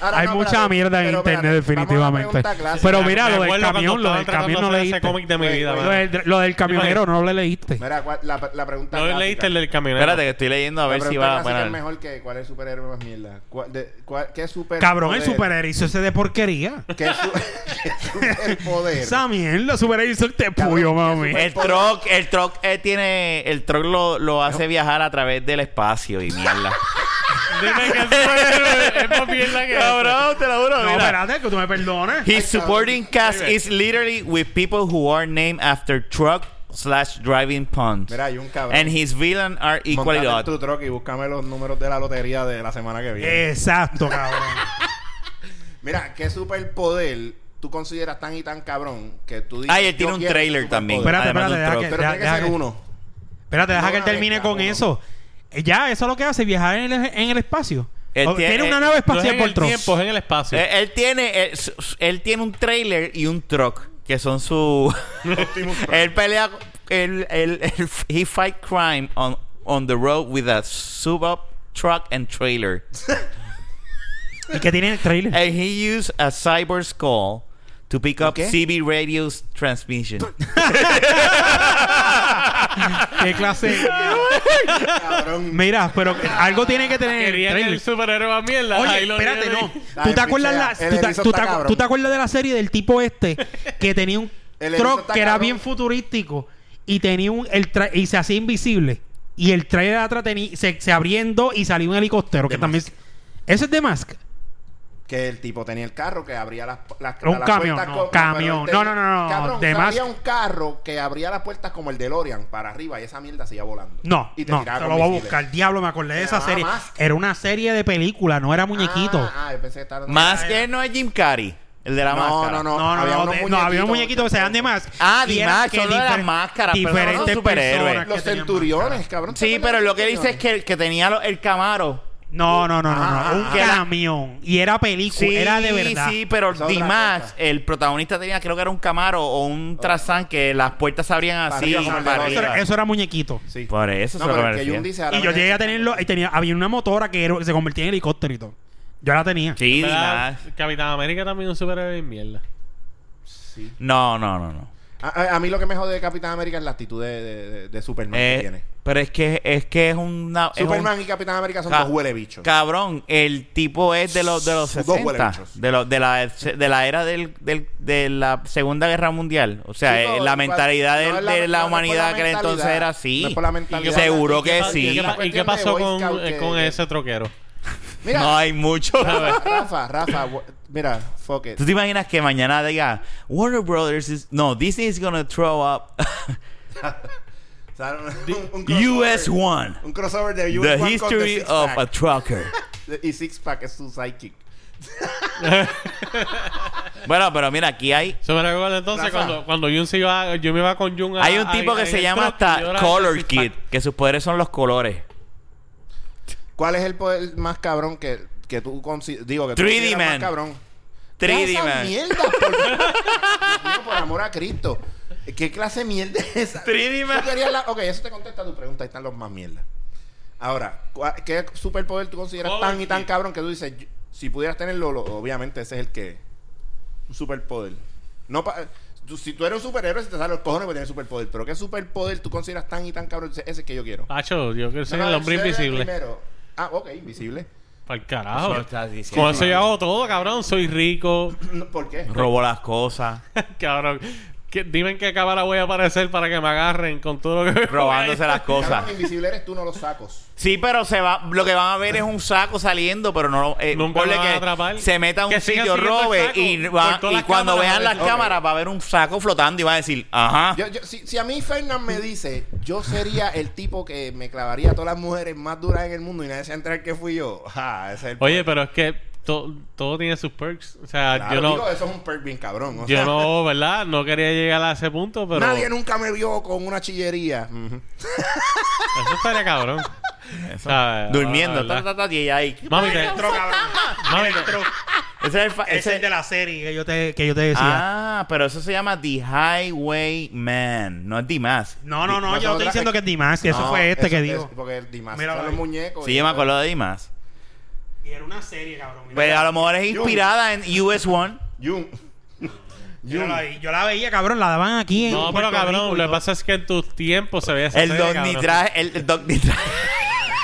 [SPEAKER 2] Hay mucha mierda en internet, definitivamente. Pero mira,
[SPEAKER 3] Me
[SPEAKER 2] lo del
[SPEAKER 3] acuerdo cuando
[SPEAKER 2] camión, lo del camión
[SPEAKER 3] estaban
[SPEAKER 2] no
[SPEAKER 3] tratando de hacer
[SPEAKER 2] leíste.
[SPEAKER 3] Ese cómic de mi
[SPEAKER 1] Oye,
[SPEAKER 3] vida,
[SPEAKER 1] oye,
[SPEAKER 2] Lo
[SPEAKER 3] mano.
[SPEAKER 2] del, lo del camionero no lo leíste.
[SPEAKER 1] Mira, ¿cuál- la, la pregunta.
[SPEAKER 3] No
[SPEAKER 1] clásica.
[SPEAKER 3] leíste el del camionero.
[SPEAKER 4] Espérate, que estoy leyendo a
[SPEAKER 1] La
[SPEAKER 4] ver si
[SPEAKER 1] pregunta
[SPEAKER 4] va a
[SPEAKER 1] clásica es
[SPEAKER 4] parar.
[SPEAKER 1] mejor que cuál es el superhéroe más mierda. ¿Cuál, de, cuál, ¿Qué super
[SPEAKER 2] Cabrón, el super erizo ese de porquería.
[SPEAKER 1] ¿Qué, su, ¿Qué superpoder?
[SPEAKER 2] Esa mierda, super erizo te puyo, mami.
[SPEAKER 4] El truck, el truck eh, tiene, el truck lo, lo hace viajar a través del espacio y mierda.
[SPEAKER 3] Dime que el superhéroe es más mierda que ese.
[SPEAKER 4] Cabrón, te lo juro,
[SPEAKER 2] No,
[SPEAKER 4] mira.
[SPEAKER 2] espérate, que tú me perdones.
[SPEAKER 4] His supporting cast is literally with people who are named after truck slash driving puns.
[SPEAKER 1] Mira, hay un cabrón.
[SPEAKER 4] And his villain are equally
[SPEAKER 1] Montate en
[SPEAKER 4] odd.
[SPEAKER 1] tu truck y búscame los números de la lotería de la semana que
[SPEAKER 2] Eh,
[SPEAKER 1] viene.
[SPEAKER 2] Exacto, cabrón.
[SPEAKER 1] Mira, ¿qué superpoder tú consideras tan y tan cabrón que tú dices...
[SPEAKER 4] Ah, y él
[SPEAKER 1] yo
[SPEAKER 4] tiene un
[SPEAKER 1] quiero
[SPEAKER 4] trailer
[SPEAKER 1] ese
[SPEAKER 4] también. Ah,
[SPEAKER 1] superpoder?
[SPEAKER 2] Espérate,
[SPEAKER 4] además de
[SPEAKER 2] espérate,
[SPEAKER 4] un
[SPEAKER 2] deja
[SPEAKER 4] truck.
[SPEAKER 1] Pero tiene
[SPEAKER 2] deja-
[SPEAKER 1] que
[SPEAKER 2] deja
[SPEAKER 1] ser
[SPEAKER 2] que-
[SPEAKER 1] uno.
[SPEAKER 2] Espérate, deja
[SPEAKER 1] No,
[SPEAKER 2] que él
[SPEAKER 1] una
[SPEAKER 2] termine
[SPEAKER 1] vez,
[SPEAKER 2] con
[SPEAKER 1] cabrón.
[SPEAKER 2] eso. Eh, Ya, eso es lo que hace, viajar en el, en el espacio.
[SPEAKER 4] Él
[SPEAKER 2] O-
[SPEAKER 4] tiene-
[SPEAKER 2] tiene una
[SPEAKER 4] eh,
[SPEAKER 2] nave
[SPEAKER 3] No es
[SPEAKER 2] espacial
[SPEAKER 3] en
[SPEAKER 2] por
[SPEAKER 3] el tiempo,
[SPEAKER 2] trozo.
[SPEAKER 3] es en el espacio.
[SPEAKER 4] Eh, Él tiene, eh, su- su- él tiene un trailer y un truck que son su. él pelea, él, él, él- he fight crime on on the road with a sub up truck and trailer.
[SPEAKER 2] ¿Y qué tiene el trailer?
[SPEAKER 3] Eh.
[SPEAKER 4] And he used a cyber skull to pick up
[SPEAKER 1] ¿Qué?
[SPEAKER 4] CB radio's transmission.
[SPEAKER 2] ¿Qué clase?
[SPEAKER 1] Cabrón.
[SPEAKER 2] Mira, pero algo tiene que tener el
[SPEAKER 3] Quería que el
[SPEAKER 2] trailer.
[SPEAKER 3] superhéroe más mierda.
[SPEAKER 2] Oye,
[SPEAKER 3] ahí lo
[SPEAKER 2] espérate,
[SPEAKER 3] tiene.
[SPEAKER 2] no.
[SPEAKER 1] La
[SPEAKER 2] ¿Tú te,
[SPEAKER 1] pichea.
[SPEAKER 2] acuerdas la-
[SPEAKER 1] El
[SPEAKER 2] tú te-
[SPEAKER 1] erizo
[SPEAKER 2] tú
[SPEAKER 1] está
[SPEAKER 2] te-
[SPEAKER 1] cabrón.
[SPEAKER 2] tú te acuerdas de la serie del tipo este que tenía un
[SPEAKER 1] El erizo
[SPEAKER 2] truck
[SPEAKER 1] está
[SPEAKER 2] que era
[SPEAKER 1] cabrón.
[SPEAKER 2] bien futurístico y tenía un el tra- y se hacía invisible y el trailer de atrás tenía- se, se abriendo y salía un helicóptero que también ese es de Mask
[SPEAKER 1] Que el tipo tenía el carro que abría las, las,
[SPEAKER 2] Un
[SPEAKER 1] las
[SPEAKER 2] camión,
[SPEAKER 1] puertas
[SPEAKER 2] no,
[SPEAKER 1] como-
[SPEAKER 2] camión.
[SPEAKER 1] pero él
[SPEAKER 2] No, no, no, no,
[SPEAKER 1] Cabrón,
[SPEAKER 2] de
[SPEAKER 1] o sea,
[SPEAKER 2] más-
[SPEAKER 1] había un carro que abría las puertas como el DeLorean para arriba y esa mierda se iba volando.
[SPEAKER 2] no
[SPEAKER 1] y te
[SPEAKER 2] no
[SPEAKER 1] tiraba
[SPEAKER 2] se
[SPEAKER 1] con
[SPEAKER 2] lo voy a
[SPEAKER 1] misiles.
[SPEAKER 2] buscar diablo me acordé de
[SPEAKER 1] Se
[SPEAKER 2] esa
[SPEAKER 1] llamaba
[SPEAKER 2] serie
[SPEAKER 1] Mask.
[SPEAKER 2] era una serie de película no era muñequito
[SPEAKER 1] Ah, ah, yo pensé que estaba
[SPEAKER 4] Más que no es Jim Carrey, el de la
[SPEAKER 1] No,
[SPEAKER 4] máscara.
[SPEAKER 1] no,
[SPEAKER 2] No, no, no,
[SPEAKER 1] había
[SPEAKER 2] no,
[SPEAKER 1] unos
[SPEAKER 2] de- no, había
[SPEAKER 1] muñequitos
[SPEAKER 2] un muñequito que se dan de más.
[SPEAKER 4] Ah, de Mask, solo de las máscaras, pero no
[SPEAKER 2] Diferentes
[SPEAKER 4] son superhéroes.
[SPEAKER 2] personas que
[SPEAKER 1] Los
[SPEAKER 2] tenían
[SPEAKER 1] centuriones,
[SPEAKER 2] máscaras.
[SPEAKER 1] cabrón. ¿te
[SPEAKER 4] Sí,
[SPEAKER 1] acuerdas
[SPEAKER 4] pero
[SPEAKER 1] de
[SPEAKER 4] lo que él dice es
[SPEAKER 1] centuriones?
[SPEAKER 4] que, que tenía lo- el Camaro.
[SPEAKER 2] No, no, no, no, no.
[SPEAKER 1] Ah,
[SPEAKER 2] un
[SPEAKER 4] que la-
[SPEAKER 2] camión. Y era película,
[SPEAKER 4] Sí,
[SPEAKER 2] era de verdad.
[SPEAKER 4] sí, pero
[SPEAKER 1] Es otra
[SPEAKER 4] Dimas,
[SPEAKER 1] cosa.
[SPEAKER 4] el protagonista tenía, creo que era un Camaro o un Trazán que las puertas se abrían
[SPEAKER 1] Para
[SPEAKER 4] así
[SPEAKER 1] arriba, como el de
[SPEAKER 4] para
[SPEAKER 1] los-
[SPEAKER 2] Eso,
[SPEAKER 4] arriba.
[SPEAKER 2] era, eso era muñequito.
[SPEAKER 1] Sí.
[SPEAKER 4] Por eso
[SPEAKER 1] No,
[SPEAKER 4] se lo
[SPEAKER 1] pero
[SPEAKER 4] me
[SPEAKER 1] el que
[SPEAKER 4] refiero.
[SPEAKER 1] Jun dice ahora
[SPEAKER 2] Y yo
[SPEAKER 1] me-
[SPEAKER 2] llegué a tenerlo, y tenía, había una motora que era- se convertía en helicóptero y todo. Yo la tenía.
[SPEAKER 4] Sí,
[SPEAKER 3] ¿Verdad?
[SPEAKER 4] Dimas.
[SPEAKER 3] Capitán América también es un superhéroe de mierda.
[SPEAKER 1] Sí.
[SPEAKER 4] No, no, no, no.
[SPEAKER 1] A, a- a mí lo que me jode de Capitán América es la actitud de, de- de- de Superman
[SPEAKER 4] Eh,
[SPEAKER 1] que tiene.
[SPEAKER 4] pero es que es que es una es un-
[SPEAKER 1] Superman y Capitán América son
[SPEAKER 4] ca-
[SPEAKER 1] dos huele bichos.
[SPEAKER 4] Cabrón, el tipo es de los de los
[SPEAKER 1] Dos huele
[SPEAKER 4] 60,
[SPEAKER 1] bichos.
[SPEAKER 4] de, los de la de la era del, del- de la Segunda Guerra Mundial, o sea,
[SPEAKER 1] Sí,
[SPEAKER 4] eh,
[SPEAKER 1] no,
[SPEAKER 4] la
[SPEAKER 1] igual-
[SPEAKER 4] mentalidad de,
[SPEAKER 1] no es
[SPEAKER 4] de la
[SPEAKER 1] no es por
[SPEAKER 4] humanidad que
[SPEAKER 1] mentalidad,
[SPEAKER 4] entonces era así.
[SPEAKER 1] no es por la mentalidad.
[SPEAKER 4] Seguro
[SPEAKER 1] Y
[SPEAKER 4] que
[SPEAKER 1] pa-
[SPEAKER 4] sí.
[SPEAKER 1] y
[SPEAKER 3] ¿Y
[SPEAKER 1] la
[SPEAKER 3] qué, pa- y
[SPEAKER 1] cuestión de
[SPEAKER 3] qué pasó
[SPEAKER 1] Boy
[SPEAKER 3] con,
[SPEAKER 1] Scout
[SPEAKER 3] eh,
[SPEAKER 1] que-
[SPEAKER 3] con
[SPEAKER 1] que-
[SPEAKER 3] ese troquero?
[SPEAKER 1] Mira,
[SPEAKER 4] No hay mucho.
[SPEAKER 1] Rafa, Rafa, Rafa, wo- mira, fuck it.
[SPEAKER 4] ¿Tú te imaginas que mañana diga Warner Brothers is no Disney is gonna throw up
[SPEAKER 1] O sea, un- un crossover-
[SPEAKER 4] US One
[SPEAKER 1] Un crossover de US
[SPEAKER 4] the
[SPEAKER 1] One con
[SPEAKER 4] history
[SPEAKER 1] the
[SPEAKER 4] of a
[SPEAKER 1] Six
[SPEAKER 4] trucker?
[SPEAKER 1] Pack. Y Six Pack es su sidekick.
[SPEAKER 4] Bueno, pero mira, aquí hay.
[SPEAKER 3] Se me recuerda entonces
[SPEAKER 1] Rafa.
[SPEAKER 3] cuando, cuando Jun se iba, a- yo me iba con Jun a-
[SPEAKER 4] Hay un
[SPEAKER 3] a-
[SPEAKER 4] tipo que
[SPEAKER 3] en
[SPEAKER 4] se
[SPEAKER 3] Ah, el
[SPEAKER 4] llama
[SPEAKER 3] truck y yo
[SPEAKER 4] hasta
[SPEAKER 3] era
[SPEAKER 4] Color
[SPEAKER 3] el
[SPEAKER 4] Kid,
[SPEAKER 3] six-pack.
[SPEAKER 4] que sus poderes son los colores.
[SPEAKER 1] ¿Cuál es el poder más cabrón que, que tú consideras? Digo, que tú
[SPEAKER 4] 3D
[SPEAKER 1] consideras
[SPEAKER 4] Man.
[SPEAKER 1] más cabrón.
[SPEAKER 4] 3D
[SPEAKER 1] Esa
[SPEAKER 4] Man.
[SPEAKER 1] mierda, por, Dios mío, por amor a Cristo. ¿Qué clase de mierda es esa?
[SPEAKER 4] 3D Man.
[SPEAKER 1] Tú querías la- Ok, eso te contesta tu pregunta. Ahí están los más mierda. Ahora, ¿cuál- ¿qué superpoder tú consideras tan y tan
[SPEAKER 3] Overkill.
[SPEAKER 1] cabrón que tú dices, "Yo- si pudieras tenerlo, lo- obviamente ese es el que. Un superpoder. No pa- tú- si tú eres un superhéroe, se te salen los cojones porque tienes superpoder. Pero ¿qué superpoder tú consideras tan y tan cabrón? Dices, Ese es que yo quiero.
[SPEAKER 3] Pacho, yo quiero ser
[SPEAKER 1] No, no,
[SPEAKER 3] Ah, el hombre
[SPEAKER 1] ese es el
[SPEAKER 3] invisible.
[SPEAKER 1] primero. Ah, ok, invisible.
[SPEAKER 3] Para el carajo.
[SPEAKER 4] Eso estás diciendo.
[SPEAKER 3] Con eso yo hago todo, cabrón. Soy rico.
[SPEAKER 1] No, ¿Por qué?
[SPEAKER 4] Robó las cosas.
[SPEAKER 3] cabrón. ¿Qué- dime en qué cámara voy a aparecer para que me agarren con todo lo que...
[SPEAKER 4] Robándose las cosas.
[SPEAKER 1] Cabrón, invisible eres tú, no los sacos.
[SPEAKER 4] Sí, pero se va, lo que van a ver es un saco saliendo, pero no eh,
[SPEAKER 3] Nunca
[SPEAKER 4] ponle
[SPEAKER 3] lo van a
[SPEAKER 4] que
[SPEAKER 3] atrapar.
[SPEAKER 4] Se meta a un
[SPEAKER 3] Que sigan
[SPEAKER 4] sitio,
[SPEAKER 3] siguiendo el
[SPEAKER 4] robe
[SPEAKER 3] saco
[SPEAKER 4] y,
[SPEAKER 3] por
[SPEAKER 4] va-
[SPEAKER 3] todas
[SPEAKER 4] y
[SPEAKER 3] las
[SPEAKER 4] cuando
[SPEAKER 3] cámaras,
[SPEAKER 4] vean las
[SPEAKER 3] parece.
[SPEAKER 4] cámaras va a haber un saco flotando y va a decir, ajá.
[SPEAKER 1] Yo- yo- si, si a mí Fernan me dice, yo sería el tipo que me clavaría a todas las mujeres más duras en el mundo y nadie se entrar que fui yo. Ja, ese es el
[SPEAKER 3] Oye, pero es que to- todo tiene sus perks. O sea,
[SPEAKER 1] Claro,
[SPEAKER 3] yo no...
[SPEAKER 1] digo, eso es un perk bien cabrón. o sea,
[SPEAKER 3] Yo no, ¿verdad? No quería llegar a ese punto, pero...
[SPEAKER 1] Nadie nunca me vio con una chillería. Ujú.
[SPEAKER 3] Eso estaría cabrón.
[SPEAKER 4] Eso.
[SPEAKER 3] Ah,
[SPEAKER 4] Durmiendo.
[SPEAKER 3] la
[SPEAKER 4] ta,
[SPEAKER 3] verdad.
[SPEAKER 4] ta, ta, y ella ahí.
[SPEAKER 3] Mami, te- Mami,
[SPEAKER 4] Ese
[SPEAKER 3] te-
[SPEAKER 4] es el fa-
[SPEAKER 2] Ese
[SPEAKER 4] ese-
[SPEAKER 2] es de la serie que yo te, que yo te decía.
[SPEAKER 4] Ah, pero eso se llama The Highwayman, no es Dimas.
[SPEAKER 2] No, no, no,
[SPEAKER 1] No,
[SPEAKER 2] yo no estoy
[SPEAKER 1] otra-
[SPEAKER 2] diciendo que es Dimas, que eso
[SPEAKER 1] No,
[SPEAKER 2] fue este que
[SPEAKER 1] es-
[SPEAKER 2] dijo.
[SPEAKER 1] Porque el Dimas
[SPEAKER 2] Míralo
[SPEAKER 1] son los
[SPEAKER 2] ahí.
[SPEAKER 1] muñecos.
[SPEAKER 4] Sí,
[SPEAKER 1] y-
[SPEAKER 4] yo me acuerdo de Dimas.
[SPEAKER 2] Y era una serie, cabrón. mira.
[SPEAKER 4] Pero Pues, a lo mejor es inspirada en US One.
[SPEAKER 1] Jun.
[SPEAKER 2] Yo
[SPEAKER 1] Jun.
[SPEAKER 2] la, yo la veía, cabrón, la daban aquí en
[SPEAKER 3] No,
[SPEAKER 2] Puerto
[SPEAKER 3] pero cabrón,
[SPEAKER 2] Rico y
[SPEAKER 3] lo que
[SPEAKER 2] todo.
[SPEAKER 3] pasa es que en tus tiempos se veía esa
[SPEAKER 4] El
[SPEAKER 3] serie,
[SPEAKER 4] Doc
[SPEAKER 3] cabrón.
[SPEAKER 4] Nitraje, el el Doc Nitraje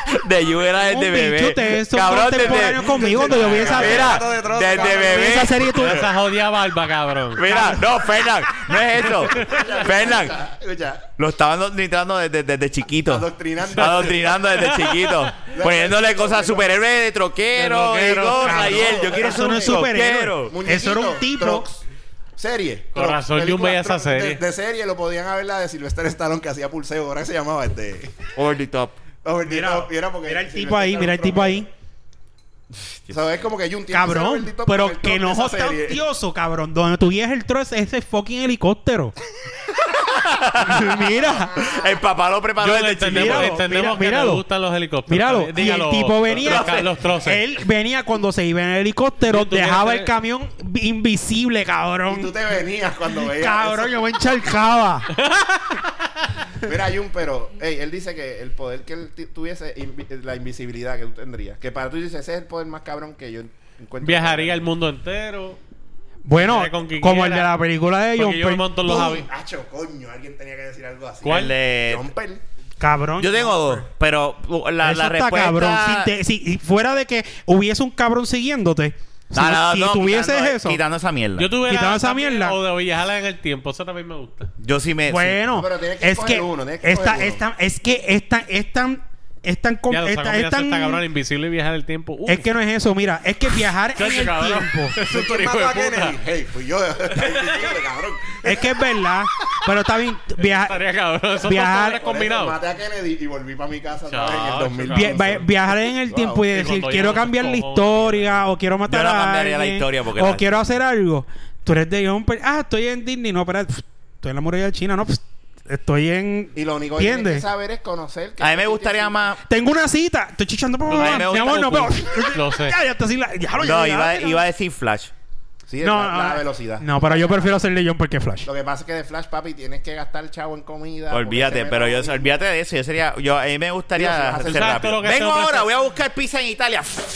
[SPEAKER 4] de You era el de
[SPEAKER 2] Un
[SPEAKER 4] bebé.
[SPEAKER 2] bicho, ustedes son
[SPEAKER 4] Cabrón, desde-
[SPEAKER 2] contemporáneos conmigo cuando yo vi esa
[SPEAKER 4] Mira,
[SPEAKER 1] Gato de trozo,
[SPEAKER 4] desde
[SPEAKER 1] cabrón.
[SPEAKER 2] cuando vi
[SPEAKER 4] bebé.
[SPEAKER 2] esa serie tú-
[SPEAKER 3] Toda esa jodida barba, cabrón.
[SPEAKER 4] Mira, no, Fernan, no es eso. Fernan,
[SPEAKER 1] Escucha, escucha,
[SPEAKER 4] lo estaban adoctrinando desde, desde chiquito.
[SPEAKER 1] Adoctrinando.
[SPEAKER 4] Adoctrinando desde chiquito. Poniéndole cosas a superhéroes de troquero,
[SPEAKER 3] De
[SPEAKER 4] y
[SPEAKER 3] troquero,
[SPEAKER 4] cosas. Y él, yo
[SPEAKER 1] cabrón.
[SPEAKER 4] quiero
[SPEAKER 1] Eso
[SPEAKER 4] ser
[SPEAKER 2] no
[SPEAKER 4] un
[SPEAKER 2] es superhéroe.
[SPEAKER 4] troquero.
[SPEAKER 1] muñequito,
[SPEAKER 2] Eso era un tipo.
[SPEAKER 1] Trox, Serie.
[SPEAKER 3] Con
[SPEAKER 1] Trox,
[SPEAKER 3] razón, Jun
[SPEAKER 1] película
[SPEAKER 3] veía esa
[SPEAKER 1] Trox, de-
[SPEAKER 3] serie.
[SPEAKER 1] De, serie lo podían haber la de Sylvester Stallone que hacía pulseo. Ahora se llamaba este.
[SPEAKER 4] Over the top.
[SPEAKER 1] Over the
[SPEAKER 2] Mira,
[SPEAKER 1] top, Oh, y era porque
[SPEAKER 2] mira el
[SPEAKER 1] Sylvester
[SPEAKER 2] tipo ahí,
[SPEAKER 1] Stallone
[SPEAKER 2] mira el tipo
[SPEAKER 1] troca.
[SPEAKER 2] ahí.
[SPEAKER 1] O sea, es como que Jun tiene que ser Over the
[SPEAKER 2] Cabrón,
[SPEAKER 1] top como
[SPEAKER 2] pero
[SPEAKER 1] el
[SPEAKER 2] que
[SPEAKER 1] top
[SPEAKER 2] no
[SPEAKER 1] de esa
[SPEAKER 2] es tan
[SPEAKER 1] serie.
[SPEAKER 2] odioso, cabrón. Donde tuvieras el trozo es ese fucking helicóptero. Mira,
[SPEAKER 4] El papá lo preparó
[SPEAKER 3] Yo
[SPEAKER 4] desde
[SPEAKER 3] entendemos,
[SPEAKER 4] chiquito.
[SPEAKER 2] míralo,
[SPEAKER 3] entendemos
[SPEAKER 2] mira-
[SPEAKER 3] que
[SPEAKER 2] míralo.
[SPEAKER 3] te gustan los helicópteros.
[SPEAKER 2] míralo.
[SPEAKER 3] Está bien,
[SPEAKER 2] Y el
[SPEAKER 3] dígalo,
[SPEAKER 2] tipo venía.
[SPEAKER 3] Los, troca- los troces.
[SPEAKER 2] Él venía cuando se iba en el helicóptero,
[SPEAKER 3] Y tú
[SPEAKER 2] dejaba
[SPEAKER 3] quieres-
[SPEAKER 2] el camión invisible,
[SPEAKER 1] Y tú
[SPEAKER 2] cabrón.
[SPEAKER 1] te venías cuando veías.
[SPEAKER 2] Cabrón,
[SPEAKER 1] eso.
[SPEAKER 2] yo me encharcaba.
[SPEAKER 1] Mira, Jun, pero ey, él dice que el poder que él ti- tuviese, invi- la invisibilidad que tú tendrías. Que para tú dices, ese es el poder más cabrón que yo encuentro.
[SPEAKER 3] Viajaría el mundo entero.
[SPEAKER 2] Bueno,
[SPEAKER 3] Mira, con quien
[SPEAKER 2] como el
[SPEAKER 3] quiera.
[SPEAKER 2] de la película de John
[SPEAKER 3] Porque yo me
[SPEAKER 2] Penn.
[SPEAKER 3] monto en los
[SPEAKER 1] ¡Pum!
[SPEAKER 3] aviones.
[SPEAKER 1] Acho, coño, alguien tenía que decir algo así.
[SPEAKER 3] ¿Cuál?
[SPEAKER 4] El de-
[SPEAKER 1] Jumper.
[SPEAKER 2] Cabrón.
[SPEAKER 4] Yo tengo dos, pero uh, la,
[SPEAKER 2] Eso
[SPEAKER 4] la
[SPEAKER 2] está
[SPEAKER 4] respuesta...
[SPEAKER 2] cabrón. Si, te- si- y fuera de que hubiese un cabrón siguiéndote, si,
[SPEAKER 4] No, no,
[SPEAKER 2] si
[SPEAKER 4] no,
[SPEAKER 2] tuvieses
[SPEAKER 4] quitando-
[SPEAKER 2] eso,
[SPEAKER 4] Quitando esa mierda.
[SPEAKER 3] Yo tuve
[SPEAKER 2] Quitaba
[SPEAKER 3] la-
[SPEAKER 2] esa
[SPEAKER 3] también-
[SPEAKER 2] mierda.
[SPEAKER 3] O de viajar en el tiempo. Eso también me gusta.
[SPEAKER 4] Yo sí me...
[SPEAKER 2] bueno,
[SPEAKER 1] Pero tienes que
[SPEAKER 2] es
[SPEAKER 1] escoger
[SPEAKER 2] que,
[SPEAKER 1] uno, tienes que
[SPEAKER 2] esta,
[SPEAKER 1] escoger uno.
[SPEAKER 2] esta- es que esta, es tan, es tan, com-
[SPEAKER 3] Ya lo
[SPEAKER 2] esta-
[SPEAKER 3] sacó.
[SPEAKER 2] es
[SPEAKER 3] Mira,
[SPEAKER 2] tan-
[SPEAKER 3] está cabrón invisible y viajar en el tiempo. Uf.
[SPEAKER 2] es que no es eso, mira, es que viajar en
[SPEAKER 3] Chacho,
[SPEAKER 2] el
[SPEAKER 3] cabrón.
[SPEAKER 2] tiempo,
[SPEAKER 3] Eso es un
[SPEAKER 1] ¿Quién
[SPEAKER 3] hijo
[SPEAKER 1] mató
[SPEAKER 3] de
[SPEAKER 1] a
[SPEAKER 3] puta.
[SPEAKER 1] Kennedy? Hey, fui yo. Está invisible, cabrón.
[SPEAKER 2] es que es verdad, pero está bien, viajar,
[SPEAKER 3] Estaría cabrón.
[SPEAKER 2] Viajar-
[SPEAKER 3] Esos viajar...
[SPEAKER 1] Por eso
[SPEAKER 3] combinados.
[SPEAKER 1] Maté a Kennedy y volví para mi casa otra vez
[SPEAKER 3] Chacho,
[SPEAKER 1] en el
[SPEAKER 2] via-
[SPEAKER 1] 2000.
[SPEAKER 2] va- viajar en el
[SPEAKER 1] Wow.
[SPEAKER 2] tiempo y
[SPEAKER 3] Y
[SPEAKER 2] decir
[SPEAKER 3] cuando
[SPEAKER 2] quiero
[SPEAKER 3] llegan los
[SPEAKER 2] cambiar la
[SPEAKER 3] cojones.
[SPEAKER 2] historia o quiero matar
[SPEAKER 4] no
[SPEAKER 2] a
[SPEAKER 4] cambiaría la
[SPEAKER 2] alguien,
[SPEAKER 4] historia porque
[SPEAKER 2] o
[SPEAKER 4] la-
[SPEAKER 2] quiero hacer algo, tú eres de John Penn, ah, estoy en Disney, no, espera, pf, estoy en la muralla de China, no, pf, estoy en,
[SPEAKER 1] Y lo único que tienes que
[SPEAKER 2] ¿Entiendes?
[SPEAKER 1] saber es conocer. que-
[SPEAKER 4] A mí me gustaría más...
[SPEAKER 2] Tengo una cita. Estoy chichando.
[SPEAKER 4] a mí me
[SPEAKER 2] Mi
[SPEAKER 4] gusta
[SPEAKER 2] amor, no
[SPEAKER 3] Goku.
[SPEAKER 2] puedo.
[SPEAKER 3] Lo sé.
[SPEAKER 2] Ya, ya está así la- ya lo-
[SPEAKER 4] No,
[SPEAKER 2] ya,
[SPEAKER 4] iba,
[SPEAKER 2] ya.
[SPEAKER 4] iba a decir Flash.
[SPEAKER 1] Sí,
[SPEAKER 2] No,
[SPEAKER 1] la, la
[SPEAKER 2] no,
[SPEAKER 1] velocidad.
[SPEAKER 2] No, pero yo prefiero ser León porque Flash.
[SPEAKER 1] Lo que pasa es que de Flash, papi, tienes que gastar chavo en comida.
[SPEAKER 4] Olvídate,
[SPEAKER 1] porque
[SPEAKER 4] pero yo
[SPEAKER 1] se me-
[SPEAKER 4] olvídate de eso. Yo sería, yo a mí me
[SPEAKER 1] Dios, si vas
[SPEAKER 4] gustaría
[SPEAKER 1] a hacer
[SPEAKER 4] ser
[SPEAKER 3] exacto
[SPEAKER 4] rápido.
[SPEAKER 3] lo que
[SPEAKER 4] Vengo
[SPEAKER 3] te ofrece.
[SPEAKER 4] ahora, voy a buscar pizza en Italia.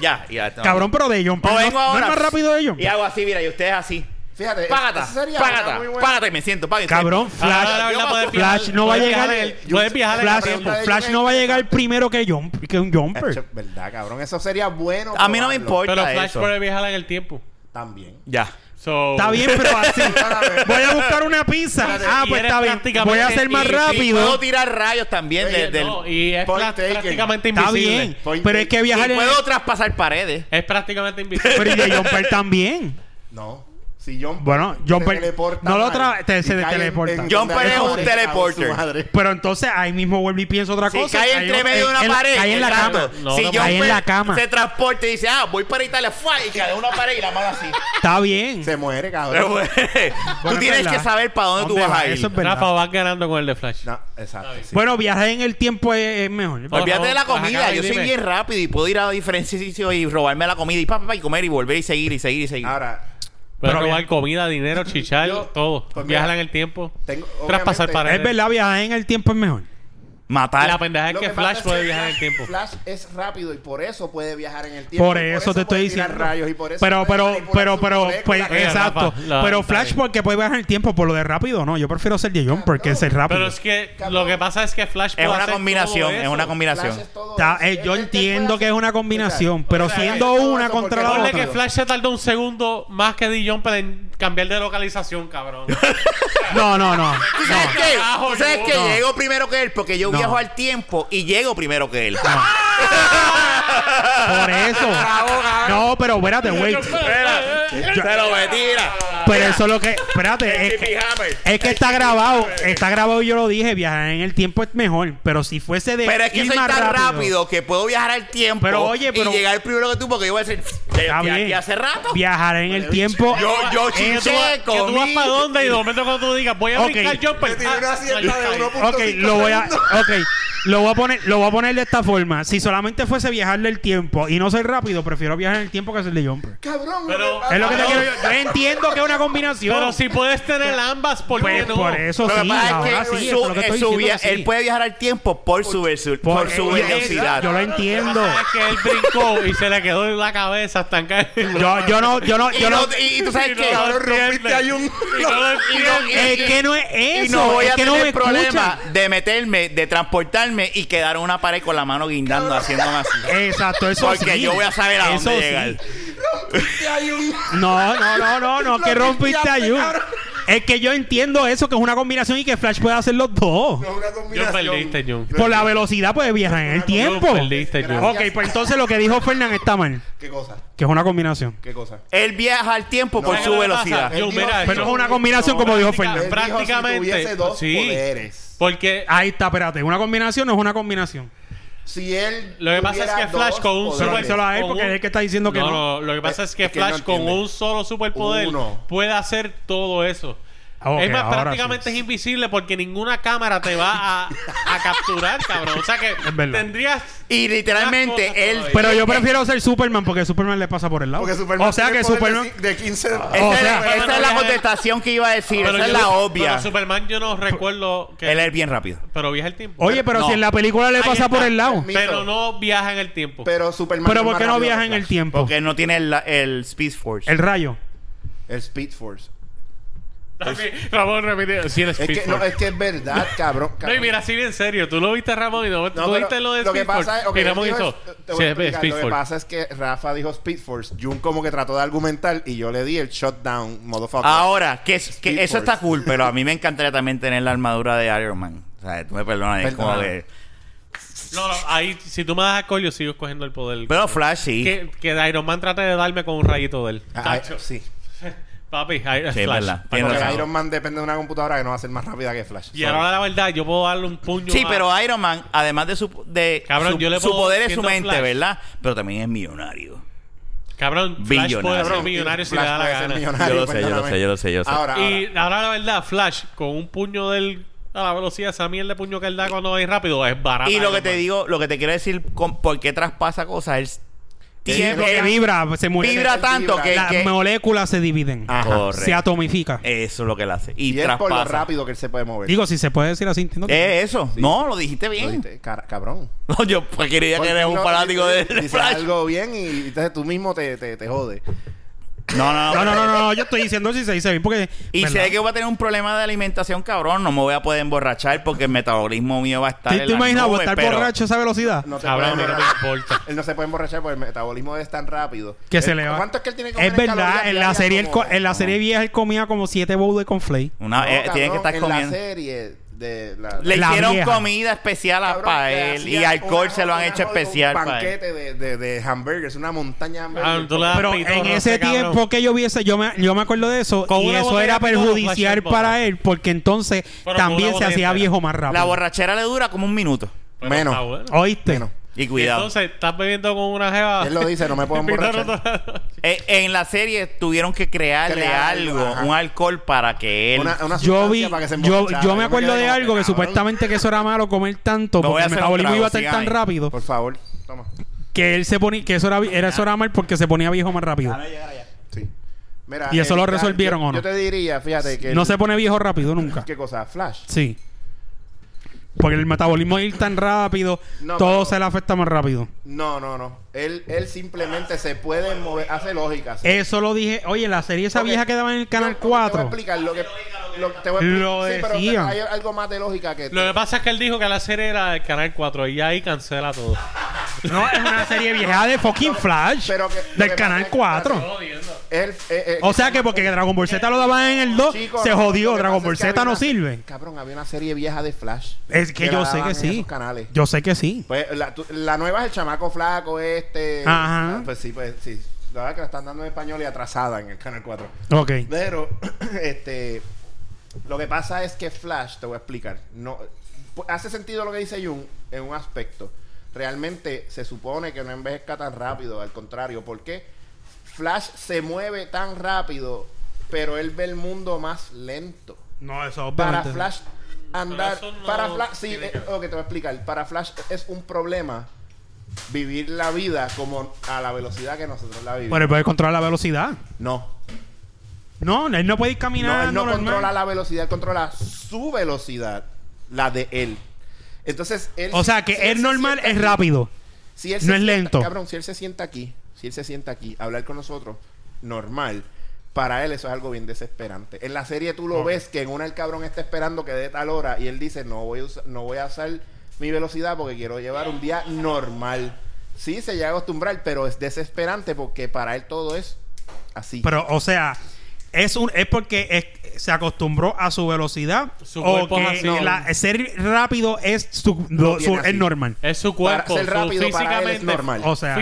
[SPEAKER 4] ya, y ya.
[SPEAKER 2] Cabrón, pero de John
[SPEAKER 4] O
[SPEAKER 2] pero
[SPEAKER 4] vengo
[SPEAKER 2] no, no
[SPEAKER 4] ahora.
[SPEAKER 2] es más rápido de John.
[SPEAKER 4] Y hago así, mira, y ustedes así.
[SPEAKER 1] Fíjate,
[SPEAKER 4] Págata,
[SPEAKER 1] esa sería una
[SPEAKER 4] págata,
[SPEAKER 1] muy buena-
[SPEAKER 4] págata y me siento. págata y me
[SPEAKER 2] Cabrón,
[SPEAKER 4] siento.
[SPEAKER 2] Flash.
[SPEAKER 3] Ahora, ahora poder viajar-
[SPEAKER 2] Flash no va a
[SPEAKER 3] poder viajar
[SPEAKER 2] llegar.
[SPEAKER 3] en el- Puedes viajar en el
[SPEAKER 2] Flash,
[SPEAKER 3] tiempo.
[SPEAKER 1] tiempo.
[SPEAKER 2] Flash no va a llegar primero que John que un
[SPEAKER 1] Hacho,
[SPEAKER 2] Jumper.
[SPEAKER 1] ¿Verdad, cabrón? Eso sería bueno.
[SPEAKER 4] A mí no me
[SPEAKER 1] probarlo
[SPEAKER 4] importa
[SPEAKER 3] Pero Flash
[SPEAKER 4] eso.
[SPEAKER 3] puede viajar en el tiempo.
[SPEAKER 1] También.
[SPEAKER 4] Ya.
[SPEAKER 3] So-
[SPEAKER 2] Está bien, pero así. Voy a buscar una pizza. Ah,
[SPEAKER 3] y
[SPEAKER 2] pues
[SPEAKER 3] eres
[SPEAKER 2] está bien.
[SPEAKER 3] prácticamente-
[SPEAKER 2] Voy a ser más
[SPEAKER 3] y- y
[SPEAKER 4] Y puedo
[SPEAKER 2] rápido.
[SPEAKER 4] tirar rayos también
[SPEAKER 1] Oye,
[SPEAKER 4] de- del-
[SPEAKER 3] No, y es
[SPEAKER 1] Point
[SPEAKER 3] pla-
[SPEAKER 1] taken.
[SPEAKER 3] prácticamente
[SPEAKER 2] Está
[SPEAKER 3] invisible.
[SPEAKER 2] bien.
[SPEAKER 1] Point
[SPEAKER 2] Pero es que
[SPEAKER 4] y
[SPEAKER 2] viajar en el
[SPEAKER 4] puedo traspasar paredes.
[SPEAKER 3] Es prácticamente invisible.
[SPEAKER 2] Pero y de Jumper también.
[SPEAKER 1] No. Si John
[SPEAKER 2] Bueno, John
[SPEAKER 1] se
[SPEAKER 2] Pell-
[SPEAKER 1] teleporta
[SPEAKER 2] no lo
[SPEAKER 1] mal
[SPEAKER 2] tra- te-
[SPEAKER 1] y
[SPEAKER 2] se
[SPEAKER 1] cae en-
[SPEAKER 2] teleporta.
[SPEAKER 1] en
[SPEAKER 4] John Pell es un
[SPEAKER 1] madre, cae en su
[SPEAKER 4] teleporter.
[SPEAKER 1] madre.
[SPEAKER 2] Pero entonces ahí mismo vuelve y piensa otra
[SPEAKER 4] Si
[SPEAKER 2] cosa.
[SPEAKER 4] cae entre medio de una
[SPEAKER 2] él-
[SPEAKER 4] pared.
[SPEAKER 2] Cae en la
[SPEAKER 4] exacto.
[SPEAKER 2] cama.
[SPEAKER 3] No,
[SPEAKER 4] si
[SPEAKER 3] no,
[SPEAKER 4] John
[SPEAKER 2] cae en
[SPEAKER 4] Pe-
[SPEAKER 2] la cama.
[SPEAKER 4] Se transporta y dice, ah, voy para Italia, ¡fua! y cae en una pared y la mano así.
[SPEAKER 2] Está bien.
[SPEAKER 1] Se muere,
[SPEAKER 4] Pero,
[SPEAKER 1] cabrón.
[SPEAKER 4] güey, tú
[SPEAKER 2] Bueno, es
[SPEAKER 4] tienes
[SPEAKER 2] verdad.
[SPEAKER 4] que saber para dónde, tú
[SPEAKER 2] ¿Dónde
[SPEAKER 4] vas
[SPEAKER 2] va?
[SPEAKER 4] a ir.
[SPEAKER 2] Eso es verdad.
[SPEAKER 3] Rafa, vas ganando con el de Flash.
[SPEAKER 1] No, exacto. sí.
[SPEAKER 2] Bueno, viajar en el tiempo es, es mejor.
[SPEAKER 3] Oh.
[SPEAKER 4] Olvídate
[SPEAKER 3] no,
[SPEAKER 4] de la
[SPEAKER 3] pues
[SPEAKER 4] comida.
[SPEAKER 3] acaba y
[SPEAKER 4] Yo soy
[SPEAKER 3] dime.
[SPEAKER 4] bien rápido y puedo ir a diferentes sitios y robarme la comida y pa, pa, pa, y comer y volver y seguir y seguir y seguir.
[SPEAKER 1] Ahora,
[SPEAKER 3] Pero
[SPEAKER 2] Pero
[SPEAKER 3] robar
[SPEAKER 2] bien.
[SPEAKER 3] comida, dinero, chichar,
[SPEAKER 1] Yo-
[SPEAKER 3] todo.
[SPEAKER 1] pues mira,
[SPEAKER 3] Viajar en el tiempo.
[SPEAKER 1] tengo-
[SPEAKER 3] Traspasar
[SPEAKER 1] obviamente-
[SPEAKER 3] paredes.
[SPEAKER 2] Es verdad, viajar en el tiempo es mejor.
[SPEAKER 4] Matar.
[SPEAKER 3] La pendeja es
[SPEAKER 1] Lo
[SPEAKER 3] que
[SPEAKER 1] pasa
[SPEAKER 3] Flash
[SPEAKER 1] es
[SPEAKER 3] puede
[SPEAKER 1] que
[SPEAKER 3] viajar en el tiempo.
[SPEAKER 1] Flash es rápido y por eso puede viajar en el tiempo.
[SPEAKER 2] Por
[SPEAKER 1] y
[SPEAKER 2] eso te estoy
[SPEAKER 1] puede tirar
[SPEAKER 2] diciendo.
[SPEAKER 1] Rayos y por eso
[SPEAKER 2] pero,
[SPEAKER 1] puede
[SPEAKER 2] pero,
[SPEAKER 1] manipular
[SPEAKER 2] pero,
[SPEAKER 1] sus
[SPEAKER 2] pero,
[SPEAKER 1] moléculas.
[SPEAKER 2] pues,
[SPEAKER 3] Mira,
[SPEAKER 2] exacto.
[SPEAKER 3] Rafa, la-
[SPEAKER 2] pero
[SPEAKER 3] está
[SPEAKER 2] Flash
[SPEAKER 3] bien.
[SPEAKER 2] porque puede viajar en el tiempo, por lo de rápido, no. Yo prefiero ser de John porque es rápido.
[SPEAKER 3] Pero es que lo que pasa es que Flash
[SPEAKER 4] es
[SPEAKER 3] puede
[SPEAKER 4] una
[SPEAKER 3] hacer
[SPEAKER 4] combinación,
[SPEAKER 3] todo
[SPEAKER 4] es
[SPEAKER 3] eso.
[SPEAKER 4] una combinación.
[SPEAKER 1] Flash es todo
[SPEAKER 2] Está-
[SPEAKER 1] eso.
[SPEAKER 2] eh,
[SPEAKER 1] Él-
[SPEAKER 2] yo
[SPEAKER 1] él- él
[SPEAKER 2] entiendo
[SPEAKER 1] puede
[SPEAKER 2] que es una
[SPEAKER 1] hacer-
[SPEAKER 2] combinación, pero
[SPEAKER 1] sea,
[SPEAKER 2] siendo
[SPEAKER 1] él- todo
[SPEAKER 2] una
[SPEAKER 1] eso porque
[SPEAKER 2] contra
[SPEAKER 1] él-
[SPEAKER 2] la
[SPEAKER 3] Ponle
[SPEAKER 2] otra.
[SPEAKER 3] que Flash se tardó un segundo más que D. Jumper en cambiar de localización, cabrón.
[SPEAKER 2] No, no, no.
[SPEAKER 4] ¿Tú sabes
[SPEAKER 3] No.
[SPEAKER 4] qué?
[SPEAKER 3] Carajo,
[SPEAKER 4] ¿Tú sabes
[SPEAKER 3] yo-
[SPEAKER 4] qué?
[SPEAKER 3] no.
[SPEAKER 4] Llego primero que él porque yo
[SPEAKER 2] No.
[SPEAKER 4] viajo al tiempo y llego primero que él.
[SPEAKER 2] Por eso. No, pero espérate, wait.
[SPEAKER 4] Espera, se lo retira.
[SPEAKER 2] Pero eso es lo que. Espérate. Es que, es que está grabado. Está grabado y yo lo dije. Viajar en el tiempo es mejor. Pero si fuese de.
[SPEAKER 4] Pero es que
[SPEAKER 2] ir
[SPEAKER 4] soy tan
[SPEAKER 2] más
[SPEAKER 4] rápido. que puedo viajar al tiempo
[SPEAKER 2] Pero, oye, pero-
[SPEAKER 4] y llegar primero que tú porque yo voy a decir,
[SPEAKER 2] Está
[SPEAKER 4] "Estoy aquí
[SPEAKER 2] bien.
[SPEAKER 4] hace rato.
[SPEAKER 2] Viajar en el tiempo.
[SPEAKER 4] Yo, yo
[SPEAKER 3] Que Eh, tú, vas-
[SPEAKER 4] chinché,
[SPEAKER 3] que tú vas
[SPEAKER 4] comí.
[SPEAKER 3] para dónde y de momento cuando tú digas voy a
[SPEAKER 2] Ok.
[SPEAKER 3] brincar Jumper.
[SPEAKER 1] Le tiré una
[SPEAKER 3] ah,
[SPEAKER 1] siesta
[SPEAKER 3] ahí
[SPEAKER 1] de
[SPEAKER 3] caí.
[SPEAKER 1] 1.5
[SPEAKER 2] Ok, lo voy a. Ok. Lo voy a poner, lo voy a poner de esta forma. Si solamente fuese viajarle el tiempo y no ser rápido, prefiero viajar en el tiempo que ser de jumper.
[SPEAKER 1] Cabrón,
[SPEAKER 3] Pero-
[SPEAKER 1] güey,
[SPEAKER 2] Es lo que te
[SPEAKER 1] cabrón.
[SPEAKER 2] quiero yo. Yo entiendo que es una combinación.
[SPEAKER 3] Pero si puedes tener ambas, ¿por qué
[SPEAKER 2] Pues
[SPEAKER 3] no?
[SPEAKER 2] por eso
[SPEAKER 4] Lo que
[SPEAKER 2] sí,
[SPEAKER 4] pasa es
[SPEAKER 2] ahora
[SPEAKER 4] que
[SPEAKER 2] sí,
[SPEAKER 4] su-
[SPEAKER 2] eso es lo que estoy
[SPEAKER 4] su
[SPEAKER 2] diciendo
[SPEAKER 4] via-
[SPEAKER 2] que sí.
[SPEAKER 4] él puede viajar al tiempo por su, versu- por su
[SPEAKER 2] eh,
[SPEAKER 4] velocidad.
[SPEAKER 2] Yo lo entiendo.
[SPEAKER 3] Ah, Es que él brincó y se le quedó en la cabeza hasta en caer.
[SPEAKER 2] Yo, yo no, yo no,
[SPEAKER 4] y,
[SPEAKER 2] yo no.
[SPEAKER 4] no- y- y tú sabes
[SPEAKER 3] Y
[SPEAKER 4] que
[SPEAKER 3] no lo
[SPEAKER 1] Cabrón, rompiste
[SPEAKER 3] entiende.
[SPEAKER 1] ahí un...
[SPEAKER 3] Y no lo entiende.
[SPEAKER 2] Es que no es
[SPEAKER 4] y
[SPEAKER 2] eso.
[SPEAKER 4] no voy
[SPEAKER 2] es
[SPEAKER 4] a
[SPEAKER 2] que no
[SPEAKER 4] tener
[SPEAKER 2] me
[SPEAKER 4] problema
[SPEAKER 2] escuchan.
[SPEAKER 4] de meterme, de transportarme y quedar en una pared con la mano guindando, haciéndome así.
[SPEAKER 2] Exacto, eso
[SPEAKER 4] Porque
[SPEAKER 2] sí.
[SPEAKER 4] yo voy a saber a
[SPEAKER 2] Eso
[SPEAKER 4] dónde
[SPEAKER 2] sí.
[SPEAKER 4] llegar.
[SPEAKER 1] Rompiste ahí un...
[SPEAKER 2] No, no, no, no, no,
[SPEAKER 1] Lo
[SPEAKER 2] que rompiste
[SPEAKER 1] pisteaste,
[SPEAKER 2] a Jun.
[SPEAKER 1] cabrón.
[SPEAKER 2] Es que yo entiendo eso, que es una combinación y que Flash puede hacer los dos.
[SPEAKER 1] No, una combinación.
[SPEAKER 3] perdiste, Jun.
[SPEAKER 1] No,
[SPEAKER 2] Por la velocidad puede viajar en el tiempo.
[SPEAKER 3] perdiste, Jun.
[SPEAKER 2] Ok, pues entonces lo que dijo Fernán está mal,
[SPEAKER 1] ¿Qué cosa?
[SPEAKER 2] que es una combinación.
[SPEAKER 1] ¿Qué cosa?
[SPEAKER 4] Él viaja al tiempo por
[SPEAKER 3] ¿Sabes
[SPEAKER 4] su
[SPEAKER 3] qué le pasa?
[SPEAKER 4] velocidad.
[SPEAKER 1] Él
[SPEAKER 3] Jun,
[SPEAKER 1] dijo
[SPEAKER 3] mira,
[SPEAKER 1] así,
[SPEAKER 2] Pero es
[SPEAKER 3] Jun,
[SPEAKER 2] una combinación, como dijo
[SPEAKER 3] práctica-
[SPEAKER 2] Fernán.
[SPEAKER 1] Él dijo si
[SPEAKER 3] Prácticamente.
[SPEAKER 1] tuviese dos
[SPEAKER 3] sí.
[SPEAKER 1] poderes.
[SPEAKER 3] Porque ah,
[SPEAKER 2] Ahí está, espérate, una combinación no es una combinación.
[SPEAKER 1] Si él...
[SPEAKER 3] Lo que pasa es
[SPEAKER 1] tuviera
[SPEAKER 3] que Flash
[SPEAKER 1] dos
[SPEAKER 3] con un
[SPEAKER 2] Pero
[SPEAKER 1] poderes.
[SPEAKER 2] se lo a él
[SPEAKER 3] con
[SPEAKER 2] porque
[SPEAKER 3] un-
[SPEAKER 2] es el que está diciendo que
[SPEAKER 3] no,
[SPEAKER 2] no.
[SPEAKER 3] no, lo que pasa
[SPEAKER 1] Es-
[SPEAKER 3] es que
[SPEAKER 1] es que él no
[SPEAKER 3] Flash con
[SPEAKER 1] entiende.
[SPEAKER 3] un solo superpoder
[SPEAKER 1] Uno.
[SPEAKER 3] puede hacer todo eso.
[SPEAKER 2] Ah, Ok,
[SPEAKER 3] es más,
[SPEAKER 2] ahora
[SPEAKER 3] prácticamente
[SPEAKER 2] sí.
[SPEAKER 3] es invisible porque ninguna cámara te va a, a capturar, cabrón. O sea que
[SPEAKER 2] verdad.
[SPEAKER 3] tendrías.
[SPEAKER 4] Y
[SPEAKER 3] Más cosas
[SPEAKER 4] literalmente él.
[SPEAKER 3] todavía.
[SPEAKER 2] Pero yo prefiero ser Superman porque Superman le pasa por el lado.
[SPEAKER 1] Porque Superman
[SPEAKER 2] o sea
[SPEAKER 1] tiene
[SPEAKER 2] que
[SPEAKER 1] poderes
[SPEAKER 2] Superman...
[SPEAKER 1] De 15...
[SPEAKER 3] Ah.
[SPEAKER 4] Esa,
[SPEAKER 2] O
[SPEAKER 4] es-
[SPEAKER 2] sea,
[SPEAKER 4] esa
[SPEAKER 3] pero
[SPEAKER 4] es la
[SPEAKER 3] viaja-
[SPEAKER 4] contestación que iba a decir. Esa es
[SPEAKER 3] yo-
[SPEAKER 4] la
[SPEAKER 3] Pero
[SPEAKER 4] obvia.
[SPEAKER 3] Superman, yo no recuerdo que.
[SPEAKER 4] Él es bien rápido.
[SPEAKER 3] Pero viaja el tiempo.
[SPEAKER 2] Oye, pero
[SPEAKER 4] No.
[SPEAKER 2] si en la película le
[SPEAKER 3] Ahí
[SPEAKER 2] pasa
[SPEAKER 3] está.
[SPEAKER 2] por el lado.
[SPEAKER 1] Mi-
[SPEAKER 3] pero no viaja en el tiempo.
[SPEAKER 1] Pero Superman...
[SPEAKER 2] Pero
[SPEAKER 1] es
[SPEAKER 2] ¿por
[SPEAKER 1] más
[SPEAKER 2] qué no
[SPEAKER 1] rápido que
[SPEAKER 2] viaja en el
[SPEAKER 1] Flash.
[SPEAKER 2] tiempo?
[SPEAKER 4] Porque él no tiene el, el Speed Force.
[SPEAKER 2] El rayo.
[SPEAKER 1] El Speed Force.
[SPEAKER 3] Ramón repite. Sí, el
[SPEAKER 1] Es que, no, es que es verdad, cabrón.
[SPEAKER 3] No, y
[SPEAKER 1] cabrón.
[SPEAKER 3] mira, sí, bien serio. Tú lo viste, Ramón, y no,
[SPEAKER 1] No,
[SPEAKER 3] tú
[SPEAKER 1] pero
[SPEAKER 3] viste lo de
[SPEAKER 1] que
[SPEAKER 3] Speed Force.
[SPEAKER 1] pasa es, ok,
[SPEAKER 3] y Ramón
[SPEAKER 1] dijo-
[SPEAKER 3] hizo.
[SPEAKER 1] te voy
[SPEAKER 3] sí,
[SPEAKER 1] a explicar,
[SPEAKER 3] Speed
[SPEAKER 1] lo que
[SPEAKER 3] Force.
[SPEAKER 1] pasa es que Rafa dijo Speed Force, Jun como que trató de argumentar y yo le di el shutdown, motherfucker.
[SPEAKER 4] Ahora, que, es- que
[SPEAKER 1] Speed
[SPEAKER 4] eso
[SPEAKER 1] Force.
[SPEAKER 4] está cool, pero a mí me encantaría también tener la armadura de Iron Man. O sea, tú me perdonas, es como
[SPEAKER 1] Perdóname.
[SPEAKER 4] que-
[SPEAKER 3] No, no, ahí, si tú me das a Colio, sigo escogiendo el poder.
[SPEAKER 4] Pero Flash sí.
[SPEAKER 3] que, que Iron Man trate de darme con un rayito de él.
[SPEAKER 1] Ah,
[SPEAKER 3] Tacho.
[SPEAKER 1] ah, sí.
[SPEAKER 3] Papi, Iron
[SPEAKER 4] Sí, es
[SPEAKER 3] Flash.
[SPEAKER 4] verdad. Tienes
[SPEAKER 1] Porque
[SPEAKER 4] razón.
[SPEAKER 1] Iron Man depende de una computadora que no va a ser más rápida que Flash.
[SPEAKER 3] Y ahora la verdad, yo puedo darle un puño.
[SPEAKER 4] Sí,
[SPEAKER 3] a-
[SPEAKER 4] pero Iron Man, además de su, de
[SPEAKER 3] Cabrón,
[SPEAKER 4] su,
[SPEAKER 3] yo le
[SPEAKER 4] su
[SPEAKER 3] puedo-
[SPEAKER 4] poder es su
[SPEAKER 3] siendo
[SPEAKER 4] mente,
[SPEAKER 3] Flash.
[SPEAKER 4] ¿verdad? Pero también es millonario.
[SPEAKER 3] Cabrón, Flash
[SPEAKER 4] Billonario.
[SPEAKER 3] puede ser
[SPEAKER 4] Cabrón,
[SPEAKER 3] millonario si le
[SPEAKER 1] Flash
[SPEAKER 3] da la
[SPEAKER 1] puede ser
[SPEAKER 3] gana.
[SPEAKER 1] millonario,
[SPEAKER 4] Yo lo sé, yo lo
[SPEAKER 1] perdóname.
[SPEAKER 4] sé, yo lo sé, yo lo sé.
[SPEAKER 1] Ahora, ahora.
[SPEAKER 3] Y ahora la verdad, Flash, con un puño del. A la velocidad, esa mierda de puño que él da cuando es rápido es barato.
[SPEAKER 4] y lo que te digo, lo que te quiero decir, con, por qué traspasa cosas, es tiempo,
[SPEAKER 2] Porque vibra, se muere.
[SPEAKER 4] vibra
[SPEAKER 1] Él
[SPEAKER 4] tanto
[SPEAKER 1] vibra.
[SPEAKER 4] que,
[SPEAKER 2] Las
[SPEAKER 4] que-
[SPEAKER 2] moléculas se dividen.
[SPEAKER 4] Ajá. Correcto. Eh.
[SPEAKER 2] Se atomifica.
[SPEAKER 4] eso es lo que él hace. Y,
[SPEAKER 1] Y es por lo
[SPEAKER 4] traspasa.
[SPEAKER 1] rápido que él se puede mover.
[SPEAKER 2] Digo, si se puede decir así. entiendo que-
[SPEAKER 4] Es eso. No, lo dijiste bien.
[SPEAKER 1] Lo dijiste, cara- cabrón.
[SPEAKER 4] No, yo pues, quería que eres un
[SPEAKER 1] No,
[SPEAKER 4] fanático de, de
[SPEAKER 1] dices
[SPEAKER 4] Flash.
[SPEAKER 1] algo bien y entonces tú mismo te, te, te jodes.
[SPEAKER 4] No, no,
[SPEAKER 2] No, no, no, no, no, yo estoy diciendo si se dice bien porque...
[SPEAKER 4] Y
[SPEAKER 2] ¿verdad?
[SPEAKER 4] sé que voy a tener un problema de alimentación, cabrón. No me voy a poder emborrachar porque el metabolismo mío va a estar.
[SPEAKER 2] ¿Te,
[SPEAKER 4] en
[SPEAKER 2] te
[SPEAKER 4] las
[SPEAKER 2] imaginas
[SPEAKER 4] nubes,
[SPEAKER 2] estar
[SPEAKER 4] pero-
[SPEAKER 2] borracho a esa velocidad?
[SPEAKER 1] No te
[SPEAKER 3] Cabrón, a mí
[SPEAKER 1] puedes
[SPEAKER 3] no me
[SPEAKER 1] mover.
[SPEAKER 3] importa.
[SPEAKER 1] Él no se puede emborrachar porque el metabolismo de él es tan rápido.
[SPEAKER 2] Que se
[SPEAKER 1] Él-
[SPEAKER 2] le va.
[SPEAKER 1] Eh, ¿Cuánto es que él tiene que comer
[SPEAKER 2] Es verdad,
[SPEAKER 1] calorías
[SPEAKER 2] en la
[SPEAKER 1] diarias?
[SPEAKER 2] serie él co-
[SPEAKER 1] Como-
[SPEAKER 2] en la
[SPEAKER 1] como-
[SPEAKER 2] serie vieja él comía como siete bowls de conflay.
[SPEAKER 4] Una,
[SPEAKER 1] No,
[SPEAKER 4] eh, tiene
[SPEAKER 1] cabrón,
[SPEAKER 4] que estar
[SPEAKER 1] en
[SPEAKER 4] comiendo.
[SPEAKER 1] la serie de la,
[SPEAKER 4] Le
[SPEAKER 2] La
[SPEAKER 4] hicieron
[SPEAKER 2] vieja.
[SPEAKER 4] comida especial a
[SPEAKER 1] Cabrón,
[SPEAKER 4] para
[SPEAKER 1] le
[SPEAKER 4] él y
[SPEAKER 1] hacían
[SPEAKER 4] alcohol
[SPEAKER 1] una-
[SPEAKER 4] se lo han
[SPEAKER 1] una
[SPEAKER 4] hecho
[SPEAKER 1] jodida-
[SPEAKER 4] especial
[SPEAKER 1] Un
[SPEAKER 4] para él.
[SPEAKER 1] banquete de, de, de hamburgers, una montaña de
[SPEAKER 3] Ah, tú
[SPEAKER 1] hamburgers.
[SPEAKER 3] le das
[SPEAKER 2] Pero
[SPEAKER 3] pitorro
[SPEAKER 2] en
[SPEAKER 3] a
[SPEAKER 2] ese
[SPEAKER 3] cabrón.
[SPEAKER 2] tiempo que yo viese, yo me, yo me acuerdo de eso,
[SPEAKER 3] Con
[SPEAKER 2] y
[SPEAKER 3] una
[SPEAKER 2] eso
[SPEAKER 3] botella
[SPEAKER 2] era
[SPEAKER 3] de pitorro,
[SPEAKER 2] perjudicial
[SPEAKER 3] flash
[SPEAKER 2] para él, porque entonces
[SPEAKER 3] Pero con
[SPEAKER 2] también
[SPEAKER 3] una
[SPEAKER 2] se hacía
[SPEAKER 3] botella.
[SPEAKER 2] viejo más
[SPEAKER 4] La
[SPEAKER 2] rápido.
[SPEAKER 4] borrachera le dura como un minuto.
[SPEAKER 3] Pero
[SPEAKER 1] Menos.
[SPEAKER 3] está bueno.
[SPEAKER 2] ¿Oíste?
[SPEAKER 1] Bueno,
[SPEAKER 4] Y
[SPEAKER 3] Y
[SPEAKER 4] cuidado.
[SPEAKER 3] entonces estás bebiendo con una jeva.
[SPEAKER 1] él lo dice, no me puedo
[SPEAKER 3] Pitorro
[SPEAKER 1] emborrachar.
[SPEAKER 3] toda-
[SPEAKER 4] Eh, en la serie tuvieron que crearle
[SPEAKER 1] Crear algo,
[SPEAKER 4] algo,
[SPEAKER 1] ajá.
[SPEAKER 4] un alcohol para que él.
[SPEAKER 1] Una, una
[SPEAKER 2] Yo
[SPEAKER 1] sustancia
[SPEAKER 2] vi,
[SPEAKER 1] para que se
[SPEAKER 2] yo,
[SPEAKER 1] emborrachara.
[SPEAKER 2] yo me
[SPEAKER 1] quedé
[SPEAKER 2] acuerdo de
[SPEAKER 1] como
[SPEAKER 2] algo que
[SPEAKER 1] cabrón.
[SPEAKER 2] supuestamente que eso era malo comer tanto,
[SPEAKER 4] Me voy
[SPEAKER 2] porque
[SPEAKER 4] a
[SPEAKER 2] el
[SPEAKER 4] hacer un
[SPEAKER 2] metabolismo
[SPEAKER 4] trago,
[SPEAKER 2] iba a estar
[SPEAKER 4] sigan
[SPEAKER 2] tan
[SPEAKER 4] ahí.
[SPEAKER 2] rápido
[SPEAKER 1] Por favor, toma.
[SPEAKER 2] que él se ponía, que eso era, era eso era mal porque se ponía viejo más rápido.
[SPEAKER 1] Sí. Mira,
[SPEAKER 2] ¿Y eso lo
[SPEAKER 1] ya,
[SPEAKER 2] resolvieron
[SPEAKER 1] yo-
[SPEAKER 2] o no?
[SPEAKER 1] Yo te diría, fíjate que.
[SPEAKER 2] No
[SPEAKER 1] el-
[SPEAKER 2] se pone viejo rápido nunca.
[SPEAKER 1] ¿Qué cosa? Flash.
[SPEAKER 2] Sí. Porque el metabolismo ir tan rápido,
[SPEAKER 1] No,
[SPEAKER 2] todo
[SPEAKER 1] pero-
[SPEAKER 2] se le afecta más rápido.
[SPEAKER 1] No, no, no. Él, él simplemente se puede mover, hace lógica. sí.
[SPEAKER 2] Eso lo dije, oye, la serie esa
[SPEAKER 1] Ok.
[SPEAKER 2] vieja que daba en el canal
[SPEAKER 1] Yo- ok, Te voy a
[SPEAKER 2] 4.
[SPEAKER 1] explicar lo que. Lo, te voy a explicar.
[SPEAKER 2] Lo
[SPEAKER 1] sí, pero
[SPEAKER 2] decían.
[SPEAKER 1] hay algo más de lógica que.
[SPEAKER 3] Lo que pasa es que él dijo que la serie era del Canal 4 y ahí cancela todo.
[SPEAKER 2] No, es una serie vieja de fucking Flash
[SPEAKER 1] pero que- lo
[SPEAKER 2] del
[SPEAKER 1] que pasa
[SPEAKER 2] canal
[SPEAKER 1] es que-
[SPEAKER 2] 4.
[SPEAKER 1] Él- eh, eh,
[SPEAKER 2] O sea que porque Dragon Ball Z lo daban en el 2,
[SPEAKER 1] Chicos,
[SPEAKER 2] se
[SPEAKER 1] no, lo
[SPEAKER 2] jodió.
[SPEAKER 1] que
[SPEAKER 2] Dragon
[SPEAKER 1] pasa
[SPEAKER 2] Ball
[SPEAKER 1] es que
[SPEAKER 2] Z
[SPEAKER 1] había
[SPEAKER 2] no
[SPEAKER 1] una-
[SPEAKER 2] sirve.
[SPEAKER 1] Cabrón, había una serie vieja de Flash.
[SPEAKER 2] Es que yo
[SPEAKER 1] la
[SPEAKER 2] sé
[SPEAKER 1] daban
[SPEAKER 2] que
[SPEAKER 1] en
[SPEAKER 2] sí.
[SPEAKER 1] esos canales.
[SPEAKER 2] Yo sé que sí.
[SPEAKER 1] Pues la, tu- la nueva es el chamaco flaco este.
[SPEAKER 2] Ajá.
[SPEAKER 1] Ah, Pues sí, pues sí. La verdad que la están dando en español y atrasada en el canal 4.
[SPEAKER 2] Ok.
[SPEAKER 1] Pero, este. Lo que pasa es que Flash, te voy a explicar. No, pu- hace sentido lo que dice Jung en un aspecto. Realmente se supone que no envejezca tan rápido, al contrario. ¿Por qué? Flash se mueve tan rápido, pero él ve el mundo más lento.
[SPEAKER 2] No, eso
[SPEAKER 1] Para
[SPEAKER 2] obviamente.
[SPEAKER 1] Flash andar.
[SPEAKER 3] Pero eso no
[SPEAKER 1] Para Flash. Sí,
[SPEAKER 3] tiene
[SPEAKER 1] eh,
[SPEAKER 3] que ver.
[SPEAKER 1] ok, te voy a explicar. Para Flash es un problema vivir la vida como a la velocidad que nosotros la vivimos.
[SPEAKER 2] Pero él puede controlar la velocidad.
[SPEAKER 1] no.
[SPEAKER 2] No, él no puede ir
[SPEAKER 1] No,
[SPEAKER 2] caminando.
[SPEAKER 1] él no
[SPEAKER 2] normal.
[SPEAKER 1] controla la velocidad, él controla su velocidad, la de él. Entonces, él.
[SPEAKER 2] O sea que
[SPEAKER 1] si
[SPEAKER 2] él
[SPEAKER 1] se
[SPEAKER 2] normal
[SPEAKER 1] sienta
[SPEAKER 2] es
[SPEAKER 1] aquí-
[SPEAKER 2] rápido.
[SPEAKER 1] si él
[SPEAKER 2] no
[SPEAKER 1] se
[SPEAKER 2] es
[SPEAKER 1] sienta-
[SPEAKER 2] lento.
[SPEAKER 1] Cabrón, si él se sienta aquí, si él se sienta aquí, a hablar con nosotros, normal. Para él eso es algo bien desesperante. En la serie tú lo ves que en una el cabrón está esperando que dé tal hora y él dice, no voy a usar, no voy a usar mi velocidad porque quiero llevar un día normal. Sí, se llega a acostumbrar, pero es desesperante porque para él todo es así.
[SPEAKER 2] Pero, o sea, es un es porque es- se acostumbró a su velocidad.
[SPEAKER 3] Su
[SPEAKER 2] o
[SPEAKER 3] cuerpo es
[SPEAKER 2] que
[SPEAKER 3] así, ¿no?
[SPEAKER 2] la- ser rápido es, su, lo-
[SPEAKER 1] tiene
[SPEAKER 2] su- es
[SPEAKER 1] así.
[SPEAKER 2] normal.
[SPEAKER 3] Es su cuerpo.
[SPEAKER 1] Para ser
[SPEAKER 3] su-
[SPEAKER 1] rápido, para él es
[SPEAKER 3] físicamente,
[SPEAKER 1] normal.
[SPEAKER 2] O sea,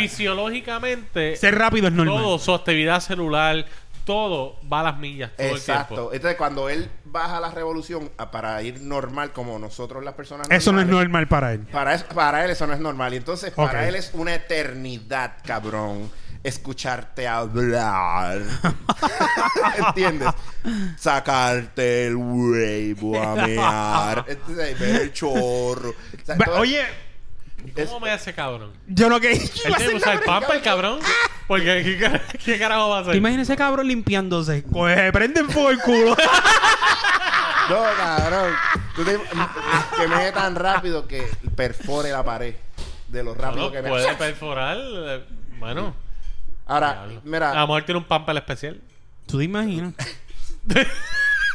[SPEAKER 3] fisiológicamente,
[SPEAKER 2] ser rápido es normal.
[SPEAKER 3] todo, su actividad celular, todo va a las millas todo
[SPEAKER 1] Exacto.
[SPEAKER 3] el tiempo.
[SPEAKER 1] Entonces, cuando él baja la revolución a- para ir normal como nosotros las personas
[SPEAKER 2] Eso no es
[SPEAKER 1] normales,
[SPEAKER 2] normal para él.
[SPEAKER 1] Para, es- para él eso no es normal. Y entonces,
[SPEAKER 2] Ok.
[SPEAKER 1] para él es una eternidad, cabrón. Escucharte hablar. ¿Entiendes? Sacarte el huevo a mear. Entonces, ver el chorro. O sea,
[SPEAKER 2] Ve-
[SPEAKER 1] todo-
[SPEAKER 2] Oye,
[SPEAKER 1] es-
[SPEAKER 3] ¿Cómo me hace cabrón?
[SPEAKER 2] yo no que.
[SPEAKER 3] Él tiene que usar el pamper, cabrón. Porque ¿qué, car- qué carajo va a hacer?
[SPEAKER 2] Imagínese ese cabrón limpiándose. Coge, prende en fuego el culo.
[SPEAKER 1] No, cabrón. Tú te- que me dé tan rápido que perfore la pared. De lo rápido
[SPEAKER 3] Bueno,
[SPEAKER 1] que me
[SPEAKER 3] puede perforar. eh, Bueno,
[SPEAKER 1] Ahora, Ah, mira.
[SPEAKER 3] a lo mejor tiene un pamper especial.
[SPEAKER 2] ¿Tú te imaginas?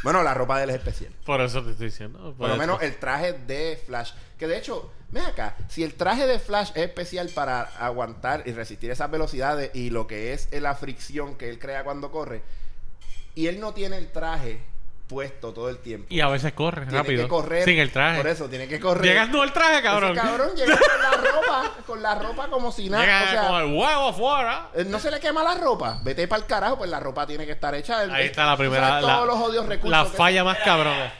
[SPEAKER 1] Bueno, la ropa de él es especial.
[SPEAKER 3] Por eso te estoy diciendo.
[SPEAKER 1] Por
[SPEAKER 3] por
[SPEAKER 1] lo
[SPEAKER 3] eso.
[SPEAKER 1] menos el traje de Flash. Que de hecho, ven acá, si el traje de Flash es especial para aguantar y resistir esas velocidades y lo que es eh, la fricción que él crea cuando corre, y él no tiene el traje puesto todo el tiempo.
[SPEAKER 3] Y a veces corre
[SPEAKER 1] tiene
[SPEAKER 3] rápido.
[SPEAKER 1] que correr.
[SPEAKER 3] Sin el traje.
[SPEAKER 1] Por eso, tiene que correr.
[SPEAKER 3] Llegas no el traje,
[SPEAKER 1] Ese
[SPEAKER 3] cabrón.
[SPEAKER 1] cabrón llega con la ropa, con la ropa como si nada.
[SPEAKER 3] Llega
[SPEAKER 1] o sea,
[SPEAKER 3] con el huevo afuera.
[SPEAKER 1] eh, ¿No se le quema la ropa? Vete para el carajo, pues la ropa tiene que estar hecha. del-
[SPEAKER 3] Ahí
[SPEAKER 1] tú
[SPEAKER 3] está la
[SPEAKER 1] sabes
[SPEAKER 3] primera. La,
[SPEAKER 1] todos los odios recursos.
[SPEAKER 3] la
[SPEAKER 1] que- Ah,
[SPEAKER 3] falla más cabrona.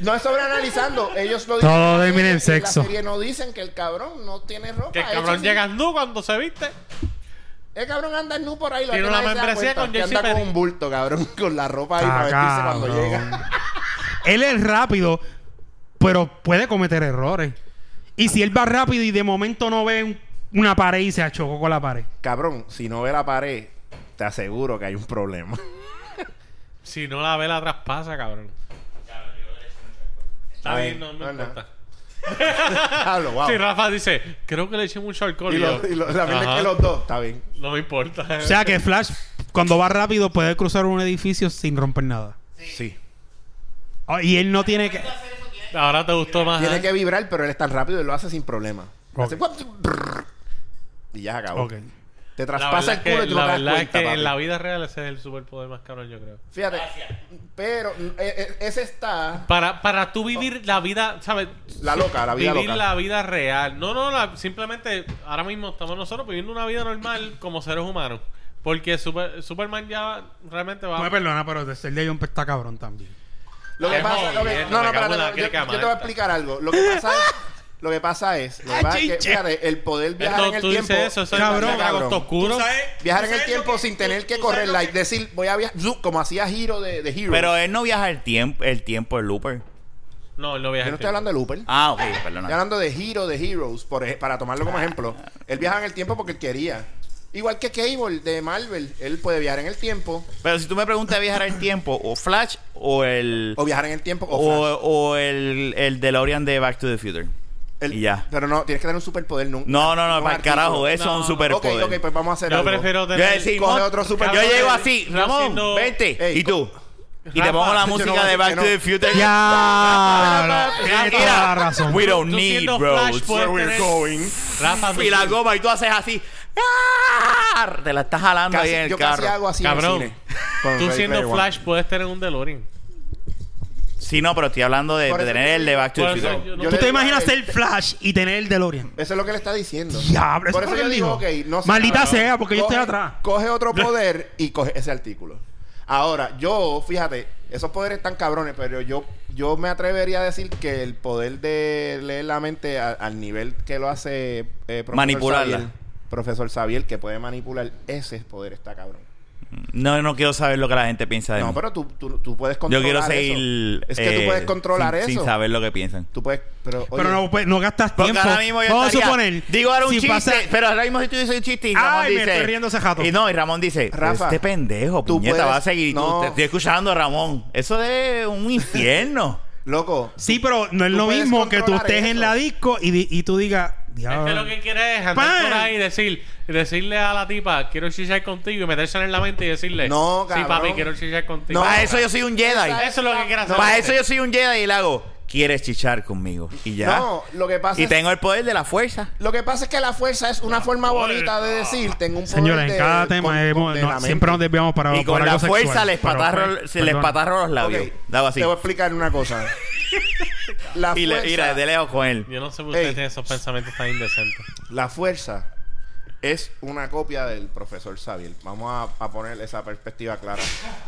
[SPEAKER 1] No es sobreanalizando, ellos lo dicen.
[SPEAKER 2] Todo
[SPEAKER 1] en la
[SPEAKER 2] termina en
[SPEAKER 1] serie,
[SPEAKER 2] sexo.
[SPEAKER 1] la serie no dicen que el cabrón no tiene ropa.
[SPEAKER 3] Que el
[SPEAKER 1] hecha
[SPEAKER 3] cabrón
[SPEAKER 1] así.
[SPEAKER 3] llega nu cuando se viste.
[SPEAKER 1] El cabrón anda nu por ahí. lo
[SPEAKER 3] Tiene
[SPEAKER 1] que
[SPEAKER 3] una
[SPEAKER 1] nadie se da
[SPEAKER 3] membresía
[SPEAKER 1] cuenta,
[SPEAKER 3] con
[SPEAKER 1] que
[SPEAKER 3] JC
[SPEAKER 1] Anda con
[SPEAKER 3] Penney.
[SPEAKER 1] un bulto, cabrón, con la ropa ahí para vestirse
[SPEAKER 2] Ah,
[SPEAKER 1] cuando
[SPEAKER 2] cabrón.
[SPEAKER 1] llega.
[SPEAKER 2] Él es rápido, pero puede cometer errores. Y si él va rápido y de momento no ve un- una pared y se achocó con la pared.
[SPEAKER 1] Cabrón, si no ve la pared, te aseguro que hay un problema.
[SPEAKER 3] Si no la vela traspasa, cabrón. Está
[SPEAKER 1] Ay,
[SPEAKER 3] bien, no me
[SPEAKER 1] no, no.
[SPEAKER 3] importa.
[SPEAKER 1] Hablo, wow.
[SPEAKER 3] Si Rafa dice, creo que le eché mucho alcohol.
[SPEAKER 1] y
[SPEAKER 3] yo,
[SPEAKER 1] lo- y lo- la verdad es
[SPEAKER 3] "Ajá,
[SPEAKER 1] que los dos, está bien.
[SPEAKER 3] No me importa.
[SPEAKER 2] O sea que Flash, cuando va rápido, puede cruzar un edificio sin romper nada.
[SPEAKER 1] Sí.
[SPEAKER 2] Oh, Y él no tiene que.
[SPEAKER 3] Ahora te gustó más.
[SPEAKER 1] Tiene
[SPEAKER 3] ¿eh?
[SPEAKER 1] que vibrar, pero él es tan rápido y lo hace sin problema.
[SPEAKER 2] Ok.
[SPEAKER 1] Hace guap, brrr, y ya acabó.
[SPEAKER 2] Ok.
[SPEAKER 1] Te
[SPEAKER 3] La
[SPEAKER 1] traspasa
[SPEAKER 3] verdad,
[SPEAKER 1] el
[SPEAKER 3] es que,
[SPEAKER 1] culo y tú
[SPEAKER 3] la
[SPEAKER 1] no te das
[SPEAKER 3] verdad es
[SPEAKER 1] cuenta,
[SPEAKER 3] que
[SPEAKER 1] papi.
[SPEAKER 3] en la vida real ese es el superpoder más caro, yo creo.
[SPEAKER 1] Fíjate, pero mm, eh, eh, ese está
[SPEAKER 3] Para, para tú vivir la vida, ¿sabes?
[SPEAKER 1] La loca, la vida
[SPEAKER 3] Vivir
[SPEAKER 1] loca.
[SPEAKER 3] la vida real. No, no, la- simplemente ahora mismo estamos nosotros viviendo una vida normal como seres humanos. Porque Super- Superman ya realmente va...
[SPEAKER 2] No me perdona, pero el de Jumper está cabrón también.
[SPEAKER 1] Lo que
[SPEAKER 3] Ay,
[SPEAKER 1] pasa, lo que-
[SPEAKER 3] jodiendo,
[SPEAKER 1] no, no,
[SPEAKER 3] me cago
[SPEAKER 1] espérate,
[SPEAKER 3] en la
[SPEAKER 1] no, yo,
[SPEAKER 3] crica
[SPEAKER 1] yo te voy a
[SPEAKER 3] Marta.
[SPEAKER 1] explicar algo. Lo que pasa es, lo que pasa es, lo que pasa es que,
[SPEAKER 2] Chinche.
[SPEAKER 1] fíjate, el poder viajar en
[SPEAKER 3] Esto,
[SPEAKER 1] el
[SPEAKER 3] tú
[SPEAKER 1] tiempo,
[SPEAKER 3] dices eso, eso
[SPEAKER 2] Cabrón,
[SPEAKER 3] es de agosto
[SPEAKER 1] cabrón.
[SPEAKER 3] oscuro.
[SPEAKER 1] viajar en el tiempo sin tener que correr, like decir, voy a viajar, como hacía Hero de, de Hero.
[SPEAKER 4] Pero él no viaja el tiempo, el tiempo el Looper.
[SPEAKER 3] No, él no
[SPEAKER 1] yo
[SPEAKER 3] viaja
[SPEAKER 1] no
[SPEAKER 3] en
[SPEAKER 1] estoy
[SPEAKER 3] tiempo.
[SPEAKER 1] hablando de Looper.
[SPEAKER 4] Ah, ok,
[SPEAKER 1] Estoy
[SPEAKER 4] perdona.
[SPEAKER 1] hablando de Hero de Heroes, por ej- para tomarlo como ejemplo. Él viaja en el tiempo porque él quería. Igual que Cable de Marvel, él puede viajar en el tiempo
[SPEAKER 4] Pero si tú me preguntas viajar el tiempo, o Flash o el
[SPEAKER 1] o viajar en el tiempo o,
[SPEAKER 3] Oh,
[SPEAKER 4] o,
[SPEAKER 1] Flash.
[SPEAKER 4] o el, el DeLorean de Back to the Future.
[SPEAKER 1] Él-
[SPEAKER 4] y ya.
[SPEAKER 1] Pero no, tienes que tener un superpoder nunca.
[SPEAKER 4] No, no, no, para el carajo, eso
[SPEAKER 3] No,
[SPEAKER 4] es un
[SPEAKER 3] no,
[SPEAKER 1] Ok,
[SPEAKER 4] superpoder.
[SPEAKER 1] ok, pues vamos a hacer
[SPEAKER 3] Yo
[SPEAKER 1] algo.
[SPEAKER 3] prefiero
[SPEAKER 4] Yo
[SPEAKER 3] tener...
[SPEAKER 4] decir,
[SPEAKER 1] Coge
[SPEAKER 4] "Mon,
[SPEAKER 1] otro super-
[SPEAKER 4] Yo
[SPEAKER 1] cabrón,
[SPEAKER 4] llego
[SPEAKER 1] eh,
[SPEAKER 4] así,
[SPEAKER 3] yo
[SPEAKER 4] Ramón,
[SPEAKER 3] siendo-
[SPEAKER 4] vente.
[SPEAKER 1] Ey,
[SPEAKER 4] ¿Y tú? Y te
[SPEAKER 3] Rafa,
[SPEAKER 4] pongo la
[SPEAKER 1] yo no
[SPEAKER 4] música
[SPEAKER 1] voy a
[SPEAKER 4] de
[SPEAKER 1] decir
[SPEAKER 4] Back
[SPEAKER 1] que
[SPEAKER 4] to
[SPEAKER 1] no.
[SPEAKER 4] the Future.
[SPEAKER 2] Ya, no, tiene
[SPEAKER 4] Mira,
[SPEAKER 2] toda la razón.
[SPEAKER 4] We don't
[SPEAKER 3] Tú
[SPEAKER 4] need
[SPEAKER 3] siendo Flash
[SPEAKER 4] roads.
[SPEAKER 3] puedes
[SPEAKER 1] Where we're
[SPEAKER 3] tener-
[SPEAKER 1] going.
[SPEAKER 3] Rafa, tú-
[SPEAKER 4] Y la goma y tú haces así. ¡Ah! Te la estás jalando
[SPEAKER 1] Casi-
[SPEAKER 4] ahí en el
[SPEAKER 1] yo
[SPEAKER 4] carro.
[SPEAKER 1] casi hago así en
[SPEAKER 3] Cabrón.
[SPEAKER 1] el cine. Con
[SPEAKER 3] tú
[SPEAKER 1] Ready Player
[SPEAKER 3] siendo
[SPEAKER 1] One.
[SPEAKER 3] Flash puedes tener un DeLorean.
[SPEAKER 4] Sí, no, pero estoy hablando de,
[SPEAKER 1] Por
[SPEAKER 4] de
[SPEAKER 1] eso
[SPEAKER 4] tener
[SPEAKER 1] yo-
[SPEAKER 4] el de Back to
[SPEAKER 3] Por
[SPEAKER 4] the
[SPEAKER 3] eso
[SPEAKER 4] Future.
[SPEAKER 3] yo no-
[SPEAKER 1] Yo
[SPEAKER 2] ¿Tú te
[SPEAKER 1] le-
[SPEAKER 2] imaginas ser Flash y tener el DeLorean?
[SPEAKER 1] Eso es lo que le está diciendo.
[SPEAKER 2] Diablo, eso
[SPEAKER 1] Por
[SPEAKER 2] es
[SPEAKER 1] eso
[SPEAKER 2] lo que
[SPEAKER 1] yo
[SPEAKER 2] él
[SPEAKER 1] digo,
[SPEAKER 2] dijo.
[SPEAKER 1] ok, no sé,
[SPEAKER 2] Maldita
[SPEAKER 1] cabrón.
[SPEAKER 2] sea, porque yo
[SPEAKER 1] Coge-
[SPEAKER 2] estoy atrás.
[SPEAKER 1] Coge otro poder y coge ese artículo. Ahora, yo, fíjate, esos poderes están cabrones, pero yo, yo me atrevería a decir que el poder de leer la mente a- al nivel que lo hace eh, profesor
[SPEAKER 4] Manipularla.
[SPEAKER 1] Xavier- profesor Xavier, que puede manipular, ese poder está cabrón.
[SPEAKER 4] No, yo no quiero saber lo que la gente piensa de
[SPEAKER 1] No,
[SPEAKER 4] mí.
[SPEAKER 1] pero tú, tú, tú puedes
[SPEAKER 4] Em, yo
[SPEAKER 1] controlar
[SPEAKER 4] quiero
[SPEAKER 1] eso.
[SPEAKER 4] seguir.
[SPEAKER 1] Es que tú
[SPEAKER 4] eh,
[SPEAKER 1] puedes controlar
[SPEAKER 4] sin-
[SPEAKER 1] eso.
[SPEAKER 4] Sin saber lo que piensan.
[SPEAKER 1] Tú puedes, pero, oye,
[SPEAKER 2] Pero no, pues, no gastas
[SPEAKER 4] Porque
[SPEAKER 2] tiempo.
[SPEAKER 4] ahora mismo yo
[SPEAKER 2] Vamos
[SPEAKER 4] estaría-
[SPEAKER 2] a suponer.
[SPEAKER 4] Digo ahora un
[SPEAKER 2] si
[SPEAKER 4] chiste,
[SPEAKER 2] pasa-
[SPEAKER 4] pero ahora mismo si tú dices un chiste y
[SPEAKER 2] Ay,
[SPEAKER 4] Ramón
[SPEAKER 2] me
[SPEAKER 4] dice...
[SPEAKER 2] estoy riendo ese jato.
[SPEAKER 4] Y no, y Ramón dice,
[SPEAKER 1] Rafa,
[SPEAKER 4] este pendejo,
[SPEAKER 1] tú
[SPEAKER 4] puñeta,
[SPEAKER 1] puedes-
[SPEAKER 4] va a seguir. Y tú,
[SPEAKER 1] no.
[SPEAKER 4] te estoy escuchando, Ramón. Eso es un infierno.
[SPEAKER 1] loco,
[SPEAKER 2] Sí, pero no es
[SPEAKER 1] Tú
[SPEAKER 2] lo
[SPEAKER 1] puedes
[SPEAKER 2] mismo que tú
[SPEAKER 1] controlar
[SPEAKER 2] estés
[SPEAKER 1] eso.
[SPEAKER 2] en la disco y, di- y tú digas.
[SPEAKER 3] Es que lo
[SPEAKER 2] "Diablo".
[SPEAKER 3] que quiere es andar
[SPEAKER 2] ¡Pam!
[SPEAKER 3] por ahí y decir, decirle a la tipa, quiero chichar contigo y meterse en la mente y decirle,
[SPEAKER 1] No,
[SPEAKER 3] sí, papi,
[SPEAKER 1] cabrón.
[SPEAKER 3] quiero chichar contigo.
[SPEAKER 1] No.
[SPEAKER 4] Para eso yo soy un Jedi.
[SPEAKER 1] Esa-
[SPEAKER 3] Eso es lo que quiere hacer.
[SPEAKER 4] Para eso yo soy un Jedi y le hago, ¿quieres chichar conmigo? Y ya.
[SPEAKER 1] no, lo que pasa
[SPEAKER 4] y
[SPEAKER 1] es
[SPEAKER 4] tengo el poder de la fuerza.
[SPEAKER 1] Lo que pasa es que la fuerza es una forma bonita de decir, tengo un poder
[SPEAKER 2] Señores,
[SPEAKER 1] de-
[SPEAKER 2] en cada tema
[SPEAKER 1] con-
[SPEAKER 2] hemos-
[SPEAKER 1] de
[SPEAKER 2] no,
[SPEAKER 1] la mente.
[SPEAKER 2] siempre nos desviamos para
[SPEAKER 4] y con
[SPEAKER 2] para
[SPEAKER 4] la
[SPEAKER 2] algo
[SPEAKER 4] fuerza
[SPEAKER 2] sexual,
[SPEAKER 4] le
[SPEAKER 2] pero,
[SPEAKER 4] espatarro,
[SPEAKER 2] pues,
[SPEAKER 4] se le
[SPEAKER 2] perdona.
[SPEAKER 4] espatarro los
[SPEAKER 1] Ok,
[SPEAKER 4] labios. Daba así.
[SPEAKER 1] Te voy a explicar una cosa. La
[SPEAKER 4] Y le
[SPEAKER 1] fuerza,
[SPEAKER 4] mira, de lejos con él.
[SPEAKER 3] Yo no sé por qué usted
[SPEAKER 1] Ey.
[SPEAKER 3] tiene esos pensamientos tan indecentes.
[SPEAKER 1] la fuerza es una copia del profesor Xavier. Vamos a, a poner esa perspectiva clara.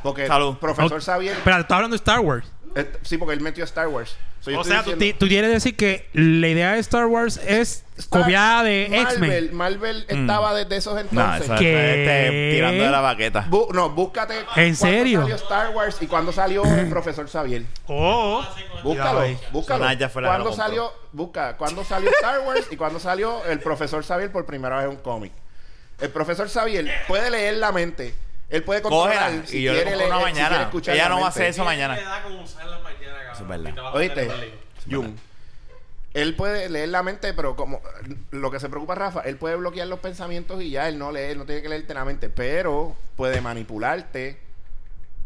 [SPEAKER 1] Porque
[SPEAKER 4] Salud.
[SPEAKER 1] el profesor Xavier,
[SPEAKER 2] Pero estás hablando de Star Wars.
[SPEAKER 1] eh, sí, porque él metió Star Wars. So, yo
[SPEAKER 2] O
[SPEAKER 1] estoy
[SPEAKER 2] sea, tú, ti-
[SPEAKER 1] diciendo-
[SPEAKER 2] tú quieres decir que la idea de Star Wars es copiada de
[SPEAKER 1] Marvel,
[SPEAKER 2] X-Men. Mm.
[SPEAKER 1] Marvel estaba desde esos
[SPEAKER 4] No,
[SPEAKER 1] entonces.
[SPEAKER 4] eso
[SPEAKER 2] ¿Qué?
[SPEAKER 4] este, tirando de la baqueta.
[SPEAKER 1] Bu- no, búscate cuándo
[SPEAKER 2] serio?
[SPEAKER 1] salió Star Wars y cuándo salió el profesor Xavier.
[SPEAKER 2] Oh,
[SPEAKER 3] Ah,
[SPEAKER 2] Cuidado
[SPEAKER 1] Búscalo,
[SPEAKER 2] ahí.
[SPEAKER 1] búscalo.
[SPEAKER 4] Solange ya fue la que lo
[SPEAKER 1] ¿Cuándo
[SPEAKER 4] compró.
[SPEAKER 1] salió, busca, ¿Cuándo salió Star Wars y cuándo salió el profesor Xavier por primera vez en un cómic? El profesor Xavier puede leer la mente. Él puede controlar
[SPEAKER 4] Cógela.
[SPEAKER 1] si
[SPEAKER 4] y yo le
[SPEAKER 1] quiere
[SPEAKER 4] compro
[SPEAKER 1] leer,
[SPEAKER 4] una
[SPEAKER 1] si quiere
[SPEAKER 4] mañana.
[SPEAKER 1] escuchar
[SPEAKER 4] Ella
[SPEAKER 1] la
[SPEAKER 4] no va a
[SPEAKER 1] mente.
[SPEAKER 4] hacer eso mañana.
[SPEAKER 3] da como usar las mañanas,
[SPEAKER 4] Eso es verdad. Y te vas
[SPEAKER 1] ¿Oíste? Jun. Él puede leer la mente, pero como lo que se preocupa Rafa, él puede bloquear los pensamientos y ya él no lee, él no tiene que leerte la mente, pero puede manipularte,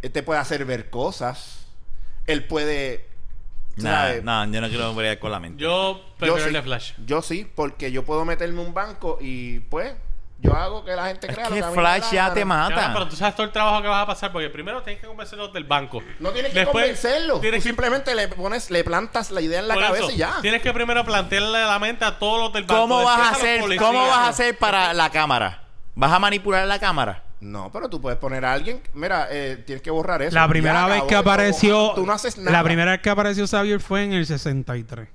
[SPEAKER 1] él te puede hacer ver cosas, él puede...
[SPEAKER 4] Nah,
[SPEAKER 1] ¿sabes?
[SPEAKER 4] nah, yo no quiero pelear con la mente.
[SPEAKER 3] Yo
[SPEAKER 1] Yo
[SPEAKER 3] prefiero
[SPEAKER 1] sí,
[SPEAKER 3] el de Flash.
[SPEAKER 1] yo sí, porque yo puedo meterme un banco y pues yo hago que la gente
[SPEAKER 4] es
[SPEAKER 1] crea
[SPEAKER 4] que
[SPEAKER 1] lo que a mí me da
[SPEAKER 4] Flash
[SPEAKER 1] la
[SPEAKER 4] ya
[SPEAKER 1] gana.
[SPEAKER 4] te
[SPEAKER 3] Cabrón, pero
[SPEAKER 4] mata.
[SPEAKER 3] tú sabes todo el trabajo que vas a pasar porque primero tienes que convencerlos del banco.
[SPEAKER 1] No tienes que
[SPEAKER 3] Después,
[SPEAKER 1] convencerlo.
[SPEAKER 3] tienes
[SPEAKER 1] Tú
[SPEAKER 3] que-
[SPEAKER 1] simplemente le pones, le plantas la idea en la
[SPEAKER 3] por
[SPEAKER 1] cabeza
[SPEAKER 3] eso,
[SPEAKER 1] y ya.
[SPEAKER 3] Tienes que primero plantearle la mente a todos los del banco.
[SPEAKER 4] ¿Cómo
[SPEAKER 3] después
[SPEAKER 4] vas a
[SPEAKER 3] los
[SPEAKER 4] hacer,
[SPEAKER 3] policías.
[SPEAKER 4] cómo vas a hacer para la cámara? ¿Vas a manipular la cámara?
[SPEAKER 1] No, pero tú puedes poner a alguien. Mira, eh, tienes que borrar eso.
[SPEAKER 2] La
[SPEAKER 1] Ya
[SPEAKER 2] primera vez
[SPEAKER 1] acabó,
[SPEAKER 2] que
[SPEAKER 1] acabó.
[SPEAKER 2] apareció.
[SPEAKER 1] Tú no haces nada.
[SPEAKER 2] La primera vez que apareció Xavier fue en el 63.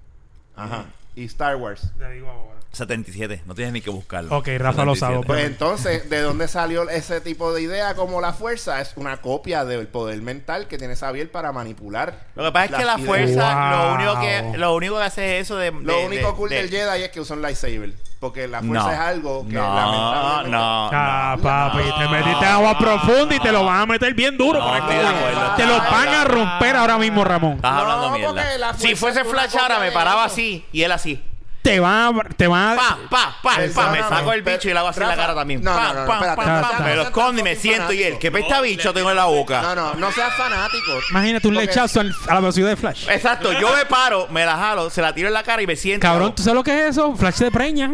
[SPEAKER 1] Ajá. Y Star Wars.
[SPEAKER 2] Te digo ahora.
[SPEAKER 4] 77, no tienes ni que buscarlo.
[SPEAKER 2] Ok, Rafa lo sabe,
[SPEAKER 4] 77.
[SPEAKER 1] Pues entonces, ¿de dónde salió ese tipo de idea como la fuerza? Es una copia del poder mental que tiene Xavier para manipular.
[SPEAKER 4] Lo que pasa es que la
[SPEAKER 1] las ideas.
[SPEAKER 4] fuerza, lo,
[SPEAKER 2] Wow.
[SPEAKER 4] único que, lo único que hace es eso de...
[SPEAKER 1] Lo
[SPEAKER 4] de-
[SPEAKER 1] único
[SPEAKER 4] de-
[SPEAKER 1] cool
[SPEAKER 4] de-
[SPEAKER 1] del Jedi es que usa un lightsaber. Porque la fuerza
[SPEAKER 4] No.
[SPEAKER 1] es algo que
[SPEAKER 4] No, no,
[SPEAKER 1] lamentablemente-
[SPEAKER 4] no.
[SPEAKER 2] Ah, papi, te
[SPEAKER 3] no,
[SPEAKER 2] metiste en agua profunda y te lo van a meter bien duro.
[SPEAKER 4] No,
[SPEAKER 2] por el
[SPEAKER 4] estoy de
[SPEAKER 2] culo.
[SPEAKER 4] acuerdo. Ah.
[SPEAKER 2] te lo
[SPEAKER 1] Ay,
[SPEAKER 2] van a romper ahora mismo, Ramón.
[SPEAKER 4] Estás
[SPEAKER 1] No,
[SPEAKER 4] hablando
[SPEAKER 1] porque la
[SPEAKER 4] mierda.
[SPEAKER 1] fuerza
[SPEAKER 4] Si fuese
[SPEAKER 1] es una
[SPEAKER 4] Flash
[SPEAKER 1] copia
[SPEAKER 4] ahora, me
[SPEAKER 1] de
[SPEAKER 4] paraba
[SPEAKER 1] eso.
[SPEAKER 4] así y él así.
[SPEAKER 2] Te van a. Te van a
[SPEAKER 4] Pa, pa, pa, pa.
[SPEAKER 1] Perdóname,
[SPEAKER 4] Me saco el
[SPEAKER 1] pero-
[SPEAKER 4] bicho y le hago así en la
[SPEAKER 1] Rafa,
[SPEAKER 4] cara también.
[SPEAKER 1] no,
[SPEAKER 4] Pa,
[SPEAKER 1] no, no,
[SPEAKER 4] pa,
[SPEAKER 1] espérate,
[SPEAKER 4] pa,
[SPEAKER 2] espérate.
[SPEAKER 4] pa. Me lo escondo y me
[SPEAKER 1] Fucking
[SPEAKER 4] siento y él,
[SPEAKER 1] fanático.
[SPEAKER 4] que pesta bicho tengo en la boca.
[SPEAKER 1] No, no, no seas fanático.
[SPEAKER 2] Imagínate un
[SPEAKER 1] Porque-
[SPEAKER 2] lechazo al- a la velocidad de Flash.
[SPEAKER 4] Exacto, yo me paro, me la jalo, se la tiro en la cara y me siento.
[SPEAKER 2] Cabrón, ¿tú sabes lo que es eso? Flash de preña.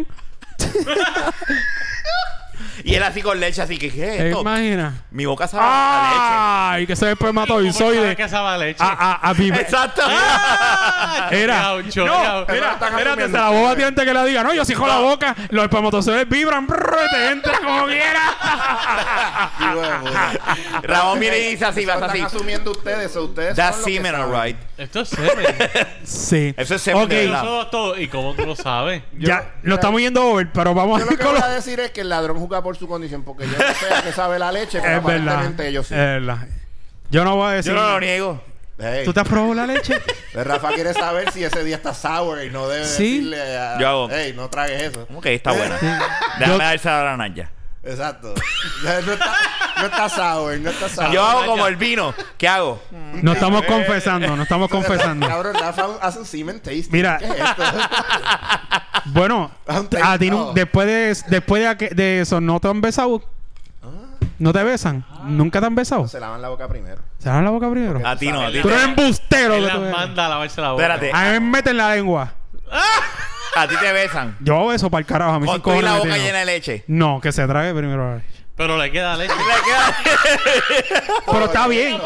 [SPEAKER 4] Y él así con leche, así que, ¿qué es
[SPEAKER 2] ¿Te
[SPEAKER 4] esto? Ah,
[SPEAKER 2] imaginas?
[SPEAKER 4] Mi boca sabe a
[SPEAKER 2] ¡Ay! Que se
[SPEAKER 3] ¿Cómo
[SPEAKER 2] espermatozoide.
[SPEAKER 3] que esa va leche?
[SPEAKER 4] Ah,
[SPEAKER 2] A, a, a
[SPEAKER 4] leche.
[SPEAKER 2] vivir.
[SPEAKER 4] Exacto.
[SPEAKER 3] Ah,
[SPEAKER 2] Era.
[SPEAKER 3] choteado, choteado.
[SPEAKER 2] No, mira,
[SPEAKER 1] están
[SPEAKER 2] espérate,
[SPEAKER 1] asumiendo.
[SPEAKER 2] se la boba tiene que le diga, no, yo sí con la boca, los espermatozoides vibran, brr, y te entra como quiera.
[SPEAKER 1] Hijo de puta.
[SPEAKER 4] Ramón viene y dice así,
[SPEAKER 1] Eso
[SPEAKER 4] vas
[SPEAKER 1] están
[SPEAKER 4] así.
[SPEAKER 1] asumiendo ustedes, o ustedes son
[SPEAKER 4] That's
[SPEAKER 1] los que
[SPEAKER 4] semen,
[SPEAKER 1] saben.
[SPEAKER 4] alright.
[SPEAKER 3] Esto es semen.
[SPEAKER 2] sí.
[SPEAKER 4] Eso es semen
[SPEAKER 2] Ok,
[SPEAKER 4] de verdad.
[SPEAKER 3] Eso es todo. ¿Y cómo tú lo sabes?
[SPEAKER 2] ya, lo estamos yendo over, pero vamos
[SPEAKER 1] Yo
[SPEAKER 2] a
[SPEAKER 1] lo
[SPEAKER 2] ir
[SPEAKER 1] que
[SPEAKER 2] con
[SPEAKER 1] voy
[SPEAKER 2] los...
[SPEAKER 1] a decir es que el ladrón juzga por su condición, porque yo no sé a qué sabe la leche, pero
[SPEAKER 2] Es verdad.
[SPEAKER 1] aparentemente ellos sí.
[SPEAKER 2] Es verdad. Yo no voy a decir...
[SPEAKER 4] Yo no lo niego.
[SPEAKER 1] Ey,
[SPEAKER 2] ¿Tú te has probado la leche?
[SPEAKER 1] pues Rafa quiere saber si ese día está sour y no debe
[SPEAKER 2] Sí.
[SPEAKER 1] decirle a...
[SPEAKER 4] Yo hago.
[SPEAKER 1] Ey, no tragues eso.
[SPEAKER 4] ¿Cómo que está buena?
[SPEAKER 2] Yo-
[SPEAKER 4] Déjame darse a la naya.
[SPEAKER 1] Exacto. No está, no está sour, no está sour.
[SPEAKER 4] Yo hago como el vino. ¿Qué hago?
[SPEAKER 1] Mm.
[SPEAKER 2] No estamos confesando, no estamos confesando.
[SPEAKER 1] Cabrón, Rafa hace un semen tasting.
[SPEAKER 2] Mira.
[SPEAKER 1] ¿Qué es esto?
[SPEAKER 2] Bueno, a ti nu- después de, después de, aqu- de eso, ¿no te han besado?
[SPEAKER 1] Ah.
[SPEAKER 2] ¿No te besan? ¿Nunca te han besado?
[SPEAKER 1] Se lavan la boca primero.
[SPEAKER 2] ¿Se dan la boca primero?
[SPEAKER 4] A ti no, a ti
[SPEAKER 2] Tú
[SPEAKER 4] te,
[SPEAKER 2] eres embustero.
[SPEAKER 3] Él
[SPEAKER 2] que
[SPEAKER 3] las
[SPEAKER 2] tú eres.
[SPEAKER 3] manda a lavarse la boca.
[SPEAKER 4] Espérate.
[SPEAKER 2] A mí me meten la lengua.
[SPEAKER 4] a ti te besan.
[SPEAKER 2] Yo hago eso para el carajo. A mí
[SPEAKER 4] Con
[SPEAKER 2] sin
[SPEAKER 4] tú y
[SPEAKER 2] cojones
[SPEAKER 4] la
[SPEAKER 2] me
[SPEAKER 4] boca
[SPEAKER 2] tienen.
[SPEAKER 4] llena de leche.
[SPEAKER 2] No, que se trague primero la leche.
[SPEAKER 3] Pero le queda leche.
[SPEAKER 4] Le queda-
[SPEAKER 2] Pero está bien.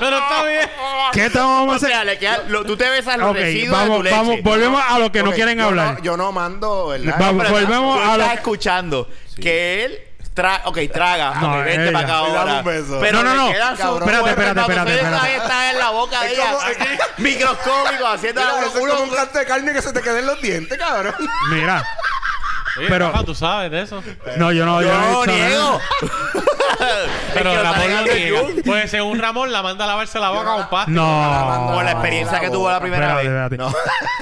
[SPEAKER 3] Pero está bien.
[SPEAKER 2] ¿Qué te vamos a
[SPEAKER 4] o sea,
[SPEAKER 2] hacer?
[SPEAKER 4] le queda- lo- tú te besas los
[SPEAKER 2] Ok,
[SPEAKER 4] residuos de tu
[SPEAKER 2] vamos,
[SPEAKER 4] leche.
[SPEAKER 2] vamos, volvemos a lo que no
[SPEAKER 1] Ok,
[SPEAKER 2] quieren
[SPEAKER 1] yo
[SPEAKER 2] hablar.
[SPEAKER 1] no- yo no mando, ¿verdad?
[SPEAKER 2] Vamos, pues.
[SPEAKER 4] Pero
[SPEAKER 2] volvemos
[SPEAKER 4] tú
[SPEAKER 2] a
[SPEAKER 4] estás
[SPEAKER 2] lo
[SPEAKER 4] escuchando que él tra ok, traga.
[SPEAKER 2] No,
[SPEAKER 4] ok, vente
[SPEAKER 2] ella.
[SPEAKER 4] para acá
[SPEAKER 1] Y dame
[SPEAKER 4] ahora.
[SPEAKER 1] un beso.
[SPEAKER 4] Pero
[SPEAKER 2] No, no,
[SPEAKER 4] le
[SPEAKER 2] no.
[SPEAKER 4] quedan sus
[SPEAKER 1] Cabrón,
[SPEAKER 2] espérate,
[SPEAKER 4] cuernos
[SPEAKER 2] espérate, espérate,
[SPEAKER 4] entonces
[SPEAKER 2] espérate.
[SPEAKER 4] esa Está en la boca de
[SPEAKER 1] Es
[SPEAKER 4] ella.
[SPEAKER 1] como-
[SPEAKER 4] Microscópico, haciendo
[SPEAKER 1] Mira,
[SPEAKER 4] uno-
[SPEAKER 1] eso es
[SPEAKER 4] uno-
[SPEAKER 1] como un canto de carne que se te quede en los dientes, cabrón.
[SPEAKER 2] Mira.
[SPEAKER 3] Oye,
[SPEAKER 2] Pero-
[SPEAKER 3] Rafa, tú sabes de eso.
[SPEAKER 2] No, yo no, yo
[SPEAKER 4] Yo
[SPEAKER 2] no he
[SPEAKER 4] no
[SPEAKER 2] hecho nada.
[SPEAKER 4] niego.
[SPEAKER 3] Pero
[SPEAKER 4] que lo
[SPEAKER 3] Ramón
[SPEAKER 4] está
[SPEAKER 3] no
[SPEAKER 4] diciendo
[SPEAKER 3] niega. Pues según Ramón la manda a lavarse la boca
[SPEAKER 1] no
[SPEAKER 3] con
[SPEAKER 1] la-
[SPEAKER 3] pasta.
[SPEAKER 2] No.
[SPEAKER 4] Por la experiencia que tuvo la primera
[SPEAKER 2] Espérate,
[SPEAKER 4] vez.
[SPEAKER 2] espérate.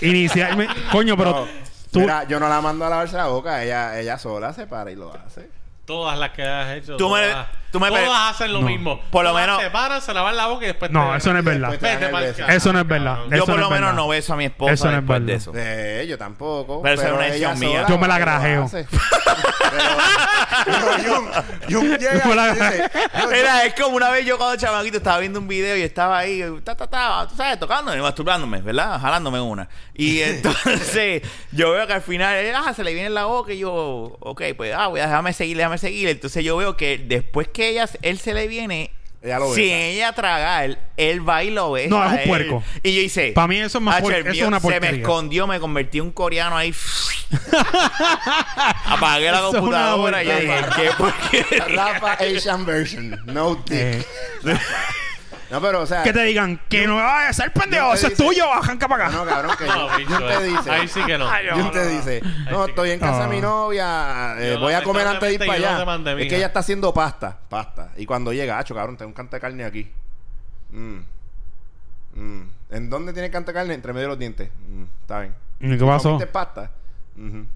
[SPEAKER 2] Iniciarme. Coño, pero tú.
[SPEAKER 1] Mira, yo no la mando a lavarse la boca, ella, ella sola se para y lo hace.
[SPEAKER 3] Todas las que has hecho.
[SPEAKER 4] Tú me-
[SPEAKER 3] todas,
[SPEAKER 4] tú me-
[SPEAKER 3] todas hacen lo
[SPEAKER 2] No.
[SPEAKER 3] mismo.
[SPEAKER 4] Por lo
[SPEAKER 3] Todas
[SPEAKER 4] menos-
[SPEAKER 3] Se paran, se lavan la boca y después.
[SPEAKER 2] No, eso no es verdad.
[SPEAKER 4] Pues,
[SPEAKER 1] Después te dan
[SPEAKER 3] Vete
[SPEAKER 1] el
[SPEAKER 3] pa'l
[SPEAKER 1] beso.
[SPEAKER 3] carajo.
[SPEAKER 2] Eso no es verdad.
[SPEAKER 3] Cabrón.
[SPEAKER 4] Yo
[SPEAKER 2] Eso
[SPEAKER 4] por
[SPEAKER 2] no
[SPEAKER 4] lo
[SPEAKER 2] es
[SPEAKER 4] menos
[SPEAKER 2] verdad.
[SPEAKER 4] no beso a mi esposa
[SPEAKER 2] Eso no es
[SPEAKER 4] después de
[SPEAKER 2] verdad.
[SPEAKER 4] eso.
[SPEAKER 1] Eh, yo tampoco.
[SPEAKER 4] Pero esa es una
[SPEAKER 1] ella
[SPEAKER 4] decisión mía.
[SPEAKER 1] sola
[SPEAKER 2] Yo me la
[SPEAKER 1] lo
[SPEAKER 2] grajeo.
[SPEAKER 1] hace. Pero, pero Jung, Jung llega
[SPEAKER 2] Yo me la
[SPEAKER 1] y dice,
[SPEAKER 4] Mira, es como una vez yo cuando chamaquito estaba viendo un video y estaba ahí, ta, ta, ta, tú sabes, tocándome, masturbándome, ¿verdad? Jalándome una. Y entonces yo veo que al final, eh, ah, se le viene en la boca y yo, ok, pues, ah, voy a déjame seguir, déjame seguir. Entonces yo veo que después que ella, él se le viene,
[SPEAKER 1] Ella lo
[SPEAKER 4] sin
[SPEAKER 1] besa.
[SPEAKER 4] ella tragar, él va y lo besa.
[SPEAKER 2] No, es un
[SPEAKER 4] a él.
[SPEAKER 2] puerco.
[SPEAKER 4] Y yo hice,
[SPEAKER 2] Pa' mí eso es más
[SPEAKER 4] "Acho,
[SPEAKER 2] puer-
[SPEAKER 4] el
[SPEAKER 2] eso es
[SPEAKER 4] mío
[SPEAKER 2] una
[SPEAKER 4] Se me
[SPEAKER 2] porquería".
[SPEAKER 4] escondió, me convertí en un coreano ahí. Apagué la
[SPEAKER 2] Eso es una
[SPEAKER 4] computadora y yo dije,
[SPEAKER 1] porquería.
[SPEAKER 4] ¿qué porquería?
[SPEAKER 1] Rafa Asian version, no dick.
[SPEAKER 2] Eh,
[SPEAKER 1] No, pero o sea,
[SPEAKER 2] que te digan que no vayas a ser pendejo,
[SPEAKER 1] Yo te
[SPEAKER 2] eso es
[SPEAKER 1] dice-
[SPEAKER 2] tuyo, arranca para acá.
[SPEAKER 1] no, cabrón, que
[SPEAKER 3] No,
[SPEAKER 1] Jung
[SPEAKER 3] bicho, eh.
[SPEAKER 1] Jung te dice.
[SPEAKER 3] Ahí sí que no.
[SPEAKER 2] Ay,
[SPEAKER 1] Jun
[SPEAKER 2] no,
[SPEAKER 1] te
[SPEAKER 2] no.
[SPEAKER 1] dice,
[SPEAKER 3] Ahí
[SPEAKER 1] no,
[SPEAKER 3] sí.
[SPEAKER 1] estoy en casa
[SPEAKER 2] Ah.
[SPEAKER 1] de mi novia, eh,
[SPEAKER 3] Yo
[SPEAKER 1] voy a comer antes de ir
[SPEAKER 3] lamentablemente
[SPEAKER 1] para
[SPEAKER 3] yo no te mandé,
[SPEAKER 1] allá. Es
[SPEAKER 3] mija.
[SPEAKER 1] que ella está haciendo pasta, pasta. Y cuando llega, acho, cabrón, tengo un cante de carne aquí. Mm. Mm. ¿En dónde tiene cante de carne? Entre medio de los dientes. Mm, Está bien.
[SPEAKER 2] ¿Y ¿Qué pasó?
[SPEAKER 1] ¿Comiste pasta? Ujú.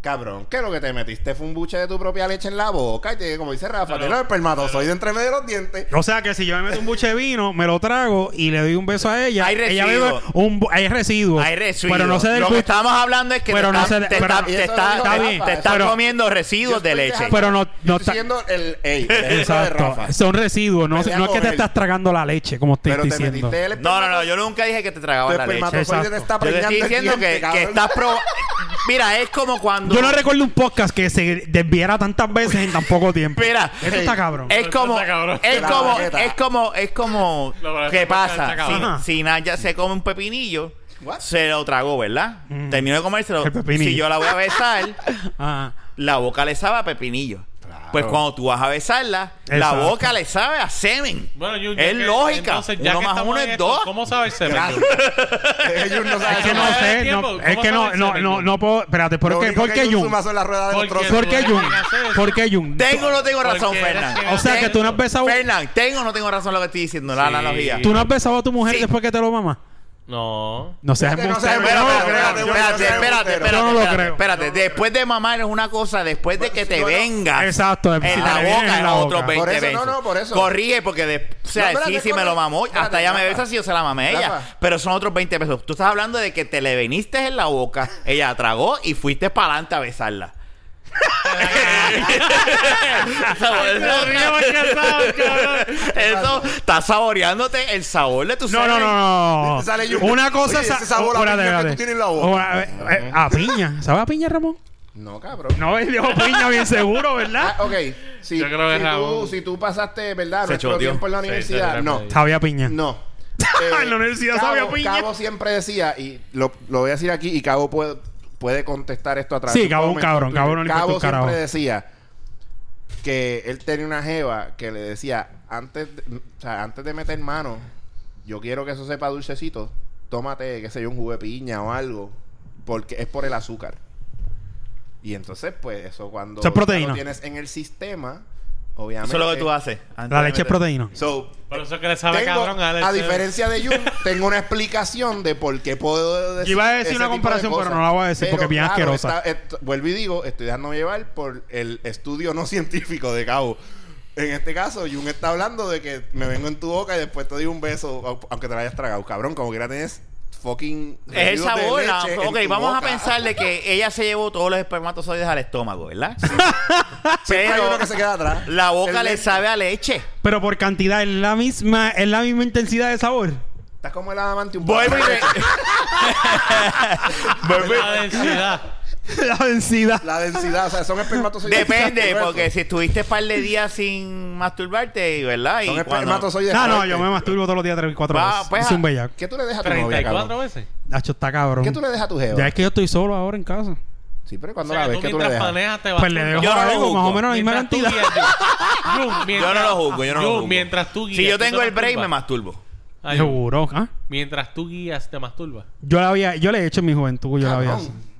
[SPEAKER 1] Cabrón, que lo que te metiste fue un buche de tu propia leche en la boca y te, como dice Rafa, te lo espermatozoide entre medio de los dientes.
[SPEAKER 2] O sea que si yo me meto un buche de vino, me lo trago y le doy un beso a ella.
[SPEAKER 4] Hay
[SPEAKER 2] ella
[SPEAKER 4] residuos.
[SPEAKER 2] bebe un bu- hay residuos.
[SPEAKER 4] Hay residuos.
[SPEAKER 2] Pero no sé del
[SPEAKER 4] Lo que
[SPEAKER 2] buche-
[SPEAKER 4] estábamos hablando es que
[SPEAKER 2] Pero
[SPEAKER 4] te
[SPEAKER 2] no
[SPEAKER 4] estás-
[SPEAKER 2] sé de-
[SPEAKER 4] te
[SPEAKER 2] pero-
[SPEAKER 4] estás-
[SPEAKER 1] Y
[SPEAKER 4] te
[SPEAKER 1] eso
[SPEAKER 4] estás-
[SPEAKER 1] lo dijo
[SPEAKER 4] te
[SPEAKER 1] Rafa,
[SPEAKER 4] estás
[SPEAKER 1] eso lo dijo.
[SPEAKER 4] comiendo
[SPEAKER 1] Yo
[SPEAKER 4] residuos
[SPEAKER 1] estoy
[SPEAKER 4] de leche.
[SPEAKER 1] dejando-
[SPEAKER 2] Pero no, no
[SPEAKER 1] Yo
[SPEAKER 2] está-
[SPEAKER 1] estoy siendo el ey, el ejemplo de
[SPEAKER 2] Exacto.
[SPEAKER 1] Rafa.
[SPEAKER 2] Son residuos. No,
[SPEAKER 1] Pelea
[SPEAKER 2] no es que
[SPEAKER 1] con
[SPEAKER 2] te
[SPEAKER 1] él.
[SPEAKER 2] estás tragando la leche, como estoy
[SPEAKER 1] Pero te
[SPEAKER 2] diciendo.
[SPEAKER 1] metiste el
[SPEAKER 4] No, no,
[SPEAKER 1] espermatozoide.
[SPEAKER 4] no. Yo nunca dije que te tragabas
[SPEAKER 1] Tu
[SPEAKER 4] la leche.
[SPEAKER 1] espermatozoide
[SPEAKER 2] Exacto.
[SPEAKER 1] te está
[SPEAKER 4] Yo te
[SPEAKER 1] preñando
[SPEAKER 4] estoy
[SPEAKER 1] el
[SPEAKER 4] diciendo
[SPEAKER 1] diente,
[SPEAKER 4] que, que
[SPEAKER 1] cabrón.
[SPEAKER 4] estás probando. Mira, es como cuando.
[SPEAKER 2] Yo no recuerdo un podcast que se desviara tantas veces en tan poco tiempo.
[SPEAKER 4] Mira,
[SPEAKER 2] Esto está cabrón.
[SPEAKER 4] Es como,
[SPEAKER 3] Está cabrón.
[SPEAKER 4] es
[SPEAKER 1] La
[SPEAKER 4] como,
[SPEAKER 1] baqueta.
[SPEAKER 4] es como, es como,
[SPEAKER 3] No, pero
[SPEAKER 4] ¿qué
[SPEAKER 3] eso
[SPEAKER 4] pasa?
[SPEAKER 3] está
[SPEAKER 4] Si,
[SPEAKER 2] cabrón.
[SPEAKER 4] si Naya se come un pepinillo,
[SPEAKER 1] What?
[SPEAKER 4] se lo tragó, ¿verdad? Terminó de comérselo.
[SPEAKER 2] Mm. El pepinillo.
[SPEAKER 4] Si yo la voy a besar,
[SPEAKER 2] Ah.
[SPEAKER 4] la boca le sabe a pepinillo. Pues cuando tú vas a besarla, la
[SPEAKER 2] Exacto.
[SPEAKER 4] boca le sabe a semen.
[SPEAKER 3] Bueno, Jun, ya
[SPEAKER 4] es
[SPEAKER 3] que-
[SPEAKER 4] lógica.
[SPEAKER 3] entonces, ya
[SPEAKER 4] uno
[SPEAKER 3] que
[SPEAKER 4] más
[SPEAKER 3] estamos
[SPEAKER 4] uno
[SPEAKER 3] en
[SPEAKER 4] es
[SPEAKER 3] esto,
[SPEAKER 4] dos.
[SPEAKER 3] ¿Cómo sabes ese
[SPEAKER 1] Gracias. Ellos no saben
[SPEAKER 2] Es que no
[SPEAKER 1] cómo-
[SPEAKER 2] sé, no, es que no, no, no, no puedo. Espérate, ¿por
[SPEAKER 1] Lo
[SPEAKER 2] qué,
[SPEAKER 1] único
[SPEAKER 2] ¿por
[SPEAKER 1] que
[SPEAKER 2] qué
[SPEAKER 1] ellos
[SPEAKER 2] Jun?
[SPEAKER 1] suman son las ruedas de los
[SPEAKER 3] ¿Por qué?
[SPEAKER 1] trozos.
[SPEAKER 2] ¿Por qué Jun? ¿Por qué Jun?
[SPEAKER 4] Tengo o no tengo razón,
[SPEAKER 3] Porque eres
[SPEAKER 4] Fernan.
[SPEAKER 3] que-
[SPEAKER 2] O sea que tú no has besado,
[SPEAKER 4] Fernan, tengo o no tengo razón lo que estoy diciendo, la
[SPEAKER 3] Sí.
[SPEAKER 4] analogía.
[SPEAKER 2] tú no has besado a tu mujer
[SPEAKER 4] Sí.
[SPEAKER 2] después que te lo mamas.
[SPEAKER 3] No.
[SPEAKER 2] No seas
[SPEAKER 1] Ya que no
[SPEAKER 2] embustero.
[SPEAKER 1] seas
[SPEAKER 2] No,
[SPEAKER 1] embustero,
[SPEAKER 2] creo.
[SPEAKER 4] espérate,
[SPEAKER 1] creo, yo no
[SPEAKER 4] espérate,
[SPEAKER 1] creo,
[SPEAKER 4] espérate,
[SPEAKER 1] pero-
[SPEAKER 4] espérate,
[SPEAKER 2] Yo no lo
[SPEAKER 4] espérate,
[SPEAKER 2] creo.
[SPEAKER 4] espérate. Después de mamar es una cosa, después de que te
[SPEAKER 1] yo no-
[SPEAKER 4] vengas.
[SPEAKER 2] Exacto, si
[SPEAKER 4] En
[SPEAKER 2] te
[SPEAKER 4] la
[SPEAKER 2] viene
[SPEAKER 4] boca
[SPEAKER 2] en
[SPEAKER 4] es
[SPEAKER 2] la
[SPEAKER 4] otro
[SPEAKER 2] boca.
[SPEAKER 4] 20
[SPEAKER 1] Por eso,
[SPEAKER 4] besos.
[SPEAKER 1] no, no, por eso.
[SPEAKER 4] Corrige porque de, o sea,
[SPEAKER 1] No, espérate,
[SPEAKER 4] sí, sí me
[SPEAKER 1] corre.
[SPEAKER 4] lo mamó,
[SPEAKER 1] Espérate,
[SPEAKER 4] hasta ella me
[SPEAKER 1] Rafa.
[SPEAKER 4] besa si yo se la mamé a ella,
[SPEAKER 1] Rafa.
[SPEAKER 4] pero son otros 20 besos. Tú estás hablando de que te le veniste en la boca, ella tragó y fuiste para adelante a besarla. Eso está saboreándote el sabor de tu
[SPEAKER 2] No, no,
[SPEAKER 4] semen.
[SPEAKER 2] no, no.
[SPEAKER 1] Sale Jun.
[SPEAKER 2] Una cosa
[SPEAKER 1] Oye,
[SPEAKER 2] es eh,
[SPEAKER 1] ese sabor a piña que tú tienes en la boca.
[SPEAKER 2] a piña. ¿Sabe a piña, Ramón?
[SPEAKER 1] No, cabrón.
[SPEAKER 2] No, él dijo piña bien seguro, ¿verdad?
[SPEAKER 1] Ah, ok. Si,
[SPEAKER 3] Yo creo que
[SPEAKER 1] si tú,
[SPEAKER 3] Ramón-
[SPEAKER 1] si tú pasaste, ¿verdad?
[SPEAKER 4] Se
[SPEAKER 1] Nuestro
[SPEAKER 4] choteó.
[SPEAKER 1] tiempo en la
[SPEAKER 3] Sí,
[SPEAKER 1] universidad,
[SPEAKER 3] se-
[SPEAKER 1] no.
[SPEAKER 3] se-
[SPEAKER 2] Sabía piña. Ah,
[SPEAKER 1] No. eh,
[SPEAKER 2] En la universidad
[SPEAKER 1] Cabo,
[SPEAKER 2] sabía piña.
[SPEAKER 1] Cabo siempre decía, y lo, lo voy a decir aquí, y Cabo puede, puede contestar esto a través
[SPEAKER 2] Sí,
[SPEAKER 1] de
[SPEAKER 2] Cabo un
[SPEAKER 1] comments
[SPEAKER 2] cabrón,
[SPEAKER 1] en Twitter.
[SPEAKER 2] Cabo no le importa
[SPEAKER 1] Cabo
[SPEAKER 2] un
[SPEAKER 1] siempre
[SPEAKER 2] carajo.
[SPEAKER 1] decía que él tenía una jeva que le decía, antes de, o sea, antes de meter mano, yo quiero que eso sepa dulcecito, tómate, qué sé yo, un jugo de piña o algo, porque es por el azúcar. Y entonces, pues, eso cuando
[SPEAKER 2] Eso
[SPEAKER 1] ya
[SPEAKER 2] es proteína.
[SPEAKER 1] lo tienes en el sistema, obviamente...
[SPEAKER 4] Eso es lo que tú haces. antes
[SPEAKER 2] La
[SPEAKER 4] de
[SPEAKER 2] leche es
[SPEAKER 4] meter-
[SPEAKER 2] proteína.
[SPEAKER 1] So,
[SPEAKER 3] Por eso es que le sabe
[SPEAKER 1] tengo-
[SPEAKER 3] cabrón
[SPEAKER 4] eh.
[SPEAKER 3] a Alex.
[SPEAKER 1] a diferencia de Jun, tengo una explicación de por qué puedo decir.
[SPEAKER 2] Iba a decir
[SPEAKER 1] ese
[SPEAKER 2] una
[SPEAKER 1] tipo de
[SPEAKER 2] comparación, pero
[SPEAKER 1] cosas.
[SPEAKER 2] no la voy a decir porque es bien asquerosa.
[SPEAKER 1] está- est- vuelvo y digo, estoy dejando llevar por el estudio no científico de Cabo. En este caso, Jun está hablando de que me vengo en tu boca y después te doy un beso, au- aunque te lo hayas tragado. Cabrón, como quiera tienes fucking.
[SPEAKER 4] Es el
[SPEAKER 1] residuos de
[SPEAKER 4] sabor. ah,
[SPEAKER 1] leche en
[SPEAKER 4] ok,
[SPEAKER 1] tu
[SPEAKER 4] vamos
[SPEAKER 1] boca.
[SPEAKER 4] a pensar de que ella se llevó todos los espermatozoides al estómago, ¿verdad?
[SPEAKER 1] Siempre hay
[SPEAKER 4] pero-
[SPEAKER 1] uno que se queda atrás.
[SPEAKER 4] La boca
[SPEAKER 1] El
[SPEAKER 4] le
[SPEAKER 1] leche.
[SPEAKER 4] sabe a leche.
[SPEAKER 2] Pero por cantidad, es la misma, es la misma intensidad de sabor.
[SPEAKER 1] Estás como el amante un
[SPEAKER 4] Vuelvo y re- Vuelvo
[SPEAKER 3] La
[SPEAKER 4] y-
[SPEAKER 3] densidad.
[SPEAKER 2] la densidad.
[SPEAKER 1] La densidad, o sea, son espermatozoides.
[SPEAKER 4] Depende,
[SPEAKER 1] gruesos.
[SPEAKER 4] porque si estuviste un par de días sin masturbarte, ¿verdad? Y
[SPEAKER 1] Son
[SPEAKER 4] cuando-
[SPEAKER 1] espermatozoides.
[SPEAKER 2] No, no,
[SPEAKER 1] fuertes.
[SPEAKER 2] yo me masturbo todos los días tres y cuatro
[SPEAKER 4] Va,
[SPEAKER 2] veces.
[SPEAKER 4] pues,
[SPEAKER 2] es un
[SPEAKER 4] ah,
[SPEAKER 2] bellaco.
[SPEAKER 1] ¿Qué tú le dejas a tu novia, cabrón?
[SPEAKER 3] 34 veces.
[SPEAKER 2] Nacho está cabrón.
[SPEAKER 1] ¿Qué tú le dejas a tu jeva?
[SPEAKER 2] Ya es que yo estoy solo ahora en casa.
[SPEAKER 1] Sí, pero
[SPEAKER 3] O
[SPEAKER 1] cuando
[SPEAKER 3] sea,
[SPEAKER 1] la
[SPEAKER 3] tú
[SPEAKER 1] ves, ¿qué tú le
[SPEAKER 3] mientras
[SPEAKER 1] dejas?
[SPEAKER 3] paneas te vas
[SPEAKER 2] Pues le
[SPEAKER 3] tú-
[SPEAKER 2] dejo
[SPEAKER 4] Yo no
[SPEAKER 2] ahora
[SPEAKER 4] lo
[SPEAKER 2] como más o
[SPEAKER 4] juzgo.
[SPEAKER 2] menos la misma
[SPEAKER 3] Mientras tú
[SPEAKER 2] cantidad.
[SPEAKER 3] guías, Jun. Jun,
[SPEAKER 4] Yo
[SPEAKER 3] mientras-
[SPEAKER 4] no lo juzgo, yo no lo
[SPEAKER 3] Jun,
[SPEAKER 4] juzgo.
[SPEAKER 3] mientras tú guías.
[SPEAKER 4] Si yo
[SPEAKER 3] tú te
[SPEAKER 4] tengo el break, me
[SPEAKER 3] masturbas.
[SPEAKER 4] masturbo.
[SPEAKER 3] Ay, Jun,
[SPEAKER 2] Seguro, ¿ah?
[SPEAKER 3] Mientras tú guías, te masturbas.
[SPEAKER 2] Yo la había, yo le he hecho en mi juventud, yo la había.
[SPEAKER 1] Cabrón.